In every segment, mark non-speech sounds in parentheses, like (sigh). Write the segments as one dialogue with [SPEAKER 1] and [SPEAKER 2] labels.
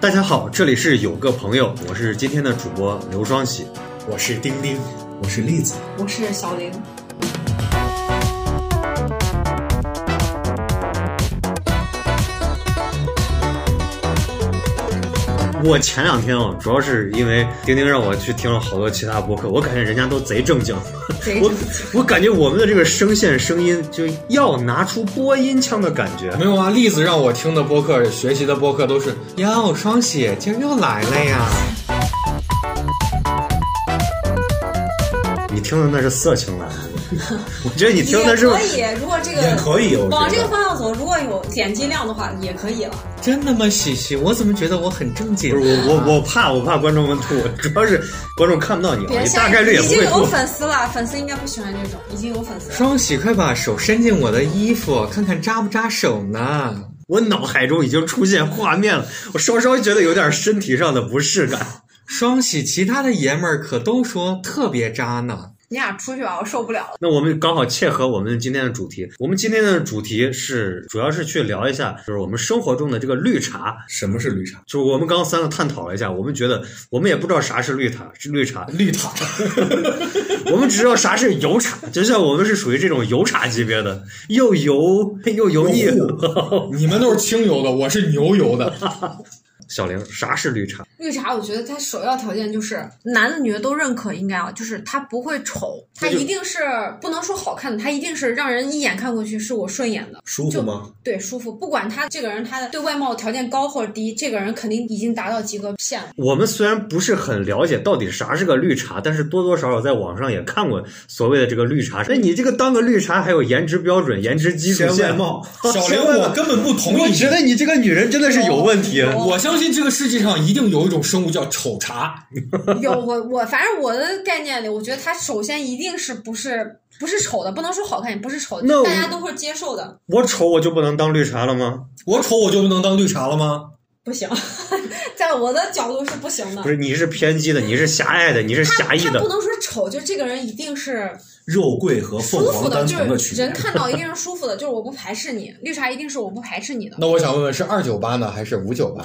[SPEAKER 1] 大家好，这里是有个朋友，我是今天的主播刘双喜。
[SPEAKER 2] 我是丁丁，
[SPEAKER 3] 我是栗子，
[SPEAKER 4] 我是小
[SPEAKER 1] (laughs)
[SPEAKER 4] 玲。
[SPEAKER 1] 我前两天啊，主要是因为丁丁让我去听了好多其他播客，我感觉人家都贼正经，
[SPEAKER 4] 贼
[SPEAKER 1] 我我感觉我们的这个声线声音就要拿出播音腔的感觉。
[SPEAKER 2] 没有啊？栗子让我听的播客、学习的播客都是哟，双喜今儿又来了呀！
[SPEAKER 1] 你听的那是色情栏目，我觉得你听的是
[SPEAKER 4] (laughs) 也可以，如果这个
[SPEAKER 3] 也可以我觉得
[SPEAKER 4] 往这个方向走，如果有点击量的话，也可以了。
[SPEAKER 1] 哦
[SPEAKER 2] 真的吗，喜喜？我怎么觉得我很正经
[SPEAKER 1] 不是我我我怕我怕观众们吐，主要是观众看不到你啊，
[SPEAKER 4] 别
[SPEAKER 1] 你
[SPEAKER 4] 吓
[SPEAKER 1] 大
[SPEAKER 4] 人
[SPEAKER 1] 概率也
[SPEAKER 4] 已
[SPEAKER 1] 不
[SPEAKER 4] 经
[SPEAKER 1] 会
[SPEAKER 4] 有
[SPEAKER 1] 吐。
[SPEAKER 4] 粉丝了，粉丝应该不喜欢这种，已经有粉丝了。
[SPEAKER 2] 双喜，快把手伸进我的衣服，看看扎不扎手呢？
[SPEAKER 1] 我脑海中已经出现画面了， (laughs) 我稍稍觉得有点身体上的不适感。 (laughs)
[SPEAKER 2] 双喜，其他的爷们儿可都说特别扎呢。
[SPEAKER 4] 你俩出去吧，我受不了了。
[SPEAKER 1] 那我们刚好切合我们今天的主题，我们今天的主题是主要是去聊一下，就是我们生活中的这个绿茶。
[SPEAKER 3] 什么是绿茶？
[SPEAKER 1] 就是我们刚刚三个探讨了一下，我们觉得我们也不知道啥是绿茶，是绿茶， (laughs)
[SPEAKER 2] 绿塔，
[SPEAKER 1] 我们只知道啥是油茶，就像我们是属于这种油茶级别的，又油又油腻。
[SPEAKER 2] 你们都是清油的，我是牛油的。
[SPEAKER 1] (laughs) 小玲，啥是绿茶？
[SPEAKER 4] 绿茶，我觉得它首要条件就是男的女的都认可，应该啊，就是它不会丑，它
[SPEAKER 1] 那就
[SPEAKER 4] 一定是不能说好看的，它一定是让人一眼看过去是我顺眼的。
[SPEAKER 3] 舒服吗？
[SPEAKER 4] 对，舒服。不管他这个人他的对外貌条件高或者低，这个人肯定已经达到及格线了。
[SPEAKER 1] 我们虽然不是很了解到底啥是个绿茶，但是多多少少在网上也看过所谓的这个绿茶。那你这个当个绿茶还有颜值标准、颜值基础
[SPEAKER 3] 先外
[SPEAKER 1] 线，
[SPEAKER 3] 貌
[SPEAKER 1] 先
[SPEAKER 2] 小玲，
[SPEAKER 1] 外貌
[SPEAKER 2] 我根本不同意
[SPEAKER 1] 我
[SPEAKER 2] 你
[SPEAKER 1] 觉得你这个女人真的是有问题。
[SPEAKER 2] 我相信这个世界上一定有一种生物叫丑茶，
[SPEAKER 4] 有我我反正我的概念里，我觉得他首先一定是不是不是丑的，不能说好看，也不是丑的，
[SPEAKER 1] 那
[SPEAKER 4] 就
[SPEAKER 1] 我
[SPEAKER 4] 大家都会接受的。
[SPEAKER 1] 我丑我就不能当绿茶了吗？
[SPEAKER 2] 我丑我就不能当绿茶了吗？
[SPEAKER 4] 不行， (laughs) 在我的角度是不行的
[SPEAKER 1] 不。是，你是偏激的，你是狭隘的，你是
[SPEAKER 4] 他
[SPEAKER 1] 狭义
[SPEAKER 4] 他
[SPEAKER 1] 的。
[SPEAKER 4] 不能说丑，就这个人一定是
[SPEAKER 3] 肉桂和凤
[SPEAKER 4] 舒服
[SPEAKER 3] 凰
[SPEAKER 4] 的，
[SPEAKER 3] 单
[SPEAKER 4] 就
[SPEAKER 3] 丛的
[SPEAKER 4] 是
[SPEAKER 3] 区别
[SPEAKER 4] 人。看到一定是舒服的，就是我不排斥你，绿茶一定是我不排斥你的。
[SPEAKER 2] 那我想问问，是二九八呢，还是五九八？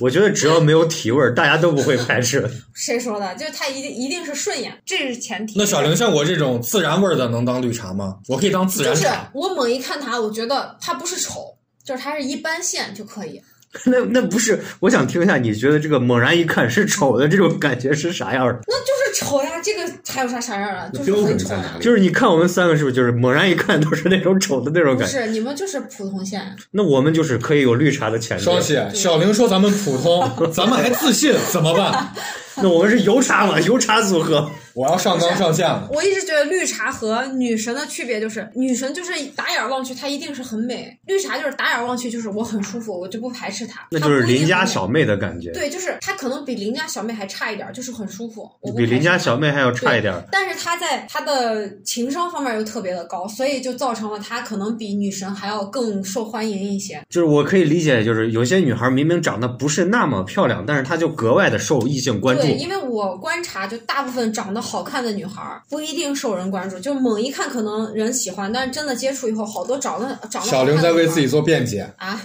[SPEAKER 1] 我觉得只要没有体味儿，大家都不会排斥。 (laughs)
[SPEAKER 4] 谁说的？就是他一定一定是顺眼，这是前提。
[SPEAKER 2] 那小玲像我这种自然味儿的能当绿茶吗？我可以当自然
[SPEAKER 4] 就是
[SPEAKER 2] 茶。
[SPEAKER 4] 我猛一看他，我觉得他不是丑，就是他是一般线就可以。
[SPEAKER 1] 那那不是，我想听一下，你觉得这个猛然一看是丑的这种感觉是啥样的？
[SPEAKER 4] 那就是丑呀，这个还有啥啥样啊？就
[SPEAKER 3] 那
[SPEAKER 4] 是
[SPEAKER 3] 标
[SPEAKER 4] 很
[SPEAKER 3] 准
[SPEAKER 4] 丑
[SPEAKER 3] 在
[SPEAKER 4] 呀
[SPEAKER 3] 哪。里？
[SPEAKER 1] 就是你看我们三个是不是就是猛然一看都是那种丑的那种
[SPEAKER 4] 不
[SPEAKER 1] 感觉？
[SPEAKER 4] 是，你们就是普通线，
[SPEAKER 1] 那我们就是可以有绿茶的潜质。
[SPEAKER 2] 双喜，小玲说咱们普通，咱们还自信，怎
[SPEAKER 4] (laughs)
[SPEAKER 2] 么办？
[SPEAKER 1] (laughs) 那我们是油茶嘛，油茶组合。
[SPEAKER 2] 我要上纲上线了。
[SPEAKER 4] 我一直觉得绿茶和女神的区别就是，女神就是打眼望去她一定是很美，绿茶就是打眼望去就是我很舒服，我就不排斥她。
[SPEAKER 1] 那就是
[SPEAKER 4] 她不一定
[SPEAKER 1] 邻家
[SPEAKER 4] 很美。
[SPEAKER 1] 小妹的感觉，
[SPEAKER 4] 对，就是她可能比邻家小妹还差一点，就是很舒服。我不
[SPEAKER 1] 比邻
[SPEAKER 4] 排
[SPEAKER 1] 家
[SPEAKER 4] 斥
[SPEAKER 1] 小妹还要差一点儿。
[SPEAKER 4] 对但是她在她的情商方面又特别的高，所以就造成了她可能比女神还要更受欢迎一些。
[SPEAKER 1] 就是我可以理解，就是有些女孩明明长得不是那么漂亮，但是她就格外的受异性关注。
[SPEAKER 4] 对，因为我观察，就大部分长得好看的女孩儿不一定受人关注，就猛一看可能人喜欢，但是真的接触以后，好多长得长得
[SPEAKER 2] 小玲
[SPEAKER 4] 玲
[SPEAKER 2] 在为自己做辩 (laughs) 解。
[SPEAKER 4] 啊，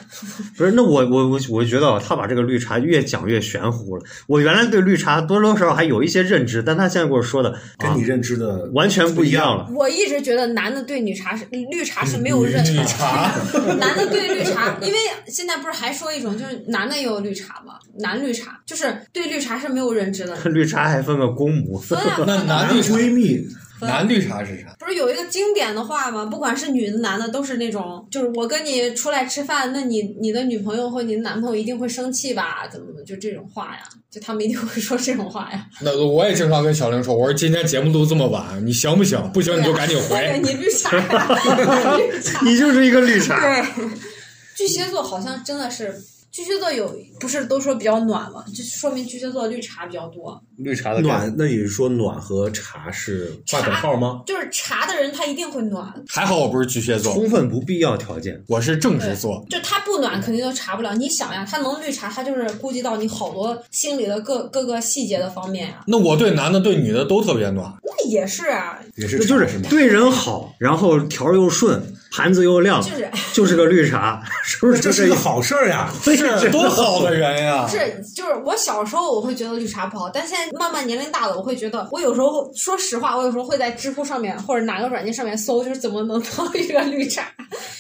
[SPEAKER 1] 不是，那我我我我觉得啊她把这个绿茶越讲越玄乎了。我原来对绿茶多多少少还有一些认知，但她现在跟我说的
[SPEAKER 3] 跟你
[SPEAKER 1] 啊、
[SPEAKER 3] 认知的
[SPEAKER 1] 完全不一样了。
[SPEAKER 4] 我一直觉得男的对女茶是绿茶是没有认
[SPEAKER 2] 绿茶，
[SPEAKER 4] 男的对绿茶，因为现在不是还说一种就是男的也有绿茶吗？男绿茶就是对绿茶是没有认知的。
[SPEAKER 1] (laughs) 绿茶还分个公母，
[SPEAKER 4] 分啊，
[SPEAKER 2] (laughs) 那男 (laughs) 绿茶，
[SPEAKER 3] 闺蜜，
[SPEAKER 2] 男绿茶是啥？
[SPEAKER 4] 不是有一个经典的话吗？不管是女的男的，都是那种，就是我跟你出来吃饭，那你你的女朋友或你的男朋友一定会生气吧？怎么怎么就这种话呀？就他们一定会说这种话呀？
[SPEAKER 2] (laughs) 那我也经常跟小玲说，我说今天节目录这么晚，你行不行？不行你就赶紧
[SPEAKER 4] 对啊
[SPEAKER 2] 回。
[SPEAKER 4] (laughs) 你绿茶呀，绿
[SPEAKER 1] (laughs)
[SPEAKER 4] 茶。
[SPEAKER 1] 你就是一个绿茶。
[SPEAKER 4] 对，巨蟹座好像真的是。巨蟹座有不是都说比较暖吗？就说明巨蟹座绿茶比较多，
[SPEAKER 1] 绿茶的感觉
[SPEAKER 3] 暖，那也是说暖和茶是画等号吗？
[SPEAKER 4] 就是茶的人他一定会暖，
[SPEAKER 2] 还好我不是巨蟹座，
[SPEAKER 1] 充分不必要条件。
[SPEAKER 2] 我是正直座。
[SPEAKER 4] 就他不暖肯定都茶不了。你想呀，他能绿茶，他就是顾及到你好多心里的各各个细节的方面呀、
[SPEAKER 2] 那我对男的对女的都特别暖，
[SPEAKER 4] 那也是啊，
[SPEAKER 3] 也是
[SPEAKER 1] 那就是
[SPEAKER 3] 茶吗？
[SPEAKER 1] 对人好，然后条儿又顺，盘子又亮，
[SPEAKER 4] 就是
[SPEAKER 1] 就是个绿
[SPEAKER 4] (laughs)
[SPEAKER 1] 茶，是不
[SPEAKER 3] 不
[SPEAKER 1] 是
[SPEAKER 3] 是这
[SPEAKER 1] 就这
[SPEAKER 3] 是
[SPEAKER 1] 意
[SPEAKER 3] 个
[SPEAKER 1] 思？
[SPEAKER 3] 好事儿 (laughs) 呀，
[SPEAKER 1] 非是
[SPEAKER 2] 多好的人呀、
[SPEAKER 4] 不是，就是我小时候我会觉得绿茶不好，但现在慢慢年龄大了，我会觉得，我有时候说实话，我有时候会在知乎上面或者哪个软件上面搜，就是怎么能当一个绿茶？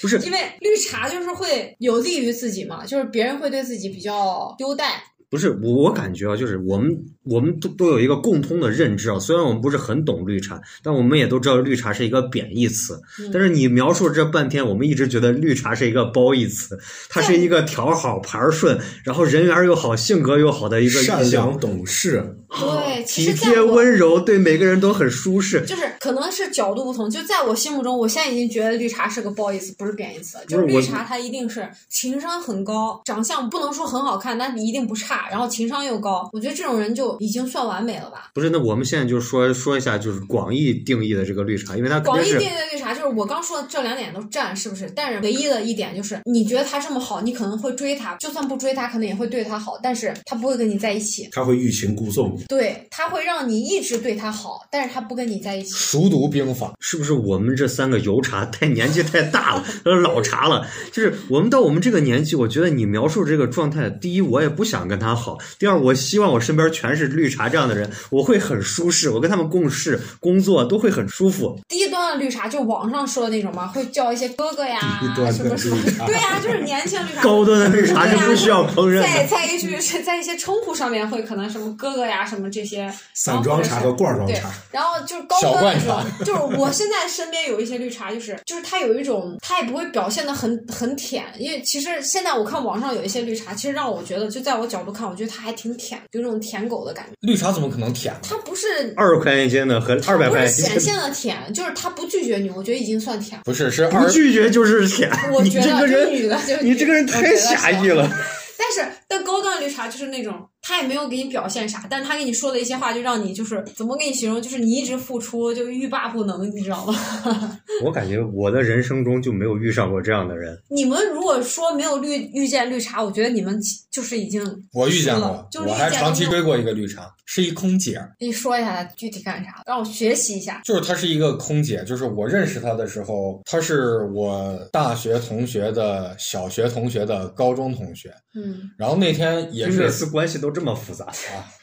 [SPEAKER 1] 不是
[SPEAKER 4] 因为绿茶就是会有利于自己嘛，就是别人会对自己比较优待。
[SPEAKER 1] 不是我，我感觉啊，就是我们我们都都有一个共通的认知啊。虽然我们不是很懂绿茶，但我们也都知道绿茶是一个贬义词。
[SPEAKER 4] 嗯
[SPEAKER 1] 但是你描述这半天，我们一直觉得绿茶是一个褒义词，它是一个调好、牌儿顺，然后人缘又好、性格又好的一个
[SPEAKER 3] 善
[SPEAKER 1] 印象，
[SPEAKER 3] 良懂事，
[SPEAKER 4] 对，其
[SPEAKER 1] 啊体
[SPEAKER 4] 实
[SPEAKER 1] 贴
[SPEAKER 4] 在我
[SPEAKER 1] 温柔，对每个人都很舒适。
[SPEAKER 4] 就是可能是角度不同，就在我心目中，我现在已经觉得绿茶是个褒义词，不是贬义词。就是
[SPEAKER 1] 不是我
[SPEAKER 4] 绿茶，它一定是情商很高，长相不能说很好看，但一定不差，然后情商又高。我觉得这种人就已经算完美了吧。
[SPEAKER 1] 不是，那我们现在就说说一下，就是广义定义的这个绿茶，因为它肯
[SPEAKER 4] 广
[SPEAKER 1] 定
[SPEAKER 4] 义定
[SPEAKER 1] 是
[SPEAKER 4] 义的绿茶就是我刚说的这两点都占，是不是？但是唯一的一点就是，你觉得他这么好，你可能会追他，就算不追他，可能也会对他好，但是他不会跟你在一起。
[SPEAKER 3] 他会欲擒故纵你。
[SPEAKER 4] 对，他会让你一直对他好，但是他不跟你在一起。
[SPEAKER 2] 熟读兵法，
[SPEAKER 1] 是不是我们这三个油茶太年纪太大了，呃老茶了？就是我们到我们这个年纪，我觉得你描述这个状态，第一我也不想跟他好，第二我希望我身边全是绿茶这样的人，我会很舒适，我跟他们共事、工作都会很舒服。
[SPEAKER 4] 低端的绿茶就网上说的那种嘛，会叫一些哥哥呀
[SPEAKER 3] 低，端
[SPEAKER 4] 什么
[SPEAKER 3] 的
[SPEAKER 4] 什么
[SPEAKER 3] 绿，茶
[SPEAKER 4] 对呀、就是年轻绿茶。
[SPEAKER 1] 高端的绿茶是
[SPEAKER 4] 对啊呀
[SPEAKER 1] 不需要烹饪
[SPEAKER 4] 在
[SPEAKER 1] 的。
[SPEAKER 4] 在一些是在一些冲突上面会可能什么哥哥呀什么这些
[SPEAKER 3] 散装茶和罐装
[SPEAKER 4] 对
[SPEAKER 3] 茶，
[SPEAKER 4] 然后就是高
[SPEAKER 2] 小
[SPEAKER 4] 端
[SPEAKER 2] 罐
[SPEAKER 4] 那种，就是我现在身边有一些绿茶，就是就是它有一种，它也不会表现的很很舔，因为其实现在我看网上有一些绿茶，其实让我觉得，就在我角度看，我觉得它还挺舔，有那种舔狗的感觉。
[SPEAKER 2] 绿茶怎么可能舔呢？
[SPEAKER 4] 它不是
[SPEAKER 1] 二十块钱一斤的和二百
[SPEAKER 4] 不
[SPEAKER 1] 块
[SPEAKER 4] 是
[SPEAKER 1] 钱
[SPEAKER 4] 显
[SPEAKER 1] 一斤
[SPEAKER 4] 现了舔，就是它不拒绝你，我觉得已经算舔了。
[SPEAKER 2] 不是，是
[SPEAKER 1] 的，
[SPEAKER 2] 二
[SPEAKER 1] 不拒绝就是舔。
[SPEAKER 4] 我
[SPEAKER 1] 你
[SPEAKER 4] 觉
[SPEAKER 1] 这
[SPEAKER 4] 得
[SPEAKER 1] 个
[SPEAKER 4] 这
[SPEAKER 1] 人，
[SPEAKER 4] 女的就是
[SPEAKER 1] 你这个人
[SPEAKER 4] 我觉
[SPEAKER 1] 太
[SPEAKER 4] 得
[SPEAKER 1] 狭
[SPEAKER 4] 是
[SPEAKER 1] 义了。
[SPEAKER 4] 但是，但高端绿茶就是那种，他也没有给你表现啥，但他给你说的一些话，就让你就是怎么给你形容，就是你一直付出，就欲罢不能，你知道吗？ (laughs)
[SPEAKER 1] 我感觉我的人生中就没有遇上过这样的人。
[SPEAKER 4] 你们如果说没有绿遇见绿茶，我觉得你们就是已经
[SPEAKER 2] 我遇见
[SPEAKER 4] 输
[SPEAKER 2] 过
[SPEAKER 4] 了，就是
[SPEAKER 2] 我
[SPEAKER 4] 遇
[SPEAKER 2] 还
[SPEAKER 4] 见
[SPEAKER 2] 长期
[SPEAKER 4] 过
[SPEAKER 2] 追过一个绿茶，是一空姐，
[SPEAKER 4] 给你说一下具体干啥，让我学习一下。
[SPEAKER 2] 就是她是一个空姐，就是我认识她的时候，她是我大学同学的小学同学的高中同学，
[SPEAKER 4] 嗯，
[SPEAKER 2] 然后那天也
[SPEAKER 1] 每
[SPEAKER 2] 是
[SPEAKER 1] 次关系都这么复杂，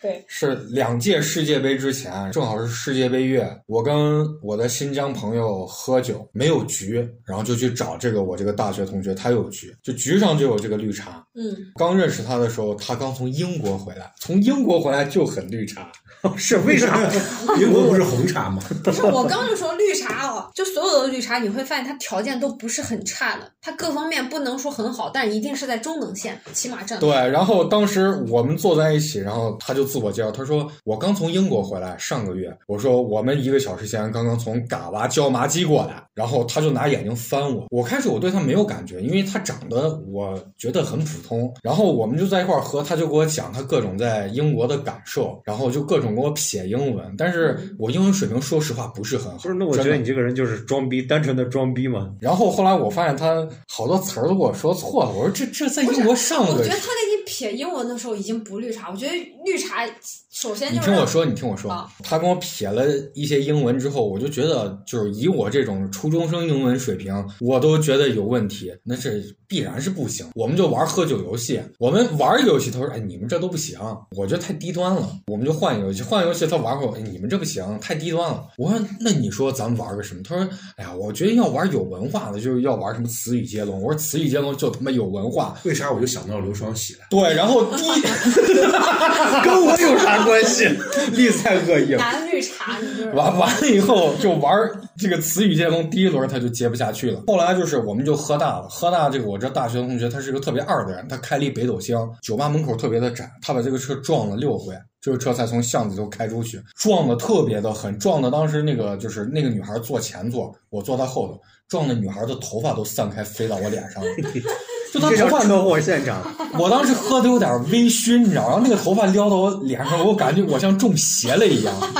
[SPEAKER 4] 对，
[SPEAKER 2] 是两届世界杯之前，正好是世界杯月，我跟我的新疆朋友喝酒，没有局，然后就去找这个我这个大学同学，他有局，就局上就有这个绿茶，
[SPEAKER 4] 嗯，
[SPEAKER 2] 刚认识他的时候，他刚从英国回来，从英国回来就很绿茶。
[SPEAKER 1] 是为
[SPEAKER 2] (laughs)
[SPEAKER 1] 啥？
[SPEAKER 3] (laughs) 英国不是红茶吗？
[SPEAKER 4] 不是我刚就说绿茶哦，就所有的绿茶，你会发现它条件都不是很差的，它各方面不能说很好，但一定是在中等线，起码占。
[SPEAKER 2] 对，然后当时我们坐在一起，然后他就自我介绍，他说我刚从英国回来，上个月。我说我们一个小时前刚刚从嘎哇椒麻鸡过来，然后他就拿眼睛翻我。我开始我对他没有感觉，因为他长得我觉得很普通。然后我们就在一块儿喝，他就给我讲他各种在英国的感受，然后就各种给我撇英文，但是我英文水平说实话不是很好。
[SPEAKER 1] 不是，那我觉
[SPEAKER 2] 真
[SPEAKER 1] 得
[SPEAKER 2] 的
[SPEAKER 1] 你这个人就是装逼，单纯的装逼嘛。
[SPEAKER 2] 然后后来我发现他好多词儿都给我说错了，我说这这在英国上
[SPEAKER 4] 我
[SPEAKER 2] 个
[SPEAKER 4] 觉得他给你撇英文的时候已经不绿茶，我觉得绿茶首先
[SPEAKER 2] 你
[SPEAKER 4] 就是
[SPEAKER 2] 听我说，你听我说
[SPEAKER 4] 啊，
[SPEAKER 2] 他跟我撇了一些英文之后，我就觉得，就是以我这种初中生英文水平，我都觉得有问题，那这必然是不行。我们就玩喝酒游戏，我们玩一个游戏，他说：“哎，你们这都不行，我觉得太低端了。”我们就换一个游戏，换一个游戏，他玩会儿，哎，你们这不行，太低端了。我说：“那你说咱们玩个什么？”他说：“哎呀，我觉得要玩有文化的，就是要玩什么词语接龙。”我说：“词语接龙就他妈有文化。”
[SPEAKER 3] 为啥我就想到刘双喜了？
[SPEAKER 2] 对，然后第一。
[SPEAKER 1] (laughs)
[SPEAKER 2] (laughs)
[SPEAKER 1] 跟我有啥关系？ (laughs)
[SPEAKER 2] 力在恶
[SPEAKER 1] 啊
[SPEAKER 2] 意了。
[SPEAKER 4] 男绿茶，你就是
[SPEAKER 2] 完完了以后就玩儿这个词语接龙，第一轮他就接不下去了。后来就是我们就喝大了，喝大这个我这大学同学他是个特别二的人，他开了一北斗星，酒吧门口特别的窄，他把这个车撞了六回，这个车才从巷子头开出去，撞的特别的狠，撞的当时那个就是那个女孩坐前座，我坐她后头，撞的女孩的头发都散开飞到我脸上了， (laughs) 就她
[SPEAKER 1] 这
[SPEAKER 2] 头
[SPEAKER 1] 叫
[SPEAKER 2] 发
[SPEAKER 1] 车祸现场。
[SPEAKER 2] (laughs) 我当时喝的有点微醺，你知道，然后那个头发撩到我脸上，我感觉我像中邪
[SPEAKER 4] (laughs)
[SPEAKER 2] 了一样。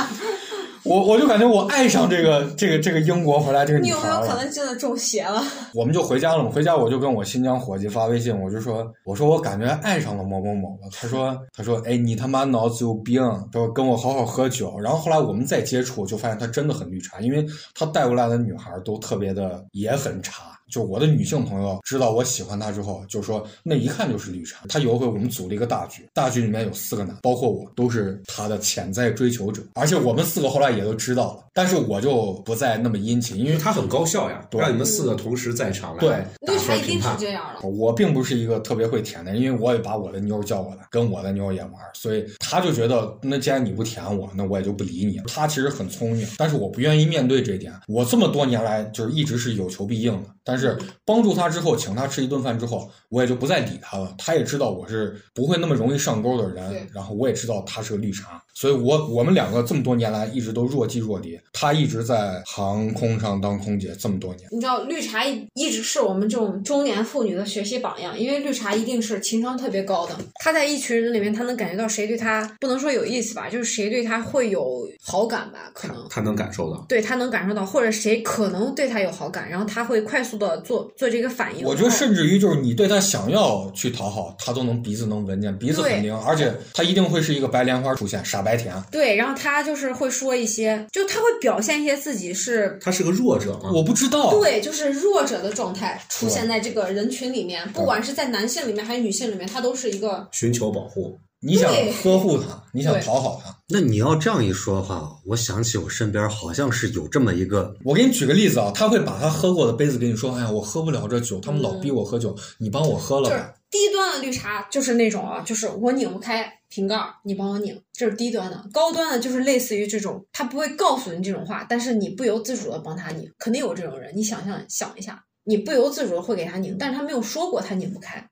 [SPEAKER 2] 我我就感觉我爱上这个这个这个英国回来这个
[SPEAKER 4] 你
[SPEAKER 2] 女
[SPEAKER 4] 有
[SPEAKER 2] 孩
[SPEAKER 4] 没有可
[SPEAKER 2] 了，
[SPEAKER 4] 能真的中邪了？
[SPEAKER 2] 我们就回家了嘛。回家我就跟我新疆伙计发微信，我就说我说我感觉爱上了某某某了。他说他说哎你他妈脑子有病，他说跟我好好喝酒。然后后来我们再接触，就发现他真的很绿茶，因为他带过来的女孩都特别的也很茶。就我的女性朋友知道我喜欢她之后，就说那一看就是绿茶。她有一回我们组了一个大局，大局里面有四个男，包括我都是她的潜在追求者，而且我们四个后来也都知道了，但是我就不再那么殷勤，因为
[SPEAKER 3] 因为他很高效呀，
[SPEAKER 2] 对
[SPEAKER 3] 让你们四个同时在场来
[SPEAKER 2] 对
[SPEAKER 3] 打
[SPEAKER 4] 绿茶
[SPEAKER 3] 分
[SPEAKER 4] 一
[SPEAKER 3] 评
[SPEAKER 4] 定是
[SPEAKER 3] 判。
[SPEAKER 4] 这样了。
[SPEAKER 2] 我并不是一个特别会舔的人，因为我也把我的妞儿叫过来，跟我的妞儿也玩儿，所以他就觉得，那既然你不舔我，那我也就不理你了。他其实很聪明，但是我不愿意面对这一点。我这么多年来就是一直是有求必应的，但是帮助他之后，请他吃一顿饭之后，我也就不再理他了。他也知道我是不会那么容易上钩的人
[SPEAKER 4] 对，
[SPEAKER 2] 然后我也知道他是个绿茶，所以我我们两个这么多年来一直都若即若离。他一直在航空上当空姐这么多年。
[SPEAKER 4] 你知道绿茶一一直是我们这种中年妇女的学习榜样，因为绿茶一定是情商特别高的。她在一群人里面，她能感觉到谁对她不能说有意思吧，就是谁对她会有好感吧，可能。
[SPEAKER 3] 他能感受到，
[SPEAKER 4] 对她能感受到，或者谁可能对她有好感，然后她会快速的做做这个反应。
[SPEAKER 2] 我觉得
[SPEAKER 4] 然后
[SPEAKER 2] 甚至于就是你对他想要去讨好，他都能鼻子能闻见，鼻子很灵，而且他一定会是一个白莲花出现，傻白甜。
[SPEAKER 4] 对，然后她就是会说一些，就她会表现一些自己是
[SPEAKER 3] 他是个弱者嘛。
[SPEAKER 2] 我不知道，
[SPEAKER 4] 嗯对，就是弱者的状态出现在这个人群里面，
[SPEAKER 2] 嗯
[SPEAKER 4] 不管是在男性里面还是女性里面，她都是一个
[SPEAKER 3] 寻求保护，
[SPEAKER 2] 你想
[SPEAKER 4] 对
[SPEAKER 2] 呵护他，你想
[SPEAKER 4] 对
[SPEAKER 2] 讨好他。
[SPEAKER 1] 那你要这样一说的话，我想起我身边好像是有这么一个，
[SPEAKER 2] 我给你举个例子啊，他会把他喝过的杯子给你说，哎呀，我喝不了这酒，他们老逼我喝酒，你帮我喝了
[SPEAKER 4] 嗯就是
[SPEAKER 2] 吧。
[SPEAKER 4] 低端的绿茶，就是那种啊，就是我拧不开瓶盖儿，你帮我拧，这是低端的。高端的就是类似于这种，他不会告诉你这种话，但是你不由自主的帮他拧，肯定有这种人。你想象想一下，你不由自主的会给他拧，但是他没有说过他拧不开。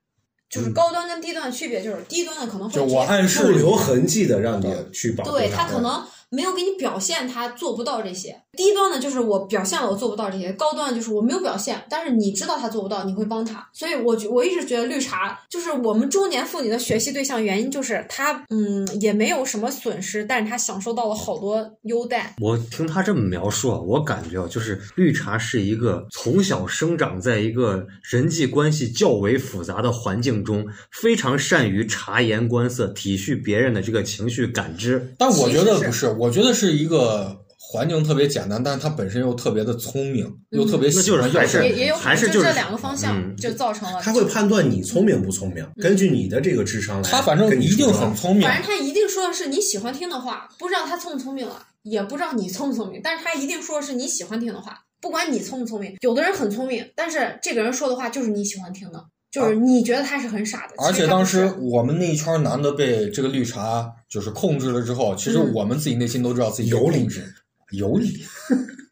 [SPEAKER 4] 就是高端跟低端的区别，就是低端的可能会
[SPEAKER 2] 嗯就
[SPEAKER 4] 直
[SPEAKER 2] 我
[SPEAKER 4] 接
[SPEAKER 2] 暗
[SPEAKER 3] 是
[SPEAKER 2] 示你
[SPEAKER 3] 留痕迹的让你去保护
[SPEAKER 4] 对
[SPEAKER 3] 他
[SPEAKER 4] 他可能没有给你表现，他做不到这些。低端的就是我表现了，我做不到这些；高端的就是我没有表现，但是你知道他做不到，你会帮他。所以我觉我一直觉得绿茶就是我们中年妇女的学习对象，原因就是她嗯也没有什么损失，但是她享受到了好多优待。
[SPEAKER 1] 我听他这么描述，啊，我感觉啊，就是绿茶是一个从小生长在一个人际关系较为复杂的环境中，非常善于察言观色、体恤别人的这个情绪感知。
[SPEAKER 2] 但我觉
[SPEAKER 4] 其
[SPEAKER 2] 得
[SPEAKER 4] 实是
[SPEAKER 2] 不是，我觉得是一个环境特别简单，但是他本身又特别的聪明，又特别
[SPEAKER 1] 那
[SPEAKER 2] 喜
[SPEAKER 1] 就是
[SPEAKER 2] 欢
[SPEAKER 1] 还
[SPEAKER 2] 要
[SPEAKER 1] 是
[SPEAKER 4] 嗯也也有可
[SPEAKER 1] 还
[SPEAKER 4] 能
[SPEAKER 1] 是
[SPEAKER 4] 就
[SPEAKER 1] 就是
[SPEAKER 4] 这两个方向
[SPEAKER 1] 嗯
[SPEAKER 4] 就造成了，
[SPEAKER 3] 他会判断你聪明不聪
[SPEAKER 4] 嗯
[SPEAKER 3] 明，根据你的这个智商来。
[SPEAKER 2] 他反正
[SPEAKER 3] 跟你
[SPEAKER 2] 一定
[SPEAKER 3] 说
[SPEAKER 1] 啊
[SPEAKER 2] 很聪明。
[SPEAKER 4] 反正他一定说的是你喜欢听的话，不知道他聪不聪明了，也不知道你聪不聪明，但是他一定说的是你喜欢听的话，不管你聪不聪明。有的人很聪明，但是这个人说的话就是你喜欢听的，就是你觉得他是很傻的。
[SPEAKER 2] 啊而
[SPEAKER 4] 其实
[SPEAKER 2] 且
[SPEAKER 4] 他
[SPEAKER 2] 当
[SPEAKER 4] 不
[SPEAKER 2] 时
[SPEAKER 4] 是
[SPEAKER 2] 我们那一圈男的被这个绿茶就是控制了之后，其实
[SPEAKER 4] 嗯
[SPEAKER 2] 我们自己内心都知道自己被
[SPEAKER 3] 有理
[SPEAKER 2] 控制，有理。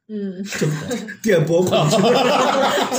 [SPEAKER 4] 嗯， (laughs)
[SPEAKER 3] 电波控制，
[SPEAKER 4] 不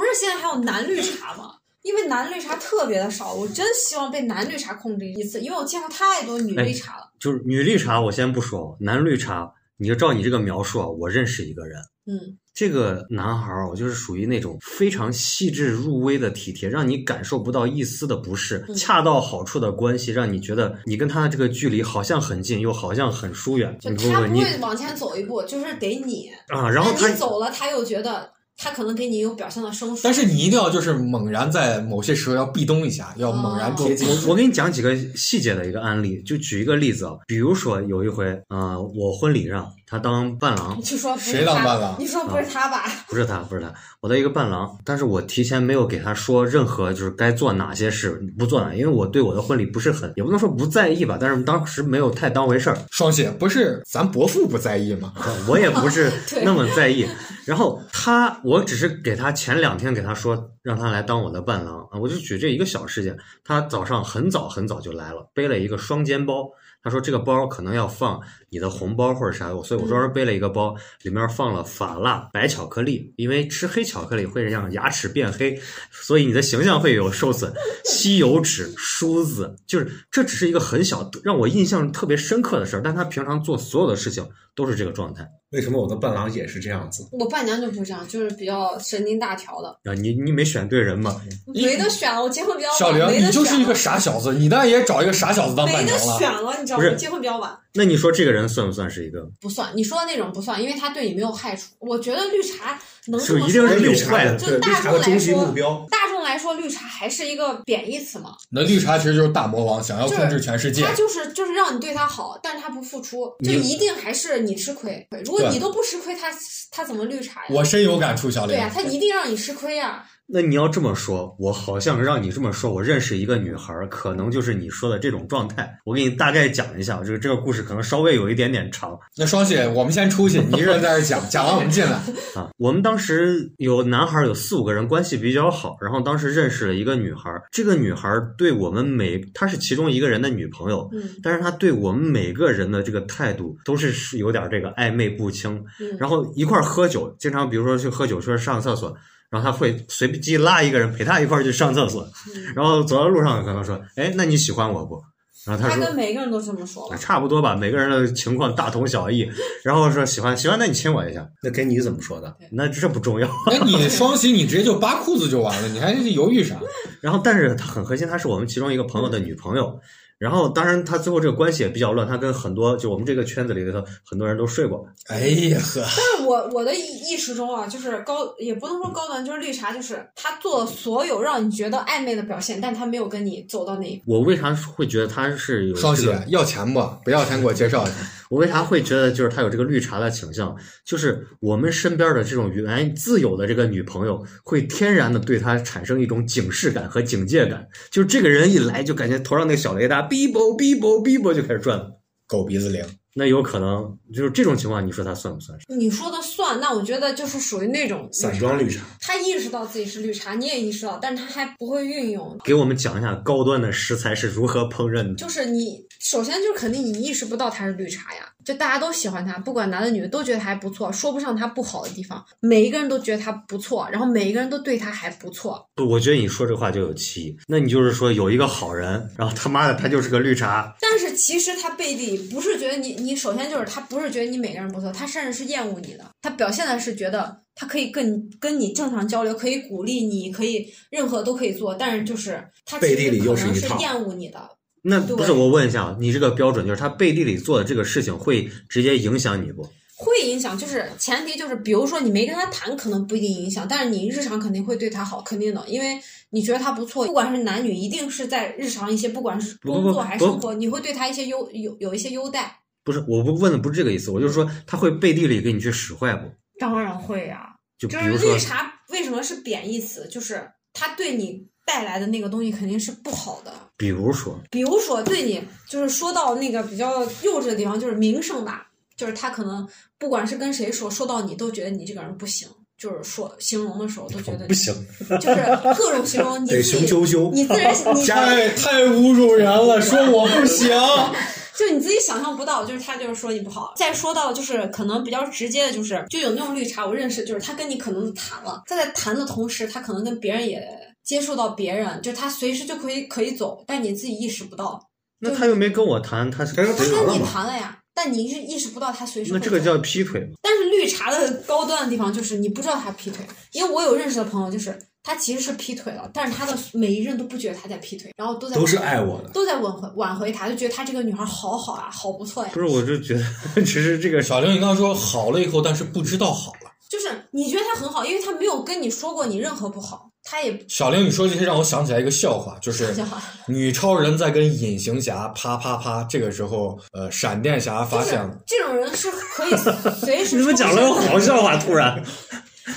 [SPEAKER 4] 是现在还有男绿茶吗？因为男绿茶特别的少，我真希望被男绿茶控制一次，因为我见过太多女
[SPEAKER 2] 哎
[SPEAKER 4] 绿茶了。
[SPEAKER 1] 就是女绿茶，我先不说，男绿茶，你就照你这个描述啊，我认识一个人。
[SPEAKER 4] 嗯，
[SPEAKER 1] 这个男孩儿，我就是属于那种非常细致入微的体贴，让你感受不到一丝的不适，
[SPEAKER 4] 嗯
[SPEAKER 1] 恰到好处的关系，让你觉得你跟他的这个距离好像很近，又好像很疏远。
[SPEAKER 4] 就
[SPEAKER 1] 你不
[SPEAKER 4] 他
[SPEAKER 1] 不
[SPEAKER 4] 不
[SPEAKER 1] 你
[SPEAKER 4] 会往前走一步，就是得你。
[SPEAKER 1] 啊，然后
[SPEAKER 4] 但
[SPEAKER 1] 他
[SPEAKER 4] 你走了，他又觉得他可能给你有表现的生疏。
[SPEAKER 2] 但是你一定要就是猛然在某些时候要壁咚一下，要猛
[SPEAKER 4] 哦
[SPEAKER 2] 然贴近。
[SPEAKER 1] 我我给你讲几个细节的一个案例，就举一个例子啊，比如说有一回，啊，我婚礼上他当伴郎
[SPEAKER 4] 你，就说不是
[SPEAKER 2] 谁当
[SPEAKER 4] 他
[SPEAKER 2] 伴郎
[SPEAKER 4] 你说不是他吧？
[SPEAKER 1] 不是他，不是他，我的一个伴郎，但是我提前没有给他说任何就是该做哪些事，不做哪，因为我对我的婚礼不是很，也不能说不在意吧，但是当时没有太当回事儿，
[SPEAKER 2] 双喜不是咱伯父不在意吗？
[SPEAKER 4] 哦
[SPEAKER 1] 我也不是
[SPEAKER 4] 对
[SPEAKER 1] 那么在意。然后他，我只是给他前两天给他说，让他来当我的伴郎啊，我就举这一个小事件。他早上很早很早就来了，背了一个双肩包。他说这个包可能要放你的红包或者啥，我所以我专门背了一个包，里面放了法拉白巧克力，因为吃黑巧克力会让牙齿变黑，所以你的形象会有受损。吸油纸、梳子，就是这只是一个很小让我印象特别深刻的事儿，但他平常做所有的事情都是这个状态。
[SPEAKER 3] 为什么我的伴郎也是这样子？
[SPEAKER 4] 我伴娘就不是这样，就是比较神经大条的，
[SPEAKER 1] 啊，你你没选对人嘛？
[SPEAKER 4] 没得选了。我结婚比较晚，
[SPEAKER 2] 小
[SPEAKER 4] 没
[SPEAKER 2] 玲，
[SPEAKER 4] 得
[SPEAKER 2] 你就是
[SPEAKER 4] 选
[SPEAKER 2] 一个
[SPEAKER 4] 了
[SPEAKER 2] 傻小子，你当然也找一个傻小子当
[SPEAKER 4] 没
[SPEAKER 2] 伴
[SPEAKER 4] 得
[SPEAKER 2] 娘
[SPEAKER 4] 选
[SPEAKER 2] 了。
[SPEAKER 4] 了，你知道
[SPEAKER 1] 不是
[SPEAKER 4] 吗？结婚比较晚，
[SPEAKER 1] 那你说这个人算不算是一个？
[SPEAKER 4] 不算。你说的那种不算，因为他对你没有害处。我觉得绿茶能这
[SPEAKER 1] 就
[SPEAKER 4] 么
[SPEAKER 1] 一定
[SPEAKER 4] 说
[SPEAKER 1] 是
[SPEAKER 3] 绿
[SPEAKER 1] 有
[SPEAKER 3] 茶
[SPEAKER 1] 坏
[SPEAKER 3] 的，
[SPEAKER 1] 的
[SPEAKER 4] 就
[SPEAKER 3] 对绿
[SPEAKER 4] 大
[SPEAKER 3] 茶
[SPEAKER 4] 众
[SPEAKER 3] 的
[SPEAKER 4] 来
[SPEAKER 3] 终极
[SPEAKER 4] 说
[SPEAKER 3] 目标，
[SPEAKER 4] 大众来说，绿茶还是一个贬义词嘛，
[SPEAKER 2] 那绿茶其实就是大魔王，想要控制全世界
[SPEAKER 4] 他。就是就是让你对他好，但是他不付出，就
[SPEAKER 1] 你
[SPEAKER 4] 一定还是你吃亏。如果
[SPEAKER 2] 对
[SPEAKER 4] 你都不吃亏，他他怎么绿茶呀？
[SPEAKER 2] 我深有感触，小
[SPEAKER 4] 对呀、
[SPEAKER 2] 林。
[SPEAKER 4] 他一定让你吃亏呀、
[SPEAKER 1] 那你要这么说，我好像让你这么说，我认识一个女孩儿，可能就是你说的这种状态。我给你大概讲一下，这个这个故事可能稍微有一点点长
[SPEAKER 2] 那双喜，我们先出去，你一个人在这儿讲，讲完我们进来。 (laughs)
[SPEAKER 1] 啊。我们当时有男孩儿有四五个人，关系比较好，然后当时认识了一个女孩儿，这个女孩儿对我们每，她是其中一个人的女朋友，
[SPEAKER 4] 嗯
[SPEAKER 1] 但是她对我们每个人的这个态度都是是有点这个暧昧不清，
[SPEAKER 4] 嗯，
[SPEAKER 1] 然后一块儿喝酒，经常比如说去喝酒，去上厕所，然后他会随机拉一个人陪他一块儿去上厕所，然后走到路上可能说，哎，那你喜欢我不？然后他
[SPEAKER 4] 他
[SPEAKER 1] 说
[SPEAKER 4] 跟。每个人都这么说吧。
[SPEAKER 1] 差不多吧，每个人的情况大同小异。然后说喜欢，喜欢，那你亲我一下。
[SPEAKER 3] 那给你怎么说的？
[SPEAKER 1] 那这不重要。
[SPEAKER 2] 那哎你双喜，你直接就扒裤子就完了，你还犹
[SPEAKER 4] (laughs)
[SPEAKER 2] 豫啥？
[SPEAKER 1] 然后，但是他很核心，她是我们其中一个朋友的女朋友。然后，当然，她最后这个关系也比较乱，她跟很多就我们这个圈子里头很多人都睡过。
[SPEAKER 2] 哎呀呵，
[SPEAKER 4] 但是 (laughs) 我我的意意识中啊，就是高也不能说高端，就是绿茶，就是他做所有让你觉得暧昧的表现，但他没有跟你走到那一步。
[SPEAKER 1] 我为啥会觉得她是有这
[SPEAKER 2] 双喜
[SPEAKER 1] 个
[SPEAKER 2] 要钱不？不要钱，给我介绍一下。
[SPEAKER 1] 我为啥会觉得就是他有这个绿茶的倾向？就是我们身边的这种原来自有的这个女朋友，会天然的对他产生一种警示感和警戒感。就是这个人一来，就感觉头上那个小雷达 oh, 哔啵哔啵哔啵就开始转了。
[SPEAKER 2] 狗鼻子灵，
[SPEAKER 1] 那有可能就是这种情况，你说他算不算是？
[SPEAKER 4] 你说的算，那我觉得就是属于那种
[SPEAKER 3] 散装绿茶，
[SPEAKER 4] 他意识到自己是绿茶，你也意识到，但是他还不会运用。
[SPEAKER 1] 给我们讲一下高端的食材是如何烹饪的。
[SPEAKER 4] 就是你首先就是肯定你意识不到他是绿茶呀，就大家都喜欢他，不管男的女的都觉得他还不错，说不上他不好的地方，每一个人都觉得他不错，然后每一个人都对他还不错。
[SPEAKER 1] 不，我觉得你说这话就有歧义。那你就是说有一个好人，然后他妈的他就是个绿茶，
[SPEAKER 4] 但是其实他背地里不是觉得你，你首先就是他不是觉得你每个人不错，他甚至是厌恶你的，他表现的是觉得他可以跟跟你正常交流，可以鼓励你，可以任何都可以做，但是就是他其实
[SPEAKER 3] 背地里又
[SPEAKER 4] 可能
[SPEAKER 3] 是一
[SPEAKER 4] 是
[SPEAKER 3] 套
[SPEAKER 4] 厌恶你的，
[SPEAKER 1] 那不是
[SPEAKER 4] 对
[SPEAKER 1] 我问一下，啊你这个标准就是他背地里做的这个事情会直接影响你不？
[SPEAKER 4] 会影响，就是前提就是，比如说你没跟他谈，可能不一定影响，但是你日常肯定会对他好，肯定的，因为你觉得他不错，不管是男女，一定是在日常一些，不管是
[SPEAKER 1] 不
[SPEAKER 4] 工
[SPEAKER 1] 不
[SPEAKER 4] 作还是
[SPEAKER 1] 不
[SPEAKER 4] 生活，你会对他一些优有有一些优待。
[SPEAKER 1] 不是，我不问的不是这个意思，我就是说他会背地里给你去使坏不？
[SPEAKER 4] 当然会啊呀、
[SPEAKER 1] 就比
[SPEAKER 4] 就
[SPEAKER 1] 如
[SPEAKER 4] 是
[SPEAKER 1] 说
[SPEAKER 4] 绿，茶为什么是贬义词？就是他对你带来的那个东西肯定是不好的。
[SPEAKER 1] 比如说，
[SPEAKER 4] 比如说对你，就是说到那个比较幼稚的地方，就是名声吧，就是他可能不管是跟谁说，说到你都觉得你这个人不行，就是说形容的时候都觉得
[SPEAKER 3] 不行，
[SPEAKER 4] 就是各种形
[SPEAKER 3] (laughs)
[SPEAKER 4] 容你
[SPEAKER 3] 得
[SPEAKER 4] 自
[SPEAKER 3] 雄
[SPEAKER 4] 己，
[SPEAKER 3] 赳赳。
[SPEAKER 4] 你
[SPEAKER 3] (laughs)
[SPEAKER 4] 自然你
[SPEAKER 2] 太太侮辱人了，说我不行。
[SPEAKER 4] (laughs) 就是你自己想象不到，就是他就是说你不好。再说到就是可能比较直接的，就是就有那种绿茶，我认识，就是他跟你可能谈了，他在谈的同时，他可能跟别人也接触到别人，就是他随时就可以可以走，但你自己意识不到，
[SPEAKER 1] 那他又没跟我谈，他是
[SPEAKER 3] 他
[SPEAKER 4] 他
[SPEAKER 3] 谁
[SPEAKER 4] 跟
[SPEAKER 3] 了
[SPEAKER 4] 你
[SPEAKER 3] 嘛
[SPEAKER 4] 谈了呀。但你是意识不到他随时
[SPEAKER 1] 那
[SPEAKER 4] 会
[SPEAKER 1] 这个
[SPEAKER 4] 走
[SPEAKER 1] 叫劈腿吗？
[SPEAKER 4] 但是绿茶的高端的地方就是你不知道他劈腿，因为我有认识的朋友，就是他其实是劈腿了，但是他的每一任都不觉得他在劈腿，然后都在
[SPEAKER 3] 都是爱我的
[SPEAKER 4] 都在挽回挽回他，就觉得他这个女孩好好啊，好不错呀
[SPEAKER 1] 不。是，我就觉得 (laughs) 只是这个
[SPEAKER 2] 小玲，你刚刚说好了以后，但是不知道好了。
[SPEAKER 4] 就是你觉得他很好，因为他没有跟你说过你任何不好，他也不
[SPEAKER 2] 小玲，你说这些让我想起来一个笑话，就是
[SPEAKER 4] 想好。
[SPEAKER 2] 女超人在跟隐形侠啪啪啪，这个时候，呃，闪电侠发
[SPEAKER 4] 就是
[SPEAKER 2] 现了，
[SPEAKER 4] 这种人是可以随时
[SPEAKER 1] 你怎么
[SPEAKER 4] 抽
[SPEAKER 1] 讲了个
[SPEAKER 4] 身
[SPEAKER 1] (laughs) 好笑话？突然，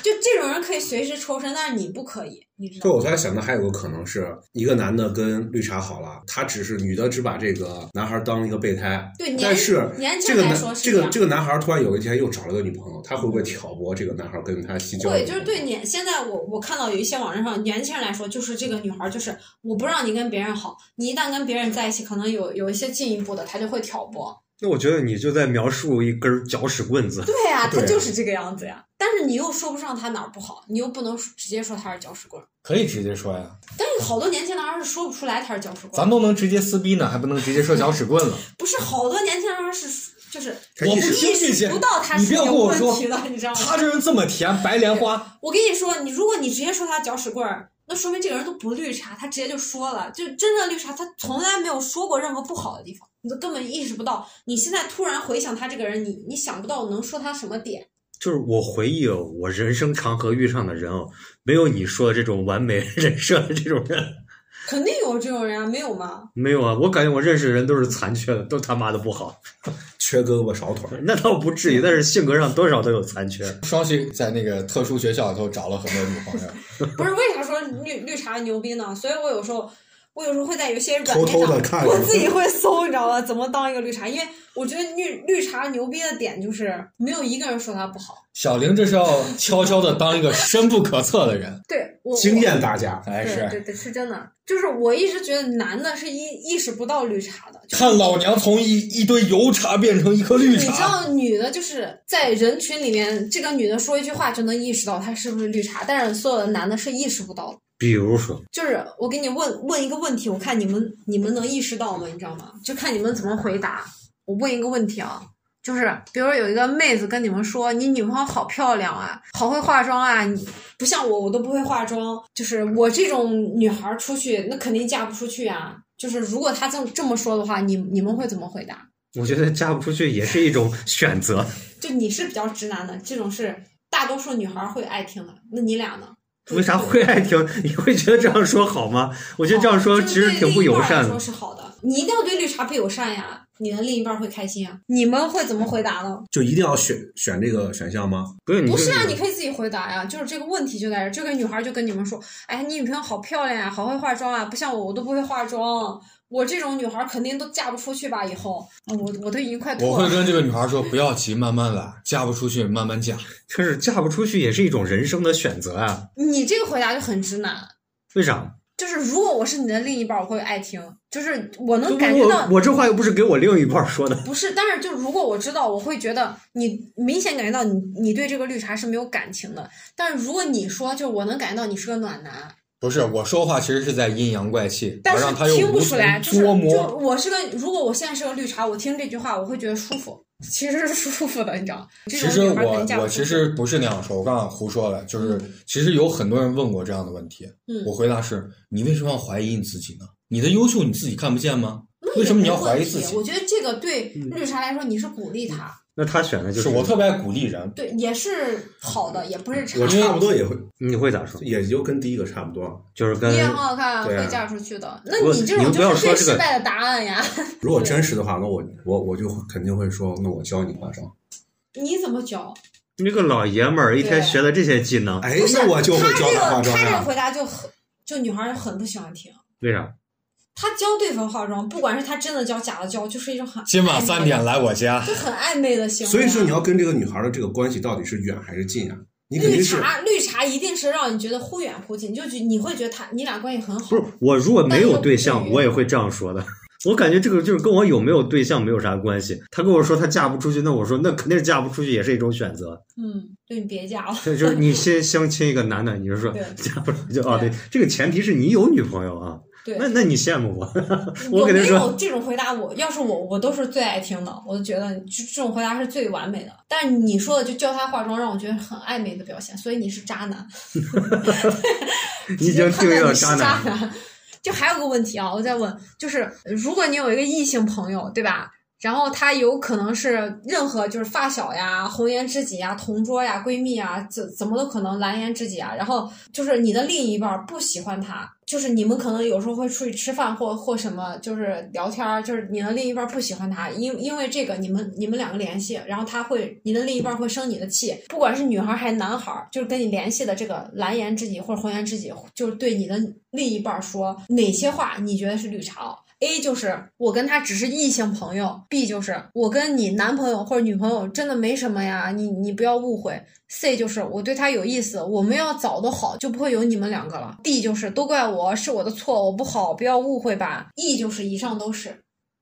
[SPEAKER 4] 就这种人可以随时抽身，但是你不可以，你知道
[SPEAKER 3] 对，
[SPEAKER 4] 吗？
[SPEAKER 3] 我刚才想的还有个可能是一个男的跟绿茶好了，他只是女的只把这个男孩当一个备胎，
[SPEAKER 4] 对，年
[SPEAKER 3] 但是
[SPEAKER 4] 年
[SPEAKER 3] 这
[SPEAKER 4] 轻
[SPEAKER 3] 个
[SPEAKER 4] 来
[SPEAKER 3] 男
[SPEAKER 4] 说是
[SPEAKER 3] 这
[SPEAKER 4] 这
[SPEAKER 3] 个
[SPEAKER 4] 样。
[SPEAKER 3] 这个男孩突然有一天又找了个女朋友，他会不会挑拨这个男孩跟他西交？
[SPEAKER 4] 对，就是对年现在我我看到有一些网站上年轻人来说，就是这个女孩儿就是我不让你跟别人好，你一旦跟别人在一起，可能有有一些进一步的，她就会挑拨。
[SPEAKER 1] 那我觉得你就在描述一根搅屎棍子。
[SPEAKER 4] 对呀、啊，她
[SPEAKER 3] 对
[SPEAKER 4] 就是这个样子呀。但是你又说不上她哪儿不好，你又不能直接说她是搅屎棍儿。
[SPEAKER 2] 可以直接说呀，
[SPEAKER 4] 但是好多年轻男孩儿是说不出来她是搅屎棍
[SPEAKER 2] 咱
[SPEAKER 4] 儿，
[SPEAKER 2] 都能直接撕逼呢，还不能直接说搅屎棍了？
[SPEAKER 4] 不是好多年轻男孩儿是就是
[SPEAKER 3] 他
[SPEAKER 2] 我
[SPEAKER 3] 意
[SPEAKER 2] 不
[SPEAKER 3] 识
[SPEAKER 2] 听
[SPEAKER 4] 意
[SPEAKER 2] 这
[SPEAKER 4] 识
[SPEAKER 2] 些
[SPEAKER 4] 不，到她
[SPEAKER 2] 你
[SPEAKER 4] 是
[SPEAKER 2] 不要
[SPEAKER 4] 有
[SPEAKER 2] 跟我
[SPEAKER 4] 问
[SPEAKER 2] 说
[SPEAKER 4] 题的，你知道吗
[SPEAKER 2] (laughs) 他？这人这么甜，白莲花，
[SPEAKER 4] 我跟你说，你如果你直接说他搅屎棍儿，那说明这个人都不绿茶，他直接就说了，就真正绿茶，他从来没有说过任何不好的地方，你都根本意识不到。你现在突然回想他这个人，你你想不到能说他什么点，
[SPEAKER 1] 就是我回忆哦我人生长河遇上的人哦，没有你说的这种完美 (laughs) 人设的这种人，
[SPEAKER 4] 肯定有这种人啊，没有吗？
[SPEAKER 1] 没有啊。我感觉我认识的人都是残缺的，都他妈的不好。
[SPEAKER 3] 缺胳膊少腿儿。
[SPEAKER 1] 那倒不至于，但是性格上多少都有残缺。
[SPEAKER 2] 双喜在那个特殊学校里头找了很多女朋友，
[SPEAKER 4] 不是，为啥说绿绿茶牛逼呢？所以我有时候。我有时候会在有些软
[SPEAKER 3] 偷
[SPEAKER 4] 件
[SPEAKER 3] 偷
[SPEAKER 4] 上，
[SPEAKER 3] 地看
[SPEAKER 4] 我自己会搜，你知道吧？怎么当一个绿茶？因为我觉得绿绿茶牛逼的点就是没有一个人说他不好。
[SPEAKER 2] 小玲这是要悄悄的当一个深不可测的人，
[SPEAKER 4] 对我
[SPEAKER 3] 惊艳大家，
[SPEAKER 2] 还
[SPEAKER 4] 对
[SPEAKER 2] 哎是
[SPEAKER 4] 对对，是真的。就是我一直觉得男的是意意识不到绿茶的，就是
[SPEAKER 2] 看老娘从一一堆油茶变成一颗绿
[SPEAKER 4] 你知
[SPEAKER 2] 茶，
[SPEAKER 4] 道女的就是在人群里面，这个女的说一句话就能意识到她是不是绿茶，但是所有的男的是意识不到的。
[SPEAKER 1] 比如说，
[SPEAKER 4] 就是我给你问问一个问题，我看你们你们能意识到吗？你知道吗？就看你们怎么回答。我问一个问题啊，就是比如说有一个妹子跟你们说，你女朋友好漂亮啊，好会化妆啊，你不像我，我都不会化妆。就是我这种女孩儿出去，那肯定嫁不出去啊。就是如果她这么这么说的话，你你们会怎么回答？
[SPEAKER 1] 我觉得嫁不出去也是一种选择。
[SPEAKER 4] 就你是比较直男的，这种是大多数女孩会爱听的。那你俩呢？
[SPEAKER 1] 为啥会爱听？你会觉得这样说好吗？我觉得这样说
[SPEAKER 4] 哦
[SPEAKER 1] 其实挺不友善
[SPEAKER 4] 就是对另一半来说
[SPEAKER 1] 的。
[SPEAKER 4] 是好的，你一定要对绿茶不友善呀，你的另一半会开心啊。你们会怎么回答呢？
[SPEAKER 3] 就一定要选选这个选项吗？
[SPEAKER 1] 不是你
[SPEAKER 4] 不
[SPEAKER 1] 就是
[SPEAKER 4] 啊，你可以自己回答呀。就是这个问题就在这儿，这个女孩就跟你们说，哎，你女朋友好漂亮呀、好会化妆啊，不像我，我都不会化妆。我这种女孩肯定都嫁不出去吧？以后，啊我我都已经快
[SPEAKER 2] 我
[SPEAKER 4] 吐
[SPEAKER 2] 会
[SPEAKER 4] 了。
[SPEAKER 2] 跟这个女孩说不要急，慢慢来，嫁不出去慢慢嫁。
[SPEAKER 1] 就是嫁不出去也是一种人生的选择啊。
[SPEAKER 4] 你这个回答就很直男，
[SPEAKER 1] 为啥？
[SPEAKER 4] 就是如果我是你的另一半，我会爱听，就是我能感觉到
[SPEAKER 1] 我我这话又不是给我另一半说的。
[SPEAKER 4] 不是，但是就如果我知道，我会觉得你明显感觉到你你对这个绿茶是没有感情的。但是如果你说，就我能感觉到你是个暖男，
[SPEAKER 2] 不是我说话其实是在阴阳怪气，
[SPEAKER 4] 但
[SPEAKER 2] 而
[SPEAKER 4] 是
[SPEAKER 2] 让她又
[SPEAKER 4] 听
[SPEAKER 2] 无
[SPEAKER 4] 不
[SPEAKER 2] 从
[SPEAKER 4] 出来，就是
[SPEAKER 2] 捉摸。
[SPEAKER 4] 就我是个，如果我现在是个绿茶，我听这句话我会觉得舒服，其实是舒服的，你知道吗？这
[SPEAKER 2] 其
[SPEAKER 4] 种
[SPEAKER 2] 实
[SPEAKER 4] 女孩
[SPEAKER 2] 我
[SPEAKER 4] 肯定嫁
[SPEAKER 2] 我
[SPEAKER 4] 不出
[SPEAKER 2] 其
[SPEAKER 4] 去
[SPEAKER 2] 实不是那样说，我刚刚胡说了，就是其实有很多人问过这样的问题，
[SPEAKER 4] 嗯
[SPEAKER 2] 我回答是：你为什么要怀疑你自己呢？你的优秀你自己看不见吗？
[SPEAKER 4] 那
[SPEAKER 2] 为
[SPEAKER 4] 也
[SPEAKER 2] 什么你
[SPEAKER 4] 没
[SPEAKER 2] 要
[SPEAKER 4] 问
[SPEAKER 2] 怀疑
[SPEAKER 4] 题
[SPEAKER 2] 自己嗯
[SPEAKER 4] 我觉得这个对绿茶来说，你是鼓励他，
[SPEAKER 1] 那他选的就是
[SPEAKER 2] 我特别爱鼓励人，
[SPEAKER 4] 对，也是好的，也不是差
[SPEAKER 3] 我
[SPEAKER 4] 的。
[SPEAKER 3] 差不多也会，
[SPEAKER 1] 你会咋说？
[SPEAKER 3] 也就跟第一个差不多。
[SPEAKER 1] 就是跟
[SPEAKER 4] 你
[SPEAKER 2] 嗯
[SPEAKER 4] 也很好看，
[SPEAKER 3] 对啊
[SPEAKER 4] 会嫁出去的。那
[SPEAKER 1] 不
[SPEAKER 4] 你这
[SPEAKER 1] 你
[SPEAKER 4] 种
[SPEAKER 1] 们不要
[SPEAKER 4] 就是
[SPEAKER 1] 说
[SPEAKER 4] 最
[SPEAKER 1] 这个
[SPEAKER 4] 失败的答案呀！ (laughs)
[SPEAKER 3] 如果真实的话，那我我我就会肯定会说，那我教你化妆。
[SPEAKER 4] 你怎么教？
[SPEAKER 1] 那个老爷们儿一天学的这些技能，
[SPEAKER 3] 哎
[SPEAKER 4] 不，是
[SPEAKER 3] 那我就会教她化
[SPEAKER 4] 他
[SPEAKER 3] 妆
[SPEAKER 4] 这个他这个
[SPEAKER 3] 呀。
[SPEAKER 4] 回答就很，就女孩儿很不喜欢听。
[SPEAKER 1] 为啥？
[SPEAKER 4] 他教对方化妆，不管是他真的教假的教，就是一种很
[SPEAKER 2] 今晚三点来我家。
[SPEAKER 4] 就很暧昧的行为。啊
[SPEAKER 3] 所以说，你要跟这个女孩的这个关系到底是远还是近啊？你肯
[SPEAKER 4] 绿
[SPEAKER 3] 定是
[SPEAKER 4] 茶绿茶一定是让你觉得忽远忽近，就觉你会觉得他你俩关系很好
[SPEAKER 1] 不。是我如果没有对
[SPEAKER 4] 但
[SPEAKER 1] 象，
[SPEAKER 4] 是
[SPEAKER 1] 我也会这样说的。 (laughs) 我感觉这个就是跟我有没有对象没有啥关系。他跟我说他嫁不出去，那我说那肯定是嫁不出去，也是一种选择。
[SPEAKER 4] 嗯，对你别嫁了。
[SPEAKER 1] 这就是你先相亲一个男的，你就说
[SPEAKER 4] 对
[SPEAKER 1] 嫁不出去哦，
[SPEAKER 4] 对
[SPEAKER 1] 对，这个前提是你有女朋友啊。
[SPEAKER 4] 对
[SPEAKER 1] 那那你羡慕我？ (laughs)
[SPEAKER 4] 我
[SPEAKER 1] 我跟
[SPEAKER 4] 没
[SPEAKER 1] 他说
[SPEAKER 4] 有这种回答我，要是我，我都是最爱听的。我就觉得这这种回答是最完美的。但是你说的就教他化妆，让我觉得很暧昧的表现，所以你是渣男。
[SPEAKER 1] 你已经定义了渣男。
[SPEAKER 4] 男。 (laughs) 就还有个问题啊，我再问，就是如果你有一个异性朋友，对吧？然后他有可能是任何就是发小呀、红颜知己呀、同桌呀、闺蜜啊，怎怎么都可能蓝颜知己啊。然后就是你的另一半不喜欢他，就是你们可能有时候会出去吃饭或或什么，就是聊天儿，就是你的另一半不喜欢他，因因为这个你们你们两个联系，然后他会你的另一半会生你的气，不管是女孩还是男孩，就是跟你联系的这个蓝颜知己或者红颜知己，就是对你的另一半说哪些话你觉得是绿茶哦。A 就是我跟他只是异性朋友，B 就是我跟你男朋友或者女朋友真的没什么呀，你你不要误会。C 就是我对他有意思，我们要早都好，就不会有你们两个了。D 就是都怪我是我的错，我不好，不要误会吧。E 就是以上都是，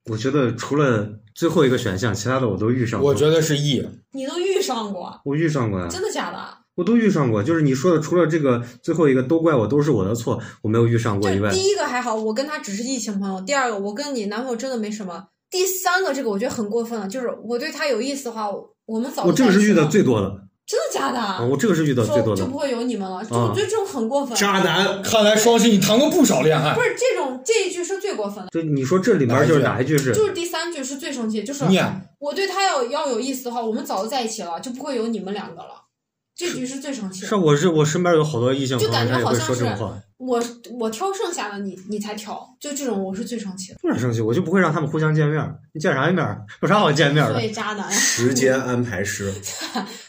[SPEAKER 1] 我觉得除了最后一个选项，其他的我都遇上过。
[SPEAKER 2] 我觉得是 E，
[SPEAKER 4] 你都遇上过，
[SPEAKER 1] 我遇上过呀，
[SPEAKER 4] 真的假的？
[SPEAKER 1] 我都遇上过。就是你说的，除了这个最后一个都怪我，都是我的错，我没有遇上过以
[SPEAKER 4] 就
[SPEAKER 1] 外，
[SPEAKER 4] 第一个还好，我跟他只是异性朋友；第二个，我跟你男朋友真的没什么；第三个，这个我觉得很过分了，就是我对他有意思的话，我我们早就
[SPEAKER 1] 我这个
[SPEAKER 4] 在一
[SPEAKER 1] 是
[SPEAKER 4] 起
[SPEAKER 1] 遇的
[SPEAKER 4] 了
[SPEAKER 1] 最多的。
[SPEAKER 4] 真的假的？
[SPEAKER 1] 啊，我这个是遇到最
[SPEAKER 4] 说
[SPEAKER 1] 多
[SPEAKER 4] 就
[SPEAKER 1] 的啊
[SPEAKER 4] 不。会有你们了，就我觉得这种很过分。
[SPEAKER 3] 渣男，
[SPEAKER 2] 看来双十一你谈过不少恋爱
[SPEAKER 4] 不，是这种这一句是最过分的，
[SPEAKER 1] 就你说这里面就是哪一句是？
[SPEAKER 4] 就是第三句是最生气，就是
[SPEAKER 2] 念
[SPEAKER 4] 我对他要要有意思的话，我们早就在一起了，就不会有你们两个了。这句是最生气
[SPEAKER 1] 是
[SPEAKER 4] 的。
[SPEAKER 1] 我是我身边有好多异性朋
[SPEAKER 4] 就
[SPEAKER 1] 友，
[SPEAKER 4] 感觉
[SPEAKER 1] 他也
[SPEAKER 4] 好
[SPEAKER 1] 会
[SPEAKER 4] 像
[SPEAKER 1] 说这种
[SPEAKER 4] 是
[SPEAKER 1] 话，
[SPEAKER 4] 我我挑剩下的你，你才挑，就这种我是最生气的。
[SPEAKER 1] 不想生气，我就不会让他们互相见面儿。你见啥面儿？有啥好见面儿
[SPEAKER 4] 所
[SPEAKER 1] 的？
[SPEAKER 4] 以渣男，
[SPEAKER 3] 时间安排师，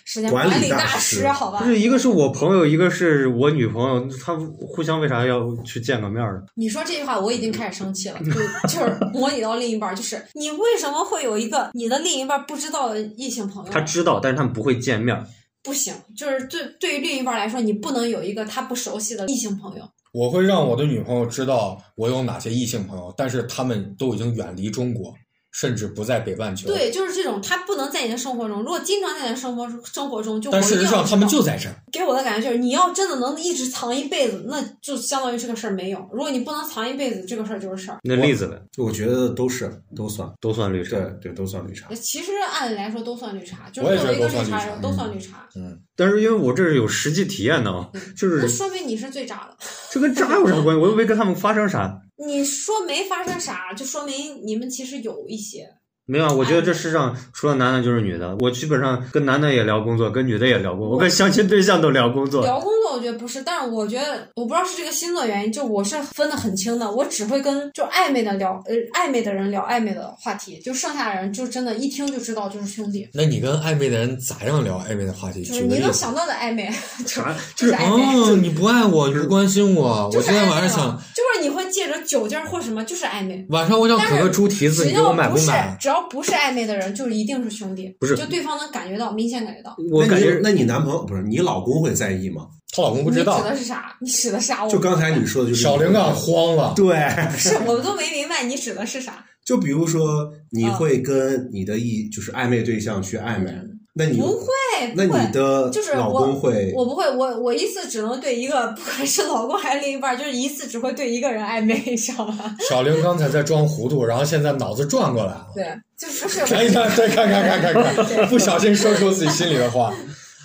[SPEAKER 4] 时间
[SPEAKER 3] 管理
[SPEAKER 4] 理
[SPEAKER 3] 大
[SPEAKER 4] 大
[SPEAKER 3] 师
[SPEAKER 4] 师，好吧
[SPEAKER 1] 不？是一个是我朋友，一个是我女朋友，他互相为啥要去见个面儿呢？
[SPEAKER 4] 你说这句话，我已经开始生气了，就就是模拟到另一半，就是你为什么会有一个你的另一半不知道的异性朋友？
[SPEAKER 1] 他知道，但是他们不会见面儿。
[SPEAKER 4] 不行，就是对对于另一半来说，你不能有一个他不熟悉的异性朋友。
[SPEAKER 2] 我会让我的女朋友知道我有哪些异性朋友，但是他们都已经远离中国，甚至不在北半球。，
[SPEAKER 4] 对，就是这种，他不能在你的生活中。如果经常在你的生活中生活中，就
[SPEAKER 2] 但
[SPEAKER 4] 我一
[SPEAKER 2] 事实
[SPEAKER 4] 定要
[SPEAKER 2] 上
[SPEAKER 4] 知
[SPEAKER 2] 他们
[SPEAKER 4] 道
[SPEAKER 2] 就在这儿。
[SPEAKER 4] 给我的感觉就是，你要真的能一直藏一辈子，那就相当于这个事儿没有；如果你不能藏一辈子，这个事儿就是事儿。
[SPEAKER 1] 那例子嘞，
[SPEAKER 3] 我觉得都是都算，
[SPEAKER 1] 都算绿茶。
[SPEAKER 3] 对对，都算绿茶。
[SPEAKER 4] 其实按理来说都算绿茶，就
[SPEAKER 2] 我
[SPEAKER 4] 是
[SPEAKER 2] 也
[SPEAKER 4] 作为一
[SPEAKER 2] 觉
[SPEAKER 4] 个
[SPEAKER 2] 得都
[SPEAKER 4] 绿茶
[SPEAKER 2] 算绿
[SPEAKER 4] 人
[SPEAKER 2] 茶
[SPEAKER 4] 都算绿茶，
[SPEAKER 2] 嗯，
[SPEAKER 1] 但是因为我这是有实际体验的啊，就
[SPEAKER 4] 那
[SPEAKER 1] 是
[SPEAKER 4] (laughs) 说明你是最渣的。
[SPEAKER 1] 这跟渣有啥关系？我又没跟他们发生啥。
[SPEAKER 4] 你说没发生啥，就说明你们其实有一些。
[SPEAKER 1] 没有啊，我觉得这世上除了男的就是女的。我基本上跟男的也聊工作，跟女的也聊工作，我跟相亲对象都聊工作。
[SPEAKER 4] 聊工作我觉得不是，但是我觉得我不知道是这个星座原因，就我是分得很清的，我只会跟就暧昧的聊，呃，暧昧的人聊暧昧的话题，就剩下的人就真的一听就知道就是兄弟，
[SPEAKER 2] 那你跟暧昧的人咋样聊暧昧的话题？
[SPEAKER 4] 就是
[SPEAKER 2] 举个
[SPEAKER 4] 你
[SPEAKER 2] 例
[SPEAKER 4] 能
[SPEAKER 2] 子。
[SPEAKER 4] 想到的暧昧， (laughs) 就
[SPEAKER 1] 啥？
[SPEAKER 4] 就是暧昧。
[SPEAKER 2] 哦，你不爱我，你不关心我，
[SPEAKER 4] 就
[SPEAKER 2] 我
[SPEAKER 4] 是
[SPEAKER 2] 今
[SPEAKER 4] 暧
[SPEAKER 2] 天
[SPEAKER 4] 昧
[SPEAKER 2] 晚上
[SPEAKER 4] 嘛
[SPEAKER 2] 想，
[SPEAKER 4] 就是你会借着酒劲儿或什么，就是暧昧。
[SPEAKER 2] 晚上我想啃个猪蹄子，
[SPEAKER 4] 只
[SPEAKER 2] 你给
[SPEAKER 4] 要
[SPEAKER 2] 我买
[SPEAKER 4] 不是
[SPEAKER 2] 买？啊
[SPEAKER 4] 只要不是暧昧的人，就是一定是兄弟，
[SPEAKER 1] 不是
[SPEAKER 4] 就对方能感觉到，明显感觉到。
[SPEAKER 1] 我
[SPEAKER 3] 那
[SPEAKER 1] 感
[SPEAKER 3] 你
[SPEAKER 1] 觉
[SPEAKER 3] 那你男朋友不是你老公会在意吗？
[SPEAKER 2] 她老公不知
[SPEAKER 4] 你指
[SPEAKER 2] 道，
[SPEAKER 4] 的是啥？你指的啥？我
[SPEAKER 3] 就刚才你说的就是
[SPEAKER 2] 小灵感慌了。
[SPEAKER 3] 对，
[SPEAKER 4] 是我都没明白你指的是
[SPEAKER 2] (laughs)
[SPEAKER 4] 啥。
[SPEAKER 3] 就比如说你会跟你的一就是暧昧对象去暧昧，
[SPEAKER 4] 嗯
[SPEAKER 3] 那你
[SPEAKER 4] 不会，
[SPEAKER 3] 那
[SPEAKER 4] 哎不会
[SPEAKER 3] 你的
[SPEAKER 4] 就是
[SPEAKER 3] 老公会
[SPEAKER 4] 我不会，我我一次只能对一个，不管是老公还是另一半，就是一次只会对一个人暧昧，你 (laughs) 知道吗？
[SPEAKER 2] 小玲刚才在装糊涂，然后现在脑子转过来了。
[SPEAKER 4] 对，就不是
[SPEAKER 2] 看一看，对，看看看看
[SPEAKER 4] (laughs)
[SPEAKER 2] 看，不小心说出自己心里的话。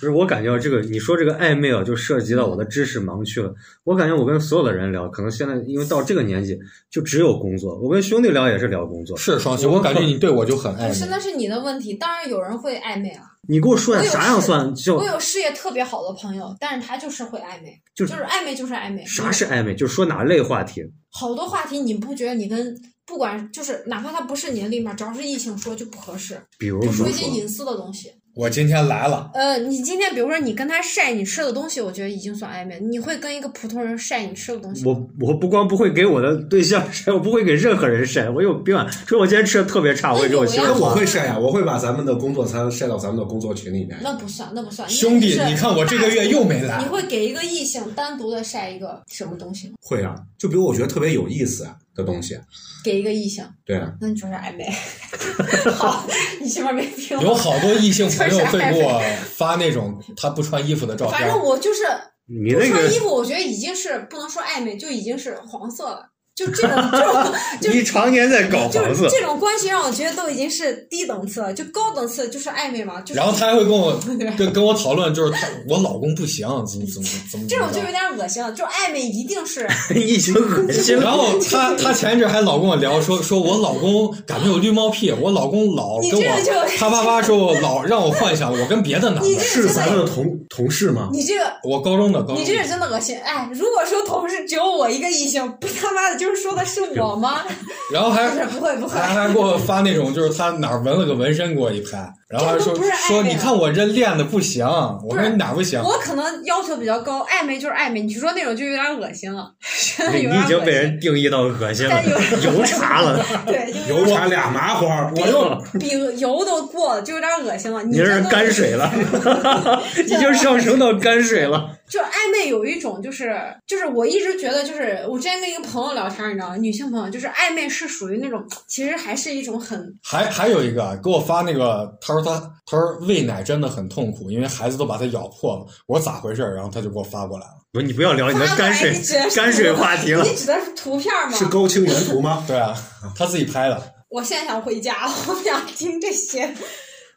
[SPEAKER 1] 不是，我感觉这个你说这个暧昧啊，就涉及到我的知识盲区了。我感觉我跟所有的人聊，可能现在因为到这个年纪，就只有工作。我跟兄弟聊也是聊工作。
[SPEAKER 2] 是双休，我感觉你对我就很爱
[SPEAKER 4] 不
[SPEAKER 2] 你
[SPEAKER 4] 是，。那是你的问题。当然有人会暧昧了。
[SPEAKER 1] 你给我说点
[SPEAKER 4] 我有
[SPEAKER 1] 啥样
[SPEAKER 4] 事
[SPEAKER 1] 算叫
[SPEAKER 4] 我有事业特别好的朋友，但是他就是会暧昧，
[SPEAKER 1] 就
[SPEAKER 4] 就是暧昧就是暧昧。
[SPEAKER 1] 啥是暧昧？就说哪类话题？
[SPEAKER 4] 好多话题，你不觉得你跟不管就是哪怕他不是你的另一半，只要是异性说就不合适，
[SPEAKER 1] 比如
[SPEAKER 4] 就
[SPEAKER 1] 说
[SPEAKER 4] 说一些隐私的东西。
[SPEAKER 2] 我今天来了，
[SPEAKER 4] 呃，你今天比如说你跟他晒你吃的东西，我觉得已经算暧昧。你会跟一个普通人晒你吃的东西吗？
[SPEAKER 1] 我我不光不会给我的对象晒，我不会给任何人晒，我有病啊！说我今天吃的特别差，我会给我媳妇
[SPEAKER 4] 那
[SPEAKER 1] 儿
[SPEAKER 3] 那我
[SPEAKER 1] 发。
[SPEAKER 3] 会晒呀、啊我会把咱们的工作餐晒到咱们的工作群里面。
[SPEAKER 4] 那不算，那不算。
[SPEAKER 2] 兄弟，
[SPEAKER 4] 那是
[SPEAKER 2] 你看我这个月又没
[SPEAKER 4] 大
[SPEAKER 2] 来
[SPEAKER 4] 你。会给一个异性单独的晒一个什么东西吗？
[SPEAKER 3] 会啊，就比如我觉得特别有意思啊的东西，
[SPEAKER 4] 给一个异性，
[SPEAKER 3] 对啊，
[SPEAKER 4] 那你就是暧
[SPEAKER 1] (laughs)
[SPEAKER 4] 昧。好，你前面没听。
[SPEAKER 2] 有好多异性
[SPEAKER 4] (laughs)
[SPEAKER 2] 朋友会给我发那种他不穿衣服的照
[SPEAKER 4] 反
[SPEAKER 2] 片
[SPEAKER 4] 正，我就是
[SPEAKER 1] 你
[SPEAKER 4] 不
[SPEAKER 1] 那
[SPEAKER 4] 穿衣
[SPEAKER 1] 个
[SPEAKER 4] 服，我觉得已经是不能说暧昧，就已经是黄色了。就这种这种
[SPEAKER 1] (laughs)
[SPEAKER 4] 就
[SPEAKER 1] 你常年在搞黄
[SPEAKER 4] 就是
[SPEAKER 1] 色，
[SPEAKER 4] 这种关系让我觉得都已经是低等次了，就高等次就是暧昧嘛。就是
[SPEAKER 2] 然后他还会跟我
[SPEAKER 4] 对
[SPEAKER 2] 跟跟我讨论，就是他我老公不行，怎么怎么怎么
[SPEAKER 4] 这
[SPEAKER 2] 怎么
[SPEAKER 4] 种就
[SPEAKER 2] 着
[SPEAKER 4] 有。点恶心了，就暧昧一定是
[SPEAKER 1] (laughs) 你已经恶心
[SPEAKER 2] 然
[SPEAKER 1] 了。
[SPEAKER 2] 后他他前一阵还老跟我聊说说我老公感觉有绿帽癖，我老公老
[SPEAKER 4] 你
[SPEAKER 2] 跟
[SPEAKER 4] 这个就
[SPEAKER 2] 我啪啪啪说我老让我幻想我跟别的男
[SPEAKER 4] 你
[SPEAKER 2] 的。
[SPEAKER 4] 这
[SPEAKER 3] 是
[SPEAKER 4] 个真
[SPEAKER 3] 咱们
[SPEAKER 4] 的，
[SPEAKER 3] 的同同事吗？
[SPEAKER 4] 你这个
[SPEAKER 2] 我高中的高中
[SPEAKER 4] 你
[SPEAKER 2] 的
[SPEAKER 4] 这是真的恶心。哎，如果说同事只有我一个异性，不他妈的就是说的是
[SPEAKER 1] (laughs)
[SPEAKER 4] 我吗？
[SPEAKER 2] 然后还
[SPEAKER 4] 不是不会不会
[SPEAKER 1] 哎
[SPEAKER 2] 还还给我发那种就是他哪儿纹了个纹身给我一拍，然后还
[SPEAKER 4] 这都
[SPEAKER 2] 说
[SPEAKER 4] 不是暧昧
[SPEAKER 2] 说你看我这练的不行，我说你哪儿不行？
[SPEAKER 4] 我可能要求比较高，暧昧就是暧昧，你说那种就有点恶心了， (laughs) 真的
[SPEAKER 1] 你
[SPEAKER 4] 有
[SPEAKER 1] 你
[SPEAKER 4] 点
[SPEAKER 1] 已经
[SPEAKER 4] 恶
[SPEAKER 1] 被
[SPEAKER 4] 心。
[SPEAKER 1] 人定义到恶心了
[SPEAKER 4] 但有，
[SPEAKER 1] 油茶了。
[SPEAKER 4] (laughs) 对，就
[SPEAKER 3] 油炸俩麻花，
[SPEAKER 2] 我又
[SPEAKER 4] 比油都过了，就有点恶心了。你
[SPEAKER 1] 你这
[SPEAKER 4] 这
[SPEAKER 1] 是
[SPEAKER 4] 都
[SPEAKER 1] 泔水了，已经上升到泔水了。
[SPEAKER 4] 就暧昧有一种就是就是我一直觉得就是我之前跟一个朋友聊天，你知道吗？女性朋友就是暧昧是属于那种其实还是一种很
[SPEAKER 2] 还还有一个啊给我发那个，他说他他说喂奶真的很痛苦，因为孩子都把他咬破了。我说咋回事儿？然后他就给我发过来了。
[SPEAKER 1] 不，你不要聊你的泔水
[SPEAKER 4] 你指的是
[SPEAKER 1] 泔水话题了
[SPEAKER 4] 你。指的是图片吗？
[SPEAKER 3] 是高清原图吗？
[SPEAKER 1] (laughs)
[SPEAKER 2] 对啊，他自己拍的。
[SPEAKER 4] (laughs) 我现在想回家，我不想听这些。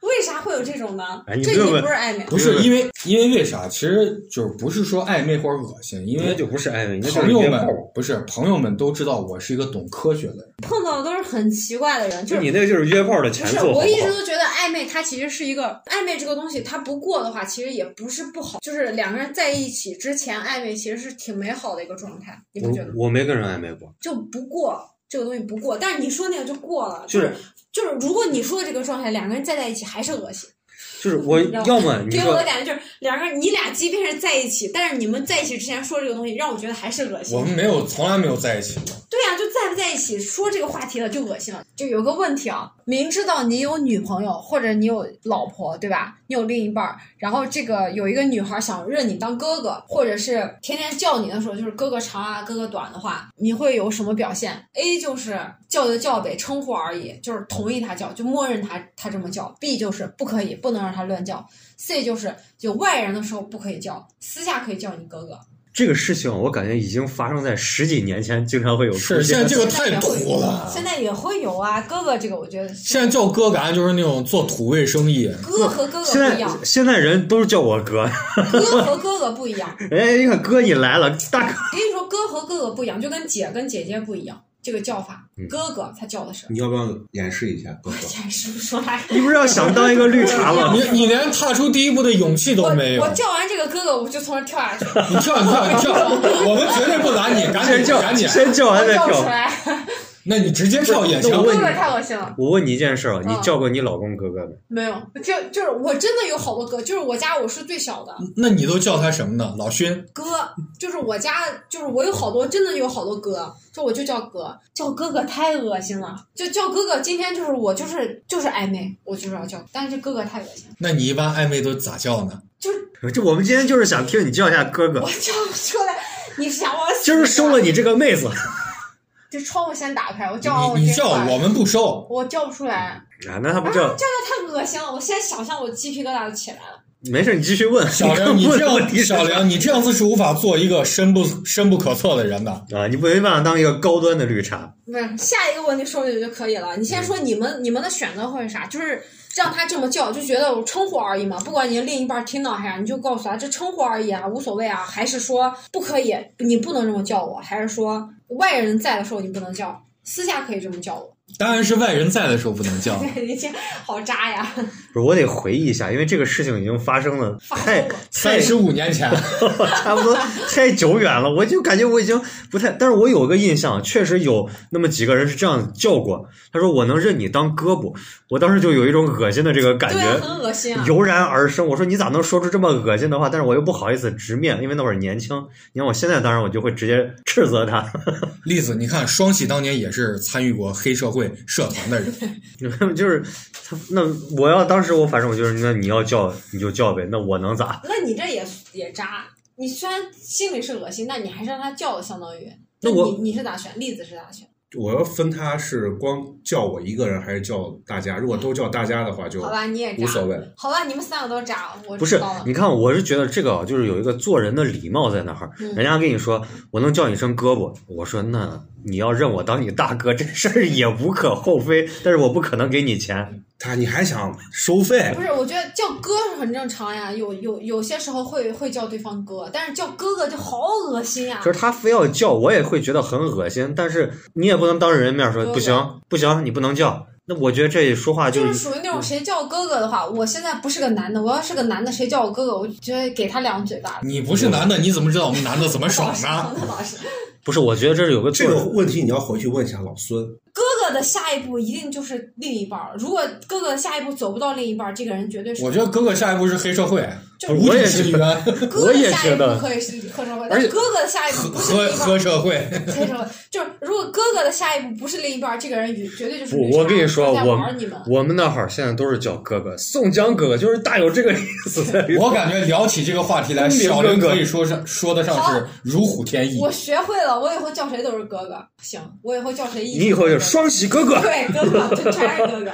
[SPEAKER 4] 为啥会有这种呢？
[SPEAKER 1] 哎你
[SPEAKER 4] 这
[SPEAKER 1] 不
[SPEAKER 4] 已
[SPEAKER 1] 用
[SPEAKER 4] 经
[SPEAKER 1] 问
[SPEAKER 4] 不是暧昧了，
[SPEAKER 2] 不是因为因为为啥？其实就是不是说暧昧或者恶心，因
[SPEAKER 1] 应该
[SPEAKER 2] 为
[SPEAKER 1] 就不是暧昧，应该就是
[SPEAKER 2] 朋友
[SPEAKER 1] 约
[SPEAKER 2] 们
[SPEAKER 1] 炮
[SPEAKER 2] 不是朋友们都知道我是一个懂科学的人，
[SPEAKER 4] 碰到的都是很奇怪的人，
[SPEAKER 1] 就
[SPEAKER 4] 就
[SPEAKER 1] 是你那个就是约炮的前
[SPEAKER 4] 不是，
[SPEAKER 1] 奏，好不
[SPEAKER 4] 我一直
[SPEAKER 1] 好？
[SPEAKER 4] 都觉得暧昧它其实是一个暧昧这个东西，它不过的话，其实也不是不好，就是两个人在一起之前，暧昧其实是挺美好的一个状态，你不觉得吗？
[SPEAKER 1] 我我没跟人暧昧过，
[SPEAKER 4] 就不过这个东西不过，但是你说那个就过了，
[SPEAKER 1] 就是
[SPEAKER 4] 是就是，如果你说的这个状态，两个人再在一起还是恶心，
[SPEAKER 1] 就是我
[SPEAKER 4] 你知道吗
[SPEAKER 1] 要么你
[SPEAKER 4] 给我
[SPEAKER 1] 说
[SPEAKER 4] 的感觉就是两个人，你俩即便是在一起，但是你们在一起之前说这个东西，让我觉得还是恶心
[SPEAKER 2] 我。们没有从来没有在一起过。
[SPEAKER 4] 对啊呀、就在不在一起说这个话题了就恶心了。就有个问题啊，明知道你有女朋友或者你有老婆，对吧？你有另一半儿，然后这个有一个女孩想认你当哥哥，或者是天天叫你的时候就是哥哥长啊哥哥短的话，你会有什么表现？A 就是叫就叫呗，称呼而已，就是同意他叫，就默认他他这么叫。B 就是不可以，不能让他乱叫。C 就是有外人的时候不可以叫，私下可以叫你哥哥。
[SPEAKER 1] 这个事情，我感觉已经发生在十几年前，经常会有出
[SPEAKER 2] 是现
[SPEAKER 1] 现
[SPEAKER 2] 在。这个太土了，
[SPEAKER 4] 现在也会有啊，哥哥这个我觉得
[SPEAKER 2] 现在叫哥感觉就是那种做土味生意。
[SPEAKER 4] 哥和哥哥 (laughs)
[SPEAKER 1] 现
[SPEAKER 4] 不一
[SPEAKER 1] 在 (laughs)
[SPEAKER 4] 样，
[SPEAKER 1] 现在人都是叫我哥，
[SPEAKER 4] 哥和哥哥不一样。
[SPEAKER 1] 哎，你看哥你来了，大哥，
[SPEAKER 4] 跟你说，哥和哥哥不一样，就跟姐跟姐姐不一样，这个叫法
[SPEAKER 1] 嗯，
[SPEAKER 4] 哥哥他叫的是。
[SPEAKER 3] 你要不要演示一下，哥哥？
[SPEAKER 4] 天，是不是说
[SPEAKER 1] (laughs)
[SPEAKER 4] 来？
[SPEAKER 1] 你不是要想当一个绿茶吗？
[SPEAKER 2] 你你连踏出第一步的勇气都
[SPEAKER 4] 我
[SPEAKER 2] 没有
[SPEAKER 1] 哦
[SPEAKER 4] 我，叫完这个哥哥，我就从这儿跳
[SPEAKER 1] (laughs)
[SPEAKER 4] 下去，
[SPEAKER 2] 你跳你跳你跳，我们绝对不拦你，赶
[SPEAKER 1] (laughs) 先
[SPEAKER 2] 紧
[SPEAKER 1] 叫
[SPEAKER 2] 赶紧，
[SPEAKER 1] 先叫完
[SPEAKER 4] 我
[SPEAKER 1] 再
[SPEAKER 4] 叫不出
[SPEAKER 1] 跳。
[SPEAKER 4] 来。
[SPEAKER 2] 那你直接跳也行
[SPEAKER 1] 那。我
[SPEAKER 4] 哥
[SPEAKER 1] 问你
[SPEAKER 4] 哥太恶心了，
[SPEAKER 1] 我问你一件事儿啊，
[SPEAKER 4] 嗯
[SPEAKER 1] 你叫过你老公哥哥没？
[SPEAKER 4] 没有，就就是我真的有好多哥，就是我家我是最小的
[SPEAKER 2] 那你都叫他什么呢？老勋，
[SPEAKER 4] 哥，就是我家就是我有好多真的有好多哥，就我就叫哥，叫哥哥太恶心了，就叫哥哥。今天就是我就是就是暧昧，我就是要叫，但是这哥哥太恶心了，
[SPEAKER 2] 那你一般暧昧都咋叫呢？
[SPEAKER 4] 就是
[SPEAKER 1] 这我们今天就是想听你叫一下哥哥
[SPEAKER 4] (laughs) 我，叫不出来，你是想我死
[SPEAKER 1] 今儿收了你这个妹子。
[SPEAKER 4] 这窗户先打开，我叫完我
[SPEAKER 2] 你你
[SPEAKER 4] 直接
[SPEAKER 2] 叫
[SPEAKER 4] 过来
[SPEAKER 2] 我们不
[SPEAKER 1] (laughs)
[SPEAKER 2] 收，
[SPEAKER 4] 我叫不出来，
[SPEAKER 1] 啊，那他不
[SPEAKER 4] 啊，
[SPEAKER 1] 叫
[SPEAKER 4] 叫的太恶心了，我现在想象我鸡皮疙瘩都起来了。
[SPEAKER 1] 没事，你继续问。
[SPEAKER 2] 小
[SPEAKER 1] 看
[SPEAKER 2] 梁，你
[SPEAKER 1] 问
[SPEAKER 2] 这
[SPEAKER 1] 的问题是
[SPEAKER 2] 样小梁，你这样子是无法做一个深不深不可测的人的。
[SPEAKER 1] 啊，你没办法当一个高端的绿茶。
[SPEAKER 4] 不是，下一个问题说就就可以了。你先说你们你们的选择会是啥？就是让他这么叫，就觉得我称呼而已嘛，不管你另一半听到还是啥，你就告诉他这称呼而已啊，无所谓啊，还是说不可以，你不能这么叫我，还是说外人在的时候你不能叫，私下可以这么叫我？ (laughs)
[SPEAKER 2] 当然是外人在的时候不能叫。
[SPEAKER 4] 你这好渣呀！
[SPEAKER 1] 不是，我得回忆一下，因为这个事情已经发生了
[SPEAKER 4] 发生
[SPEAKER 1] 太
[SPEAKER 4] 了
[SPEAKER 1] 太
[SPEAKER 2] 三十五年前，
[SPEAKER 1] 差不多太久远了，我就感觉我已经不太，但是我有个印象，确实有那么几个人是这样叫过，他说我能认你当胳膊，我当时就有一种恶心的这个感
[SPEAKER 4] 对啊，
[SPEAKER 1] 觉。
[SPEAKER 4] 很恶心啊。
[SPEAKER 1] 油然而生，我说你咋能说出这么恶心的话？但是我又不好意思直面，因为那会儿年轻。你看我现在，当然我就会直接斥责他。 (laughs)
[SPEAKER 2] 栗子，你看双喜当年也是参与过黑社会社团
[SPEAKER 1] (laughs)
[SPEAKER 2] 的人，
[SPEAKER 1] 就是他那我要当时我反正我就是那你要叫你就叫呗，那我能咋？
[SPEAKER 4] 那你这也也渣。你虽然心里是恶心，但你还是让他叫了，相当于。
[SPEAKER 1] 那我
[SPEAKER 4] 你你是咋选？栗子是咋选？
[SPEAKER 3] 我要分他是光叫我一个人，还是叫大家？如果都叫大家的话，就
[SPEAKER 4] 好吧，你也渣。
[SPEAKER 3] 无所谓。
[SPEAKER 4] 好吧，你们三个都渣，我
[SPEAKER 1] 不是
[SPEAKER 4] 知道，了。
[SPEAKER 1] 你看，我是觉得这个啊，就是有一个做人的礼貌在那儿。
[SPEAKER 4] 嗯
[SPEAKER 1] 人家跟你说，我能叫你一声胳膊，我说那你要认我当你大哥，这事儿也无可厚非，但是我不可能给你钱。
[SPEAKER 3] 他你还想收费
[SPEAKER 4] 不？是，我觉得叫哥是很正常呀，有有有些时候会会叫对方哥，但是叫哥哥就好恶心呀
[SPEAKER 1] 就。是他非要叫，我也会觉得很恶心，但是你也不能当着人面说
[SPEAKER 4] 对
[SPEAKER 1] 不行不行，你不能叫。那我觉得这说话
[SPEAKER 4] 就是
[SPEAKER 1] 是
[SPEAKER 4] 属于那种谁叫哥哥的话，我现在不是个男的，我要是个男的，谁叫我哥哥，我就觉得给他两嘴巴。
[SPEAKER 2] 你不是男的，你怎么知道我们男的怎么嗯爽
[SPEAKER 4] (laughs)
[SPEAKER 2] 啊呢？
[SPEAKER 4] 那倒是。
[SPEAKER 1] 不是？我觉得这是有个
[SPEAKER 3] 这
[SPEAKER 1] 做
[SPEAKER 3] 个
[SPEAKER 1] 人。
[SPEAKER 3] 问题你要回去问一下老孙。
[SPEAKER 4] 哥哥的下一步一定就是另一半儿，如果哥哥的下一步走不到另一半儿，这个人绝对是。
[SPEAKER 2] 我觉得哥哥下一步是黑社会，
[SPEAKER 4] 就
[SPEAKER 2] 无
[SPEAKER 1] 我也
[SPEAKER 2] 证
[SPEAKER 1] 觉
[SPEAKER 2] 是
[SPEAKER 1] 得
[SPEAKER 2] 女冤，
[SPEAKER 4] 哥
[SPEAKER 1] 我
[SPEAKER 4] 哥
[SPEAKER 1] 也
[SPEAKER 4] 下
[SPEAKER 1] 觉
[SPEAKER 4] 一
[SPEAKER 1] 得
[SPEAKER 4] 步可以是黑社会，
[SPEAKER 2] 而且
[SPEAKER 4] 哥哥的下一步不是另
[SPEAKER 2] (laughs) 喝
[SPEAKER 4] 一半
[SPEAKER 2] 喝
[SPEAKER 4] 儿，
[SPEAKER 2] 社会。
[SPEAKER 4] 黑社会就是如果哥哥的下一步不是另一半儿，这个人与绝对就是
[SPEAKER 1] 不
[SPEAKER 4] 绿茶
[SPEAKER 1] 我跟你说
[SPEAKER 4] 在
[SPEAKER 1] 我
[SPEAKER 4] 玩儿你们。
[SPEAKER 1] 我们那会儿现在都是叫哥哥，宋江哥哥就是大有这个意思在里头。
[SPEAKER 2] 我感觉聊起这个话题来，
[SPEAKER 1] 公民
[SPEAKER 2] 小
[SPEAKER 1] 哥
[SPEAKER 2] 林
[SPEAKER 1] 哥
[SPEAKER 2] 可以说上说得上是如虎添翼。
[SPEAKER 4] 我学会了，我以后叫谁都是哥哥。行，我以后叫谁一
[SPEAKER 1] 你以后就双喜哥 (laughs) 哥。
[SPEAKER 4] 对哥哥，就全是哥哥。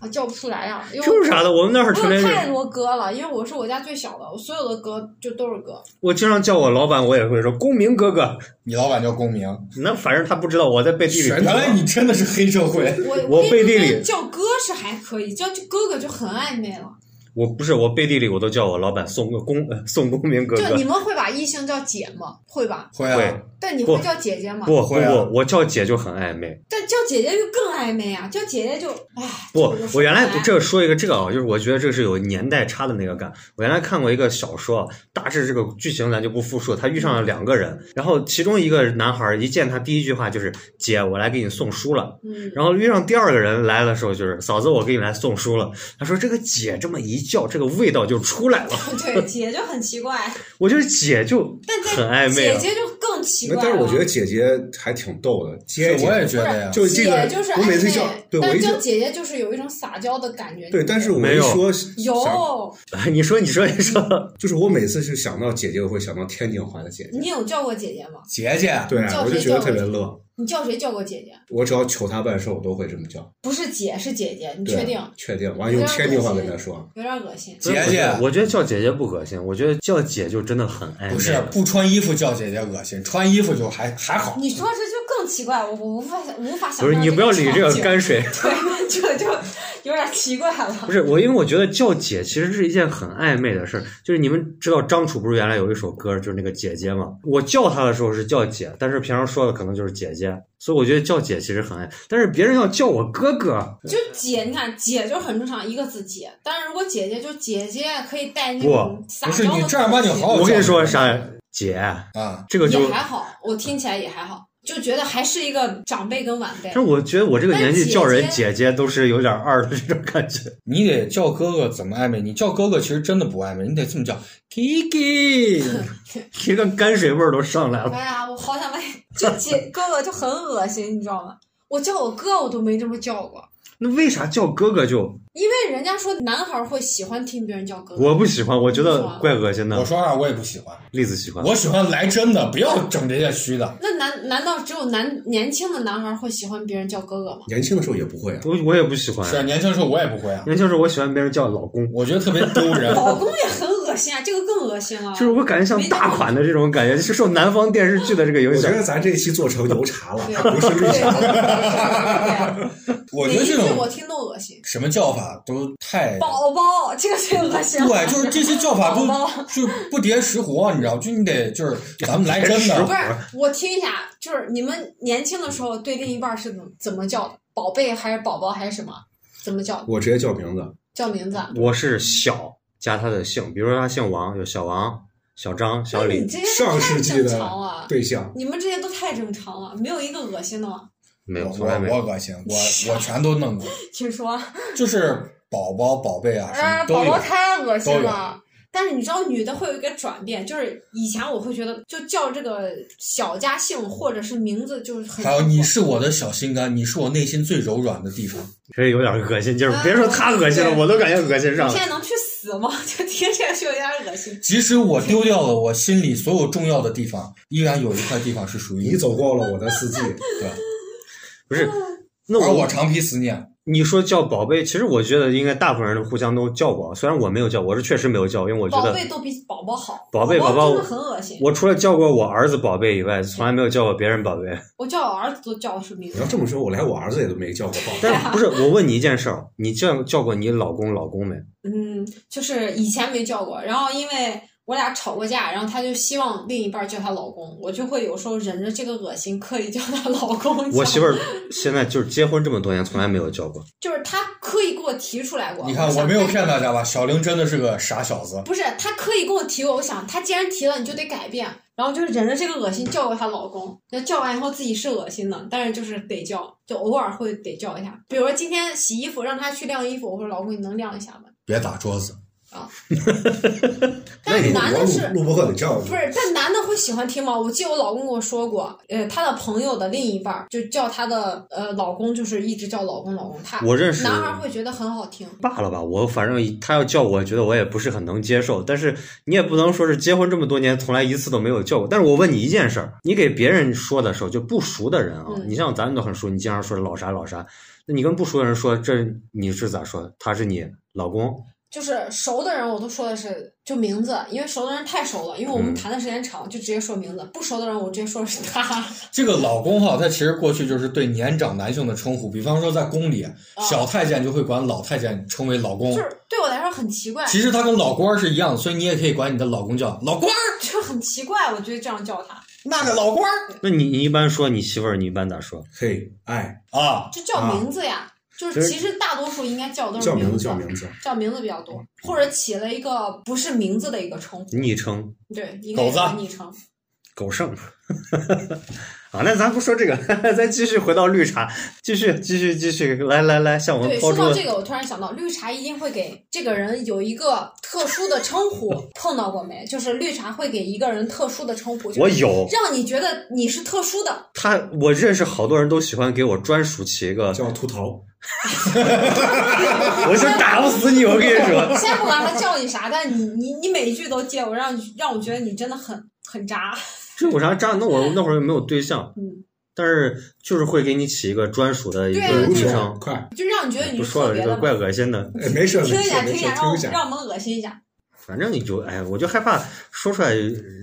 [SPEAKER 4] 我叫不出来呀、因为
[SPEAKER 1] 是啥的，我们那会儿特
[SPEAKER 4] 我
[SPEAKER 1] 别是，
[SPEAKER 4] 有太多哥了，因为我是我家最小的，我所有的哥就都是哥。
[SPEAKER 1] 我经常叫我老板，我也会说公民哥哥。
[SPEAKER 2] 你老板叫公明，
[SPEAKER 1] 那反正他不知道我在背地里。
[SPEAKER 2] 原来你真的是黑社会。
[SPEAKER 4] 我
[SPEAKER 1] 我背地里
[SPEAKER 4] 叫哥是还还可以，就就哥哥就很暧昧了。
[SPEAKER 1] 我不是我背地里我都叫我老板宋个公呃宋公明哥
[SPEAKER 4] 就你
[SPEAKER 1] 哥，
[SPEAKER 4] 们会把异性叫姐吗？会吧？
[SPEAKER 2] 会
[SPEAKER 1] 会
[SPEAKER 2] 啊，
[SPEAKER 4] 但你
[SPEAKER 1] 不
[SPEAKER 4] 会叫姐姐吗？
[SPEAKER 1] 不不
[SPEAKER 2] 会啊
[SPEAKER 1] 不，我叫姐就很暧昧。
[SPEAKER 4] 但叫姐姐就更暧昧啊！叫姐姐就唉，
[SPEAKER 1] 不
[SPEAKER 4] 这个就，说
[SPEAKER 1] 我原来
[SPEAKER 4] 不来
[SPEAKER 1] 这个说一个这个啊，就是我觉得这是有年代差的那个感。我原来看过一个小说啊，大致这个剧情咱就不复述。他遇上了两个人，然后其中一个男孩一见他第一句话就是“姐，我来给你送书了”，
[SPEAKER 4] 嗯，
[SPEAKER 1] 然后遇上第二个人来的时候就是“嫂子，我给你来送书了”。他说这个“姐”这么一叫，这个味道就出来了。
[SPEAKER 4] 对，姐就很奇怪，
[SPEAKER 1] 我觉得“姐”就
[SPEAKER 4] 但在
[SPEAKER 1] 很暧昧
[SPEAKER 4] 姐
[SPEAKER 1] 啊。
[SPEAKER 4] 姐就更奇
[SPEAKER 3] 那
[SPEAKER 4] 怪啊了。
[SPEAKER 3] 但是我觉得姐姐还挺逗的，接
[SPEAKER 2] 是
[SPEAKER 3] 姐
[SPEAKER 2] 我也觉
[SPEAKER 4] 不
[SPEAKER 2] 得
[SPEAKER 4] 是
[SPEAKER 2] 呀，
[SPEAKER 3] 就这个
[SPEAKER 4] 姐就是
[SPEAKER 3] 我每次
[SPEAKER 4] 暧昧
[SPEAKER 3] 叫对
[SPEAKER 4] 但
[SPEAKER 3] 我一
[SPEAKER 4] 叫
[SPEAKER 3] 叫
[SPEAKER 4] 姐姐就是有一种撒娇的感觉。
[SPEAKER 3] 对，但是我
[SPEAKER 1] 没
[SPEAKER 3] 一
[SPEAKER 1] 有
[SPEAKER 3] 说想，
[SPEAKER 4] 有，
[SPEAKER 1] (laughs) 你说，你说，你说，
[SPEAKER 3] 就是我每次是想到姐姐，我会想到天津话的姐姐，
[SPEAKER 4] 你有叫过姐姐吗？
[SPEAKER 2] 姐姐，
[SPEAKER 3] 对啊
[SPEAKER 4] 叫，
[SPEAKER 3] 我就
[SPEAKER 4] 谁
[SPEAKER 3] 觉得
[SPEAKER 4] 叫
[SPEAKER 3] 特
[SPEAKER 4] 我
[SPEAKER 3] 别
[SPEAKER 4] 姐
[SPEAKER 3] 乐。
[SPEAKER 4] 你叫谁叫过姐姐？
[SPEAKER 3] 我只要求她办事，我都会这么叫。
[SPEAKER 4] 不是姐是姐姐，你
[SPEAKER 3] 对啊
[SPEAKER 4] 确定？？
[SPEAKER 3] 确定，完用天津话跟她说。
[SPEAKER 4] 有点恶心。
[SPEAKER 2] 姐姐
[SPEAKER 1] (laughs) 我觉得叫姐姐不恶心，我觉得叫姐就真的很暧昧。
[SPEAKER 2] 不是不穿衣服叫姐姐恶心，穿衣服就还还好。
[SPEAKER 4] 你说这就更奇怪，我我无法无法想。
[SPEAKER 1] 不是，你不要理这个泔水。
[SPEAKER 4] 对， (laughs) 这就有点奇怪了。
[SPEAKER 1] 不是我，因为我觉得叫姐其实是一件很暧昧的事儿。就是你们知道张楚不是原来有一首歌，就是那个姐姐嘛。我叫她的时候是叫姐，但是平常说的可能就是姐姐，所以我觉得叫姐其实很爱。但是别人要叫我哥哥，
[SPEAKER 4] 就姐，你看姐就很正常，一个字姐。但是如果姐姐，就姐姐可以带那
[SPEAKER 1] 不
[SPEAKER 4] 种撒
[SPEAKER 2] 不是
[SPEAKER 4] 娇的
[SPEAKER 2] 你正儿八经
[SPEAKER 4] 口气
[SPEAKER 2] 好好
[SPEAKER 1] 我跟你说
[SPEAKER 2] 叫
[SPEAKER 1] 啥呀？姐，
[SPEAKER 2] 啊，
[SPEAKER 1] 这个就
[SPEAKER 4] 也，还好，我听起来也还好，就觉得还是一个长辈跟晚辈
[SPEAKER 1] 但是。我觉得我这个年纪
[SPEAKER 4] 但
[SPEAKER 1] 叫人姐
[SPEAKER 4] 姐
[SPEAKER 1] 姐都是有点二的这种感觉。
[SPEAKER 2] 你得叫哥哥怎么暧昧？你叫哥哥其实真的不暧昧，你得这么叫
[SPEAKER 1] (laughs)
[SPEAKER 2] Kiki。
[SPEAKER 1] 一个泔水味儿都上来了。
[SPEAKER 4] 哎呀，我好想问，就姐哥哥就很恶心，你知道吗？我叫我哥我都没这么叫过，
[SPEAKER 1] 那为啥叫哥哥就
[SPEAKER 4] 因为人家说男孩会喜欢听别人叫哥哥。
[SPEAKER 1] 我不喜欢？我觉
[SPEAKER 4] 你说
[SPEAKER 1] 得
[SPEAKER 4] 啊
[SPEAKER 1] 怪恶心
[SPEAKER 2] 我
[SPEAKER 1] 的。
[SPEAKER 2] 说话我也不喜欢，
[SPEAKER 1] 栗子喜欢，
[SPEAKER 2] 我喜欢来真的，不要整这些虚的。
[SPEAKER 4] 那难难道只有男年轻的男孩会喜欢别人叫哥哥吗？
[SPEAKER 3] 年轻的时候也不会啊，
[SPEAKER 1] 我我也不喜欢。
[SPEAKER 2] 是啊，年轻时候我也不会啊，
[SPEAKER 1] 年轻时候我喜欢别人叫老
[SPEAKER 4] 哦
[SPEAKER 1] 公。
[SPEAKER 2] 我觉得特别
[SPEAKER 4] (laughs)
[SPEAKER 2] 丢人。
[SPEAKER 4] 老公也很恶心啊，这个更恶心了。
[SPEAKER 1] 就是我感觉像大款的这种感觉，是受南方电视剧的这个
[SPEAKER 3] 我
[SPEAKER 1] 影
[SPEAKER 3] 觉
[SPEAKER 1] 响。
[SPEAKER 3] 得咱这一期做成油茶了，
[SPEAKER 4] 对
[SPEAKER 3] 它不是绿
[SPEAKER 4] 对
[SPEAKER 3] 茶。
[SPEAKER 4] 对啊对对
[SPEAKER 2] 我
[SPEAKER 4] 对每一
[SPEAKER 2] 觉得这
[SPEAKER 4] 句
[SPEAKER 2] 种
[SPEAKER 4] 我听都恶心。
[SPEAKER 2] 什么叫法都太
[SPEAKER 4] 宝宝，这个最恶心了。(laughs)
[SPEAKER 2] (laughs) 对，就是这些叫法都
[SPEAKER 4] 宝
[SPEAKER 2] (laughs) 就是不叠石斛，你知道？就你得就是咱们来真
[SPEAKER 1] 叠石
[SPEAKER 4] 不
[SPEAKER 1] 斛
[SPEAKER 2] 的，
[SPEAKER 4] 是，我听一下，就是你们年轻的时候对另一半是怎么怎么叫的？宝贝还是宝宝还是什么？怎么叫
[SPEAKER 3] 我直接叫名字，
[SPEAKER 4] 叫名字啊？
[SPEAKER 1] 我是小加他的姓，比如说他姓王，有小王、小张、小
[SPEAKER 4] 那
[SPEAKER 1] 李
[SPEAKER 4] 哎你。这些都
[SPEAKER 3] 上
[SPEAKER 4] 太
[SPEAKER 3] 世纪
[SPEAKER 4] 正
[SPEAKER 3] 的
[SPEAKER 4] 常了，
[SPEAKER 3] 对象。
[SPEAKER 4] 你们这些都太正常了，没有一个恶心的吗？
[SPEAKER 1] 没有，
[SPEAKER 2] 我
[SPEAKER 1] 从来没
[SPEAKER 2] 我
[SPEAKER 1] 有。
[SPEAKER 2] 我恶心，
[SPEAKER 1] (laughs)
[SPEAKER 2] 我我全都弄过，
[SPEAKER 4] 听说，
[SPEAKER 2] 就是宝宝宝贝啊什
[SPEAKER 4] 哎
[SPEAKER 2] 么，嗯都
[SPEAKER 4] 宝
[SPEAKER 2] 有
[SPEAKER 4] 宝。太恶心
[SPEAKER 2] 都
[SPEAKER 4] 了
[SPEAKER 2] 有。
[SPEAKER 4] 但是你知道，女的会有一个转变，就是以前我会觉得，就叫这个小家姓或者是名字，就是很
[SPEAKER 2] 还有你是我的小心肝，你是我内心最柔软的地方。
[SPEAKER 1] 确实有点恶心劲儿，别说他恶心了，
[SPEAKER 4] 啊对
[SPEAKER 1] 我都感觉恶心
[SPEAKER 4] 你
[SPEAKER 1] 上
[SPEAKER 4] 现
[SPEAKER 1] 了。
[SPEAKER 4] 在能去死吗？ (laughs) 就听起来就有点恶心。
[SPEAKER 2] 即使我丢掉了我心里所有重要的地方，依然有一块地方是属于
[SPEAKER 3] 你走过了我的四季，
[SPEAKER 2] 对，
[SPEAKER 1] 不
[SPEAKER 4] 啊
[SPEAKER 1] 是，那
[SPEAKER 2] 而我
[SPEAKER 1] 我
[SPEAKER 2] 长披思念。
[SPEAKER 1] 你说叫宝贝，其实我觉得应该大部分人互相都叫过，虽然我没有叫，我是确实没有叫，因为我觉
[SPEAKER 4] 宝
[SPEAKER 1] 得
[SPEAKER 4] 贝都比宝宝好，
[SPEAKER 1] 宝贝
[SPEAKER 4] 宝
[SPEAKER 1] 宝宝
[SPEAKER 4] 真的很恶心。
[SPEAKER 1] 我除了叫过我儿子宝贝以外，从来没有叫过别人宝贝。
[SPEAKER 4] 我叫我儿子都叫我什么名
[SPEAKER 3] 你要
[SPEAKER 4] 字？
[SPEAKER 3] 这么说，我连我儿子也都没叫过宝贝。
[SPEAKER 1] 但不是，我问你一件事儿，你叫叫过你老公老公没？
[SPEAKER 4] 嗯，就是以前没叫过，然后因为我俩吵过架，然后他就希望另一半叫他老公，我就会有时候忍着这个恶心，刻意叫他老公。
[SPEAKER 1] (laughs) 我媳妇儿现在就是结婚这么多年，从来没有叫过。
[SPEAKER 4] 就是他刻意给我提出来过，
[SPEAKER 2] 你看，
[SPEAKER 4] 想
[SPEAKER 2] 我没有骗大家吧？小玲真的是个傻小子。
[SPEAKER 4] 不是他刻意跟我提过，我想他既然提了，你就得改变，然后就是忍着这个恶心叫过她老公，那叫完以后自己是恶心的，但是就是得叫，就偶尔会得叫一下。比如说今天洗衣服，让他去晾衣服，我说老公你能晾一下吗？啊
[SPEAKER 2] 别打桌子，
[SPEAKER 3] 那
[SPEAKER 4] 但是
[SPEAKER 3] 你
[SPEAKER 4] 男的是
[SPEAKER 3] 我录录播课得叫你
[SPEAKER 4] 不是，但男的会喜欢听吗？我记得我老公跟我说过，呃，他的朋友的另一半儿就叫他的呃老公，就是一直叫老公老公，他
[SPEAKER 1] 我认识
[SPEAKER 4] 男孩会觉得很好听。
[SPEAKER 1] 罢了吧，我反正他要叫我，觉得我也不是很能接受。但是你也不能说是结婚这么多年从来一次都没有叫过。但是我问你一件事儿，你给别人说的时候，就不熟的人啊，
[SPEAKER 4] 嗯
[SPEAKER 1] 你像咱们都很熟，你经常说老啥老啥，那你跟不熟的人说这你是咋说的？他是你老公，
[SPEAKER 4] 就是熟的人我都说的是就名字，因为熟的人太熟了，因为我们谈的时间长，就直接说名字；不熟的人我直接说的是他。
[SPEAKER 2] 这个老公哈，他其实过去就是对年长男性的称呼，比方说在宫里，小太监就会管老太监称为老公
[SPEAKER 4] 哦就，是对我来说很奇怪，
[SPEAKER 2] 其实他跟老官儿是一样的，所以你也可以管你的老公叫老官儿，
[SPEAKER 4] (laughs) 就是很奇怪，我觉得这样叫他，
[SPEAKER 2] 那个老官儿
[SPEAKER 1] 那你你一般说你媳妇儿，你一般咋说？
[SPEAKER 3] 嘿，哎，
[SPEAKER 2] 啊，
[SPEAKER 4] 就叫名字呀。就是其实大多数应该叫都是
[SPEAKER 3] 叫名
[SPEAKER 4] 名
[SPEAKER 3] 字叫名字，
[SPEAKER 4] 叫名字比较多，或者起了一个不是名字的一个称呼，
[SPEAKER 1] 昵称
[SPEAKER 4] 对，一个也
[SPEAKER 2] 狗子
[SPEAKER 4] 是昵称。
[SPEAKER 1] 狗剩。好，啊那咱不说这个，咱继续回到绿茶，继续继续继续，来来来，向我们
[SPEAKER 4] 对，
[SPEAKER 1] 抛
[SPEAKER 4] 说
[SPEAKER 1] 出
[SPEAKER 4] 到这个，我突然想到，绿茶一定会给这个人有一个特殊的称呼，碰到过没？就是绿茶会给一个人特殊的称呼，就是
[SPEAKER 1] 我有
[SPEAKER 4] 让你觉得你是特殊的，
[SPEAKER 1] 他，我认识好多人都喜欢给我专属起一个，
[SPEAKER 3] 叫秃头，
[SPEAKER 1] 我就打不死你，我跟你说。
[SPEAKER 4] (laughs) 先不管他叫你啥，但你你你每一句都接我，让你让我觉得你真的很很渣。 (laughs)
[SPEAKER 1] 这有啥渣？那我那会儿又没有对象，
[SPEAKER 4] 嗯，
[SPEAKER 1] 但是就是会给你起一个专属的一
[SPEAKER 4] 对啊
[SPEAKER 1] 个
[SPEAKER 3] 不
[SPEAKER 1] 昵
[SPEAKER 3] 是
[SPEAKER 1] 称，，
[SPEAKER 3] 快，
[SPEAKER 4] 就让你觉得你
[SPEAKER 1] 不
[SPEAKER 4] 是
[SPEAKER 1] 说
[SPEAKER 4] 特
[SPEAKER 1] 了，
[SPEAKER 4] 别
[SPEAKER 1] 这个
[SPEAKER 4] 的嘛
[SPEAKER 1] 怪恶心的。
[SPEAKER 3] 哎没事没
[SPEAKER 4] 听一
[SPEAKER 3] 事
[SPEAKER 4] 下，
[SPEAKER 3] 没
[SPEAKER 4] 听一
[SPEAKER 3] 事
[SPEAKER 4] 下，，让
[SPEAKER 3] 听
[SPEAKER 4] 我
[SPEAKER 3] 一下。
[SPEAKER 4] 让我们恶心一下，
[SPEAKER 1] 反正你就哎，我就害怕说出来，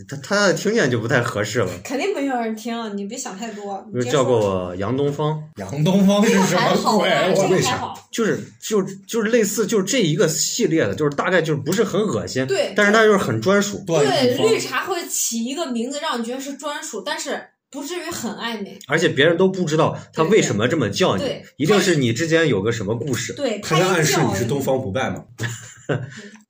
[SPEAKER 1] 他他听见就不太合适了。
[SPEAKER 4] 肯定没有人听，你别想太多。
[SPEAKER 1] 比
[SPEAKER 4] 你
[SPEAKER 1] 如
[SPEAKER 4] 直接
[SPEAKER 1] 叫过
[SPEAKER 4] 说，
[SPEAKER 1] 我杨东方，
[SPEAKER 2] 杨东方是
[SPEAKER 4] 这个
[SPEAKER 2] 什
[SPEAKER 4] 还好
[SPEAKER 2] 么鬼？
[SPEAKER 4] 啊，
[SPEAKER 2] 我
[SPEAKER 4] 这
[SPEAKER 3] 为
[SPEAKER 4] 个
[SPEAKER 3] 啥
[SPEAKER 4] 还好。
[SPEAKER 1] 就是就就是类似就是这一个系列的，就是大概就是不是很恶心，
[SPEAKER 4] 对
[SPEAKER 1] 但是它就是很专属，
[SPEAKER 2] 段
[SPEAKER 4] 对，绿
[SPEAKER 2] 誉峰，
[SPEAKER 4] 茶会起一个名字，让你觉得是专属，但是不至于很暧昧。
[SPEAKER 1] 而且别人都不知道他为什么这么叫你
[SPEAKER 4] 对，
[SPEAKER 1] 一定是你之间有个什么故事。
[SPEAKER 4] 对
[SPEAKER 3] 他
[SPEAKER 4] 他
[SPEAKER 3] 在
[SPEAKER 4] 一
[SPEAKER 3] 暗示
[SPEAKER 4] 叫
[SPEAKER 3] 你是东方不败嘛？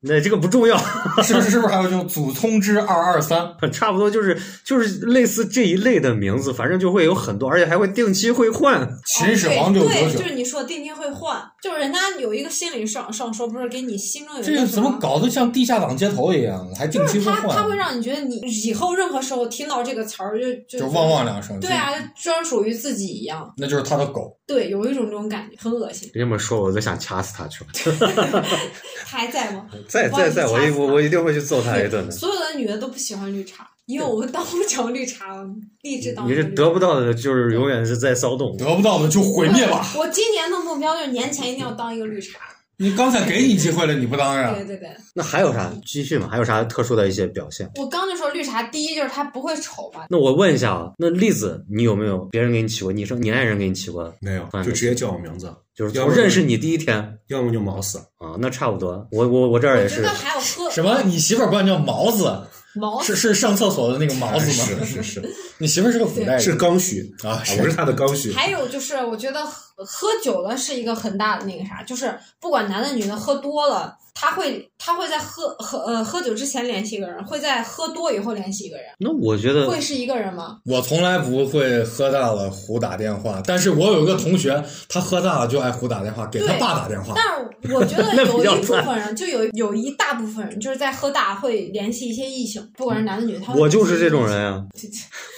[SPEAKER 1] 那这个不重要， (laughs)
[SPEAKER 2] 是不是是不是还有就祖冲之二二三？
[SPEAKER 1] 差不多就是就是类似这一类的名字，反正就会有很多，而且还会定期会换。
[SPEAKER 2] 秦始皇六九
[SPEAKER 4] 哦对，
[SPEAKER 2] 九
[SPEAKER 4] 就，是你说定期会换，就是人家有一个心理上上说，不是给你心中有一
[SPEAKER 2] 这个
[SPEAKER 4] 个
[SPEAKER 2] 怎么？搞得像地下党街头一样，啊还定期
[SPEAKER 4] 就是
[SPEAKER 2] 会
[SPEAKER 4] 他他会
[SPEAKER 2] 换，
[SPEAKER 4] 让你觉得你以后任何时候听到这个词儿就就
[SPEAKER 2] 就汪汪两声。
[SPEAKER 4] 对啊，就专属于自己一样。
[SPEAKER 2] 那就是他的狗。
[SPEAKER 4] 对，有一种这种感觉，很恶心。
[SPEAKER 1] 这么说我都想掐死他去了，
[SPEAKER 4] 他还在吗？
[SPEAKER 1] 再再再，我一我我一定会去揍他一顿的。
[SPEAKER 4] 所有的女的都不喜欢绿茶，因为我们当不成绿茶，我们立志当
[SPEAKER 1] 你
[SPEAKER 4] 不
[SPEAKER 1] 是
[SPEAKER 4] 成绿茶
[SPEAKER 1] 得不到的，就是永远是在骚动。
[SPEAKER 2] 得不到的就毁灭吧！
[SPEAKER 4] 我今年的目标就是年前一定要当一个绿茶。
[SPEAKER 2] 你刚才给你机会了，你不
[SPEAKER 1] 嗯
[SPEAKER 2] 当
[SPEAKER 4] 对
[SPEAKER 2] 呀？
[SPEAKER 4] 对对，
[SPEAKER 1] 那还有啥继续嘛？还有啥特殊的一些表现？
[SPEAKER 4] 我刚就说绿茶，第一就是她不会丑嘛，
[SPEAKER 1] 那我问一下啊，那栗子，你有没有别人给你起过昵称？你爱人给你起过，
[SPEAKER 3] 没有
[SPEAKER 1] 嗯，
[SPEAKER 3] 就直接叫我名字，
[SPEAKER 1] 就是
[SPEAKER 3] 要
[SPEAKER 1] 从
[SPEAKER 3] 不
[SPEAKER 1] 认识你第一天
[SPEAKER 3] 要么就毛死。
[SPEAKER 1] 啊，那差不多。我我我这儿
[SPEAKER 4] 我
[SPEAKER 1] 也
[SPEAKER 4] 觉
[SPEAKER 1] 是
[SPEAKER 4] 得，还有喝
[SPEAKER 2] (laughs) 什么？你媳妇儿管你叫毛子？
[SPEAKER 4] 毛
[SPEAKER 2] 是是上厕所的那个毛子吗？
[SPEAKER 3] 是是
[SPEAKER 1] (laughs)
[SPEAKER 3] 是
[SPEAKER 2] 你媳妇儿是个古代人
[SPEAKER 3] 是刚需
[SPEAKER 2] 啊，
[SPEAKER 3] 啊，我是他的刚需。
[SPEAKER 4] 还有就是，我觉得喝喝酒了是一个很大的那个啥，就是不管男的女的，喝多了，他会他会在喝喝呃喝酒之前联系一个人，会在喝多以后联系一个人，
[SPEAKER 1] 那我觉得
[SPEAKER 4] 会是一个人吗？
[SPEAKER 2] 我从来不会喝大了胡打电话，但是我有一个同学，他喝大了就爱胡打电话，给他
[SPEAKER 4] 对
[SPEAKER 2] 爸打电话。
[SPEAKER 4] 但是我觉得
[SPEAKER 1] 啊 (laughs) 那
[SPEAKER 4] 有
[SPEAKER 1] 比较
[SPEAKER 4] 一部分人，就有有一大部分人就是在喝大会联系一些异性，不管是男的女的，他
[SPEAKER 1] 嗯
[SPEAKER 4] 会
[SPEAKER 1] 我就是这种
[SPEAKER 4] 联系
[SPEAKER 1] 人呀、
[SPEAKER 4] 异性。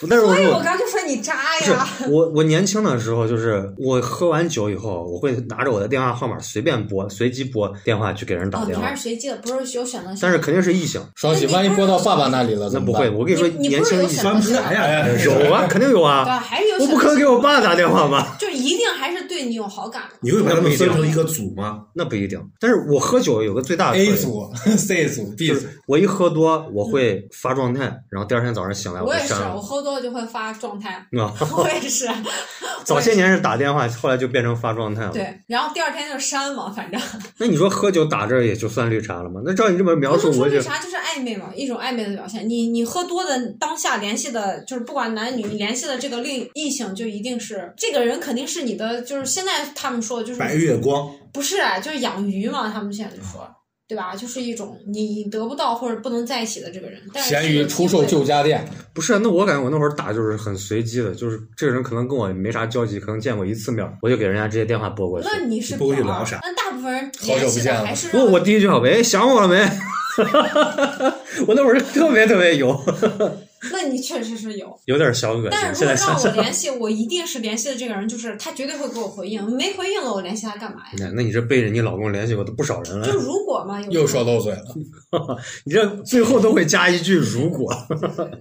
[SPEAKER 1] 但是我
[SPEAKER 4] 所以啊
[SPEAKER 1] 说
[SPEAKER 4] 我
[SPEAKER 1] 我
[SPEAKER 4] 刚就说你渣
[SPEAKER 1] 不是
[SPEAKER 4] 呀，哦
[SPEAKER 1] 我，我年轻的时候就是我喝完酒以后，我会拿着我的电话号码随便拨，随机拨电话去给人打
[SPEAKER 4] 哦，你
[SPEAKER 1] 电话
[SPEAKER 4] 还，是随机的，不是有选择性。
[SPEAKER 1] 但是肯定是异性，
[SPEAKER 2] 双喜，万一拨到爸爸那里了，
[SPEAKER 1] 那
[SPEAKER 2] 怎
[SPEAKER 1] 不
[SPEAKER 2] 么
[SPEAKER 1] 会。
[SPEAKER 2] 办？
[SPEAKER 1] 我跟你说，
[SPEAKER 4] 你你
[SPEAKER 1] 年
[SPEAKER 4] 不是
[SPEAKER 1] 轻
[SPEAKER 4] 有
[SPEAKER 1] 的异
[SPEAKER 4] 选
[SPEAKER 1] 性
[SPEAKER 4] 择
[SPEAKER 3] 翻不
[SPEAKER 4] 性
[SPEAKER 3] 来呀，真 (laughs) 是
[SPEAKER 1] 有啊，肯定有
[SPEAKER 4] 对
[SPEAKER 1] 啊，
[SPEAKER 4] 啊，还是有
[SPEAKER 1] 我
[SPEAKER 4] 选择性。
[SPEAKER 1] 不可能给我爸打电话吧？
[SPEAKER 4] 就一定还是对你有好感的。
[SPEAKER 3] 你会把他们分成一个组吗？
[SPEAKER 1] 那不一定，但是我喝酒有个最大的特
[SPEAKER 2] A
[SPEAKER 1] 点
[SPEAKER 2] 组、C 组、B
[SPEAKER 1] 就
[SPEAKER 2] 组
[SPEAKER 1] 是，我一喝多，我会发状态，然后第二天早上醒来
[SPEAKER 4] 我
[SPEAKER 1] 就
[SPEAKER 4] 也是，
[SPEAKER 1] 删
[SPEAKER 4] 我
[SPEAKER 1] 了。
[SPEAKER 4] 喝多了就会发状态。
[SPEAKER 1] 啊，
[SPEAKER 4] 我也是，
[SPEAKER 1] 早些年是打电话，后来就变成发状态了。
[SPEAKER 4] 对，然后第二天就删嘛，反正。
[SPEAKER 1] 那你说喝酒打这儿也就算绿茶了吗？那照你这么描
[SPEAKER 4] 我 (laughs)
[SPEAKER 1] 述
[SPEAKER 4] 就，说
[SPEAKER 1] 我
[SPEAKER 4] 绿
[SPEAKER 1] 就
[SPEAKER 4] 茶就是暧昧嘛，一种暧昧的表现。你你喝多的当下联系的，就是不管男女，你联系的这个另异性，就一定是这个人肯定是你的，就是现在他们说的就是
[SPEAKER 3] 白月光，
[SPEAKER 4] 不是啊，就是养鱼嘛，他们现在就说，对吧？就是一种你得不到或者不能在一起的这个人。但是
[SPEAKER 2] 咸鱼出售旧家电，
[SPEAKER 1] 不是啊。那我感觉我那会儿打就是很随机的，就是这个人可能跟我也没啥交集，可能见过一次面，我就给人家直接电话拨过去。
[SPEAKER 4] 那你是
[SPEAKER 3] 你不会去
[SPEAKER 4] 表
[SPEAKER 3] 聊啥
[SPEAKER 4] 那大部分人
[SPEAKER 2] 好久
[SPEAKER 4] 联
[SPEAKER 2] 不
[SPEAKER 4] 系
[SPEAKER 2] 见
[SPEAKER 4] 的
[SPEAKER 2] 了
[SPEAKER 4] 还是
[SPEAKER 1] 不过我 (laughs) 第一句话喂，想我了没？我那会儿特别特别油，
[SPEAKER 4] 那你确实是有。
[SPEAKER 1] 有点小恶
[SPEAKER 4] 但
[SPEAKER 1] 心。现
[SPEAKER 4] 是如果
[SPEAKER 1] 在想
[SPEAKER 4] 让我
[SPEAKER 1] 想，
[SPEAKER 4] 联系，我一定是联系的这个人，就是他绝对会给我回应。没回应了，我联系他干嘛呀？
[SPEAKER 1] 那那你这背着你老公联系过的不少人了
[SPEAKER 4] 就，如果嘛，有
[SPEAKER 2] 又
[SPEAKER 4] 时候
[SPEAKER 2] 说漏嘴了，
[SPEAKER 1] 你这最后都会加一句如果，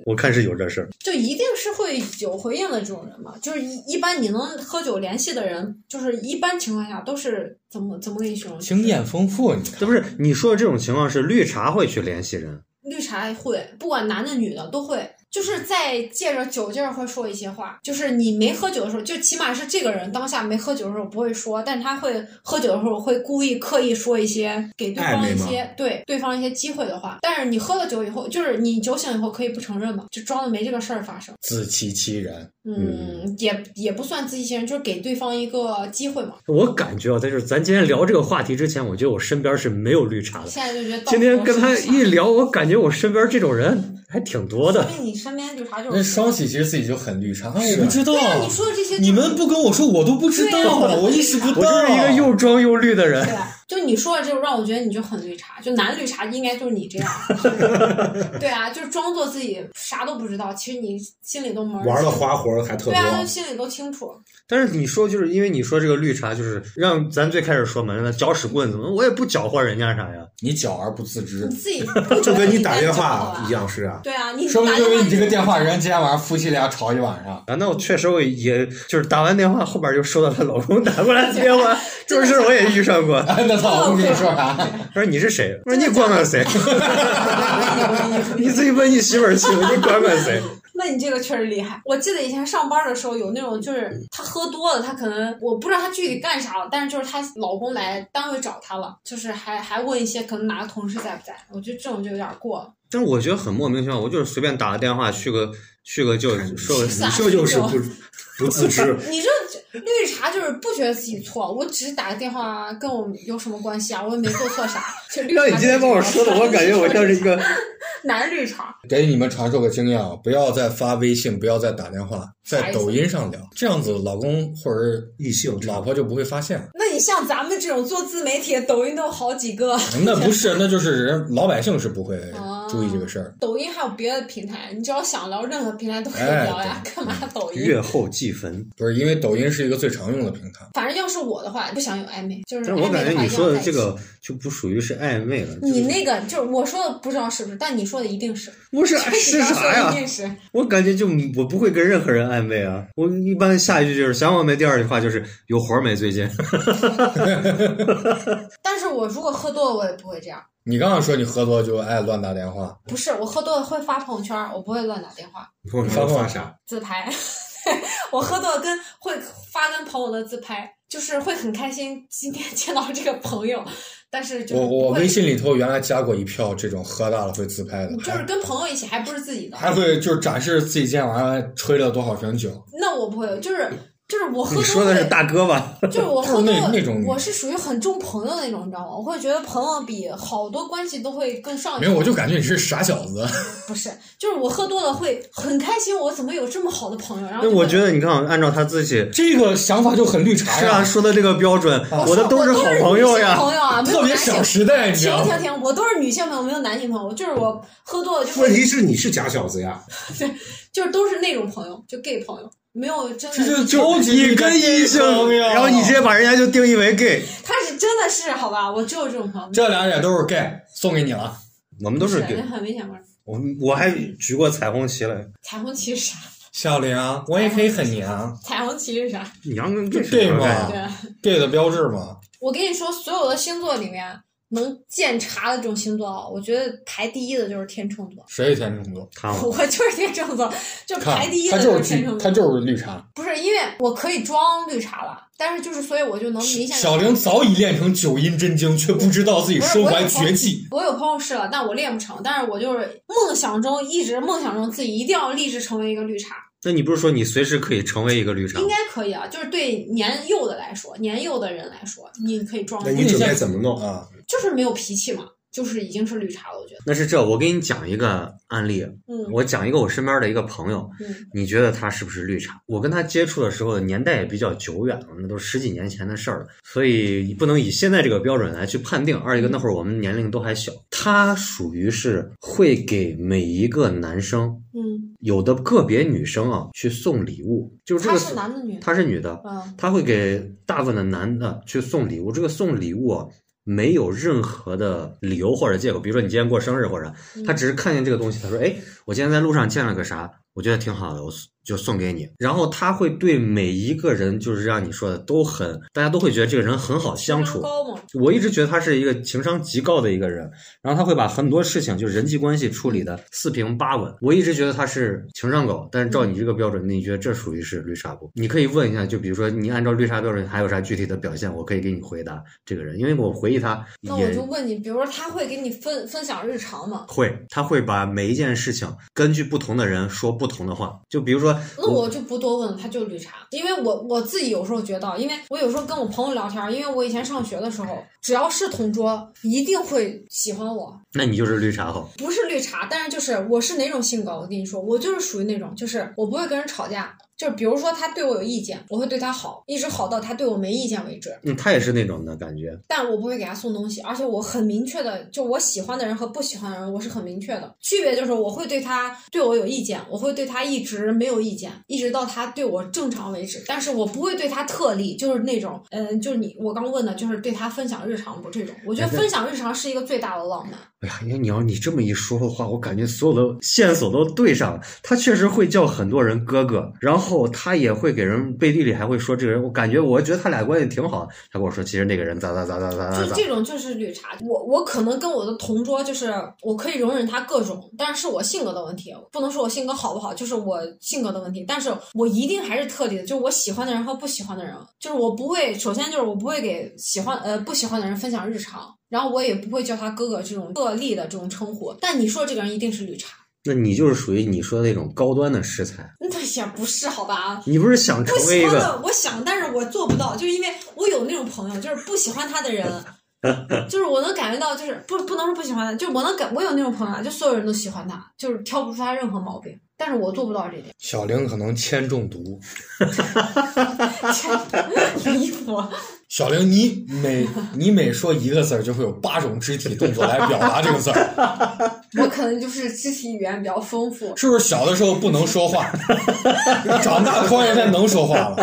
[SPEAKER 1] 我看是有这事儿。
[SPEAKER 4] 就一定是会有回应的这种人嘛。就是一一般你能喝酒联系的人，就是一般情况下都是怎么怎么给你形容？
[SPEAKER 2] 经验丰富，你看
[SPEAKER 1] 这不是你说的这种情况是绿茶会去联系人，
[SPEAKER 4] 绿茶会，不管男的女的都会，就是在借着酒劲儿会说一些话，就是你没喝酒的时候，就起码是这个人当下没喝酒的时候不会说，但是他会喝酒的时候会故意刻意说一些给对
[SPEAKER 3] 暧
[SPEAKER 4] 方
[SPEAKER 3] 昧
[SPEAKER 4] 一
[SPEAKER 3] 吗
[SPEAKER 4] 些对对方一些机会的话。但是你喝了酒以后，就是你酒醒以后可以不承认嘛，就装的没这个事儿发生。
[SPEAKER 2] 自欺欺人。
[SPEAKER 4] 嗯，也也不算自欺欺人，就是给对方一个机会嘛。
[SPEAKER 1] 我感觉啊，在就是咱今天聊这个话题之前，我觉得我身边是没有绿茶的。
[SPEAKER 4] 现在就觉得到
[SPEAKER 1] 今天跟他
[SPEAKER 4] 处都是绿茶
[SPEAKER 1] 一，聊，我感觉我身边这种人还挺多的。
[SPEAKER 4] 因为你身边绿茶就是
[SPEAKER 2] 那双喜其实自己就很绿茶，啊我不知道
[SPEAKER 4] 对，啊，你说的这些就是
[SPEAKER 2] 你们不跟我说，我都不知
[SPEAKER 4] 对
[SPEAKER 2] 道
[SPEAKER 4] 啊，
[SPEAKER 2] 我意识不到。
[SPEAKER 1] 我就是一个又装又绿的人
[SPEAKER 4] 对，啊，就你说的这种，让我觉得你就很绿茶，就男绿茶应该就是你这样。 (laughs) 对啊，就是装作自己啥都不知道，其实你心里都门儿
[SPEAKER 3] 玩的花活儿还特
[SPEAKER 4] 对
[SPEAKER 3] 多。
[SPEAKER 4] 啊，就心里都清楚。
[SPEAKER 1] 但是你说就是因为你说这个绿茶，就是让咱最开始说嘛，那搅屎棍子嘛，我也不搅和人家啥呀。
[SPEAKER 2] 你狡而不自知
[SPEAKER 4] 你，自
[SPEAKER 3] (laughs)
[SPEAKER 4] 己
[SPEAKER 3] 就跟你打电
[SPEAKER 4] 不
[SPEAKER 3] 话
[SPEAKER 4] 知道
[SPEAKER 3] 一样是啊，
[SPEAKER 4] 对啊，你
[SPEAKER 2] (laughs) 说不定
[SPEAKER 4] 打
[SPEAKER 2] 就
[SPEAKER 4] 电话
[SPEAKER 2] 跟你这个电话，人家今天晚上夫妻俩吵一晚上。 (laughs)
[SPEAKER 1] 啊，那我确实我也就是打完电话，后边就收到她老公打过来的电
[SPEAKER 4] (laughs)
[SPEAKER 1] 话，这种事儿我也遇上过。
[SPEAKER 2] 哎，那老公跟你说啊啥？
[SPEAKER 1] 他说你是谁？我说你管管谁？ (laughs) 你自己问你媳妇儿去，你管管谁？
[SPEAKER 4] 那你这个确实厉害。我记得以前上班的时候有那种，就是她喝多了，她可能我不知道她具体干啥了，但是就是她老公来单位找她了，就是还还问一些可能哪个同事在不在，我觉得这种就有点过了。
[SPEAKER 1] 但是我觉得很莫名其妙，我就是随便打个电话叙个叙个就说个
[SPEAKER 3] 你这就是不不
[SPEAKER 1] (laughs)
[SPEAKER 3] 自知。
[SPEAKER 4] 你这绿茶就是不觉得自己错，我只是打个电话，跟我有什么关系啊？我也没做错啥。就绿茶
[SPEAKER 1] 让你今天把我说的，我感觉我像是一
[SPEAKER 3] (laughs)
[SPEAKER 1] 个
[SPEAKER 4] (laughs) 男绿茶，
[SPEAKER 2] 给你们传授个经验啊，不要再发微信，不要再打电话，在抖音上聊，这样子老公或者
[SPEAKER 3] 异性
[SPEAKER 2] 老婆就不会发现。
[SPEAKER 4] 那你像咱们这种做自媒体，抖音都有好几个，
[SPEAKER 2] 那不是，那就是人老百姓是不会注意这个事儿。
[SPEAKER 4] 抖音还有别的平台，你只要想聊任何平台都可以
[SPEAKER 1] 哎
[SPEAKER 4] 聊呀，干嘛
[SPEAKER 1] 嗯
[SPEAKER 4] 抖音？
[SPEAKER 1] 月后即焚。
[SPEAKER 2] 不是因为抖音是一个最常用的平台，
[SPEAKER 4] 反正要是我的话，不想有暧昧，就是
[SPEAKER 1] 但是我
[SPEAKER 4] 暧
[SPEAKER 1] 感
[SPEAKER 4] 昧
[SPEAKER 1] 觉
[SPEAKER 4] 话
[SPEAKER 1] 你
[SPEAKER 4] 一定
[SPEAKER 1] 说的
[SPEAKER 4] 要在
[SPEAKER 1] 这
[SPEAKER 4] 一起。
[SPEAKER 1] 个就不属于是暧昧了。就是
[SPEAKER 4] 你那个就是我说的，不知道是不是，但你说的一定是。
[SPEAKER 1] 不是哎 (laughs)
[SPEAKER 4] 你
[SPEAKER 1] 是
[SPEAKER 4] 刚
[SPEAKER 1] 啥
[SPEAKER 4] 说 (laughs) 的一
[SPEAKER 1] 呀？
[SPEAKER 4] 定是。
[SPEAKER 1] 我感觉就我不会跟任何人暧昧啊。我一般下一句就是想我没，第二句话就是有活儿没最近。
[SPEAKER 4] 但是我如果喝多了，我也不会这样。
[SPEAKER 2] 你刚刚说你喝多就爱乱打电话，
[SPEAKER 4] 不是，我喝多了会发朋友圈，我不会乱打电话。
[SPEAKER 3] 朋友圈发啥？
[SPEAKER 4] 自拍， (laughs) 我喝多了跟会发跟朋友的自拍，就是会很开心今天见到这个朋友，但是就是
[SPEAKER 2] 我我
[SPEAKER 4] 不会
[SPEAKER 2] 微信里头原来加过一票这种喝大了会自拍的，
[SPEAKER 4] 就是
[SPEAKER 2] 还
[SPEAKER 4] 跟朋友一起，还不是自己的。
[SPEAKER 2] 还会就是展示自己今天晚上吹了多少瓶酒。
[SPEAKER 4] 那我不会，就是就是我啊喝
[SPEAKER 1] 你
[SPEAKER 4] 多
[SPEAKER 1] 说的是
[SPEAKER 4] 了，
[SPEAKER 1] 大哥吧？
[SPEAKER 4] 就是我喝
[SPEAKER 2] 就
[SPEAKER 4] 多
[SPEAKER 2] 是那
[SPEAKER 4] 了
[SPEAKER 2] 那种
[SPEAKER 4] 我是属于很重朋友那种，你知道吗？我会觉得朋友比好多关系都会更上一
[SPEAKER 2] 没有，我就感觉你是傻小子。
[SPEAKER 4] 不是，就是我喝多了会很开心，我怎么有这么好的朋友？然后
[SPEAKER 1] 那
[SPEAKER 4] 就
[SPEAKER 1] 我
[SPEAKER 4] 会
[SPEAKER 1] 觉得你看，按照他自己
[SPEAKER 2] 这个想法就很绿茶
[SPEAKER 1] 是
[SPEAKER 2] 哎呀、
[SPEAKER 1] 啊说的这个标准，
[SPEAKER 4] 我
[SPEAKER 1] 我的都
[SPEAKER 4] 是
[SPEAKER 1] 是好朋友
[SPEAKER 4] 女性
[SPEAKER 1] 呀。
[SPEAKER 4] 朋友啊，没有
[SPEAKER 2] 特别
[SPEAKER 4] 男性
[SPEAKER 2] 小时啊代，你知
[SPEAKER 4] 停
[SPEAKER 2] 道吗
[SPEAKER 4] 停？停，我都是女性朋友，没有男性朋友，就是我喝多了就
[SPEAKER 3] 问
[SPEAKER 4] 会
[SPEAKER 3] 题是你是假小子呀，
[SPEAKER 4] 就是都是那种朋友，就 gay 朋友，没有真
[SPEAKER 2] 这就
[SPEAKER 4] 的，
[SPEAKER 2] 超级
[SPEAKER 1] 你跟异性，
[SPEAKER 2] 啊
[SPEAKER 1] 然后你直接把人家就定义为 gay，
[SPEAKER 4] 他是真的是好吧？我只有这种朋友，
[SPEAKER 2] 这俩也都是 gay，送给你了。
[SPEAKER 1] 我们都是
[SPEAKER 4] 是
[SPEAKER 1] gay
[SPEAKER 4] 那。很危险吗？
[SPEAKER 1] 我我还举过彩虹旗嘞，
[SPEAKER 4] 彩虹旗是啥？
[SPEAKER 2] 笑脸啊，我也可以很娘
[SPEAKER 4] 彩虹旗是啥？
[SPEAKER 1] 你要跟 gay 是
[SPEAKER 2] gay
[SPEAKER 1] 啥概念
[SPEAKER 2] 嘛
[SPEAKER 4] 对啊，
[SPEAKER 2] ，gay 的标志嘛。
[SPEAKER 4] 我跟你说，所有的星座里面能见查的这种星座啊，我觉得排第一的就是天秤座。
[SPEAKER 2] 谁也天秤座？
[SPEAKER 1] 他嘛
[SPEAKER 4] 我就是天秤座，就
[SPEAKER 2] 啊看
[SPEAKER 4] 排第一
[SPEAKER 2] 他
[SPEAKER 4] 的
[SPEAKER 2] 就是
[SPEAKER 4] 天
[SPEAKER 2] 是
[SPEAKER 4] 秤
[SPEAKER 2] 他
[SPEAKER 4] 座。
[SPEAKER 2] 就是绿茶。
[SPEAKER 4] 不是因为我可以装绿茶了，但是就是所以我就能明显地
[SPEAKER 2] 小玲早已练成九阴真经，却不知道自己身怀绝技。
[SPEAKER 4] 我有朋友试了，但我练不成。但是我就是梦想中一直梦想中自己一定要立志成为一个绿茶，
[SPEAKER 1] 那你不是说你随时可以成为一个绿茶
[SPEAKER 4] 应？该可以啊。就是对年幼的来说，年幼的人来说，你可以装
[SPEAKER 3] 那
[SPEAKER 4] 入，
[SPEAKER 3] 你准备怎么弄？
[SPEAKER 2] 啊，
[SPEAKER 4] 就是没有脾气嘛。就是已经是绿茶了，我觉得。
[SPEAKER 1] 那是这，我给你讲一个案例，
[SPEAKER 4] 嗯
[SPEAKER 1] 我讲一个我身边的一个朋友，
[SPEAKER 4] 嗯
[SPEAKER 1] 你觉得他是不是绿茶？我跟他接触的时候年代也比较久远了，那都十几年前的事儿了，所以不能以现在这个标准来去判定。
[SPEAKER 4] 嗯
[SPEAKER 1] 二一个那会儿我们年龄都还小，他属于是会给每一个男生，
[SPEAKER 4] 嗯，
[SPEAKER 1] 有的个别女生啊去送礼物，就是这
[SPEAKER 4] 他
[SPEAKER 1] 个
[SPEAKER 4] 是男的女的？
[SPEAKER 1] 她是女的，
[SPEAKER 4] 嗯
[SPEAKER 1] 他会给大部分的男的去送礼物，这个送礼物啊，没有任何的理由或者借口，比如说你今天过生日或者
[SPEAKER 4] 嗯
[SPEAKER 1] 他只是看见这个东西，他说：“哎，我今天在路上见了个啥，我觉得挺好的，我就送给你。”然后他会对每一个人，就是让你说的都很，大家都会觉得这个人很好相
[SPEAKER 4] 身
[SPEAKER 1] 处。
[SPEAKER 4] 高嘛，
[SPEAKER 1] 我一直觉得他是一个情商极高的一个人，然后他会把很多事情，就是人际关系处理的四平八稳。我一直觉得他是情商高，但是照你这个标准，那你觉得这属于是绿茶不？你可以问一下，就比如说你按照绿茶标准还有啥具体的表现，我可以给你回答这个人，因为我回忆他
[SPEAKER 4] 那我
[SPEAKER 1] 也
[SPEAKER 4] 就问你，比如说他会给你分分享日常吗？
[SPEAKER 1] 会，他会把每一件事情根据不同的人说不同的话，就比如说
[SPEAKER 4] 那我就不多问了，他就是绿茶。因为我我自己有时候觉得，因为我有时候跟我朋友聊天，因为我以前上学的时候，只要是同桌，一定会喜欢我，
[SPEAKER 1] 那你就是绿茶好，
[SPEAKER 4] 不是绿茶，但是就是我是哪种性格，我跟你说，我就是属于那种，就是我不会跟人吵架，就是比如说他对我有意见，我会对他好，一直好到他对我没意见为止。
[SPEAKER 1] 嗯，他也是那种的感觉，
[SPEAKER 4] 但我不会给他送东西，而且我很明确的，就我喜欢的人和不喜欢的人，我是很明确的。区别就是我会对他对我有意见，我会对他一直没有意见，一直到他对我正常为止。但是我不会对他特例，就是那种，嗯，就是你我刚问的，就是对他分享日常不这种。我觉得
[SPEAKER 1] 哎对
[SPEAKER 4] 分享日常是一个最大的浪漫。
[SPEAKER 1] 哎呀，因为你要你这么一说的话，我感觉所有的线索都对上了。他确实会叫很多人哥哥，然后他也会给人背地里还会说这个人。我感觉，我觉得他俩关系挺好的。他跟我说，其实那个人咋咋咋咋
[SPEAKER 3] 嗯
[SPEAKER 1] 咋咋
[SPEAKER 4] 就
[SPEAKER 1] 咋。
[SPEAKER 4] 这种就是绿茶，我我可能跟我的同桌就是我可以容忍他各种，但是是我性格的问题，不能说我性格好不好，就是我性格的问题。但是我一定还是特例的，就是我喜欢的人和不喜欢的人，就是我不会，首先就是我不会给喜欢呃不喜欢的人分享日常，然后我也不会叫他哥哥这种特例的这种称呼。但你说这个人一定是绿茶， (laughs)
[SPEAKER 1] 那你就是属于你说的那种高端的食材。
[SPEAKER 4] 那也不是好吧？
[SPEAKER 1] 你不是想成
[SPEAKER 4] 不啊
[SPEAKER 1] 为
[SPEAKER 4] 喜
[SPEAKER 1] 一
[SPEAKER 4] 欢
[SPEAKER 1] 个？
[SPEAKER 4] 的，我想，但是我做不到，就是因为我有那种朋友，就是不喜欢他
[SPEAKER 1] (laughs)
[SPEAKER 4] 的人，就是我能感觉到，就是不不能说不喜欢他，就是我能感，我有那种朋友啊，就所有人都喜欢他，就是挑不出他任何毛病，但是我做不到
[SPEAKER 1] (laughs)
[SPEAKER 4] 这一点，
[SPEAKER 2] 小玲可能铅中毒。
[SPEAKER 4] 离谱。
[SPEAKER 2] 小玲，你每 (laughs) 你每说一个字儿，就会有八种肢体动作来表达这个字儿，
[SPEAKER 4] 我可能就是肢体语言比较丰富，
[SPEAKER 2] 是不是？小的时候不能说话， (laughs) 长大突然间能说话了。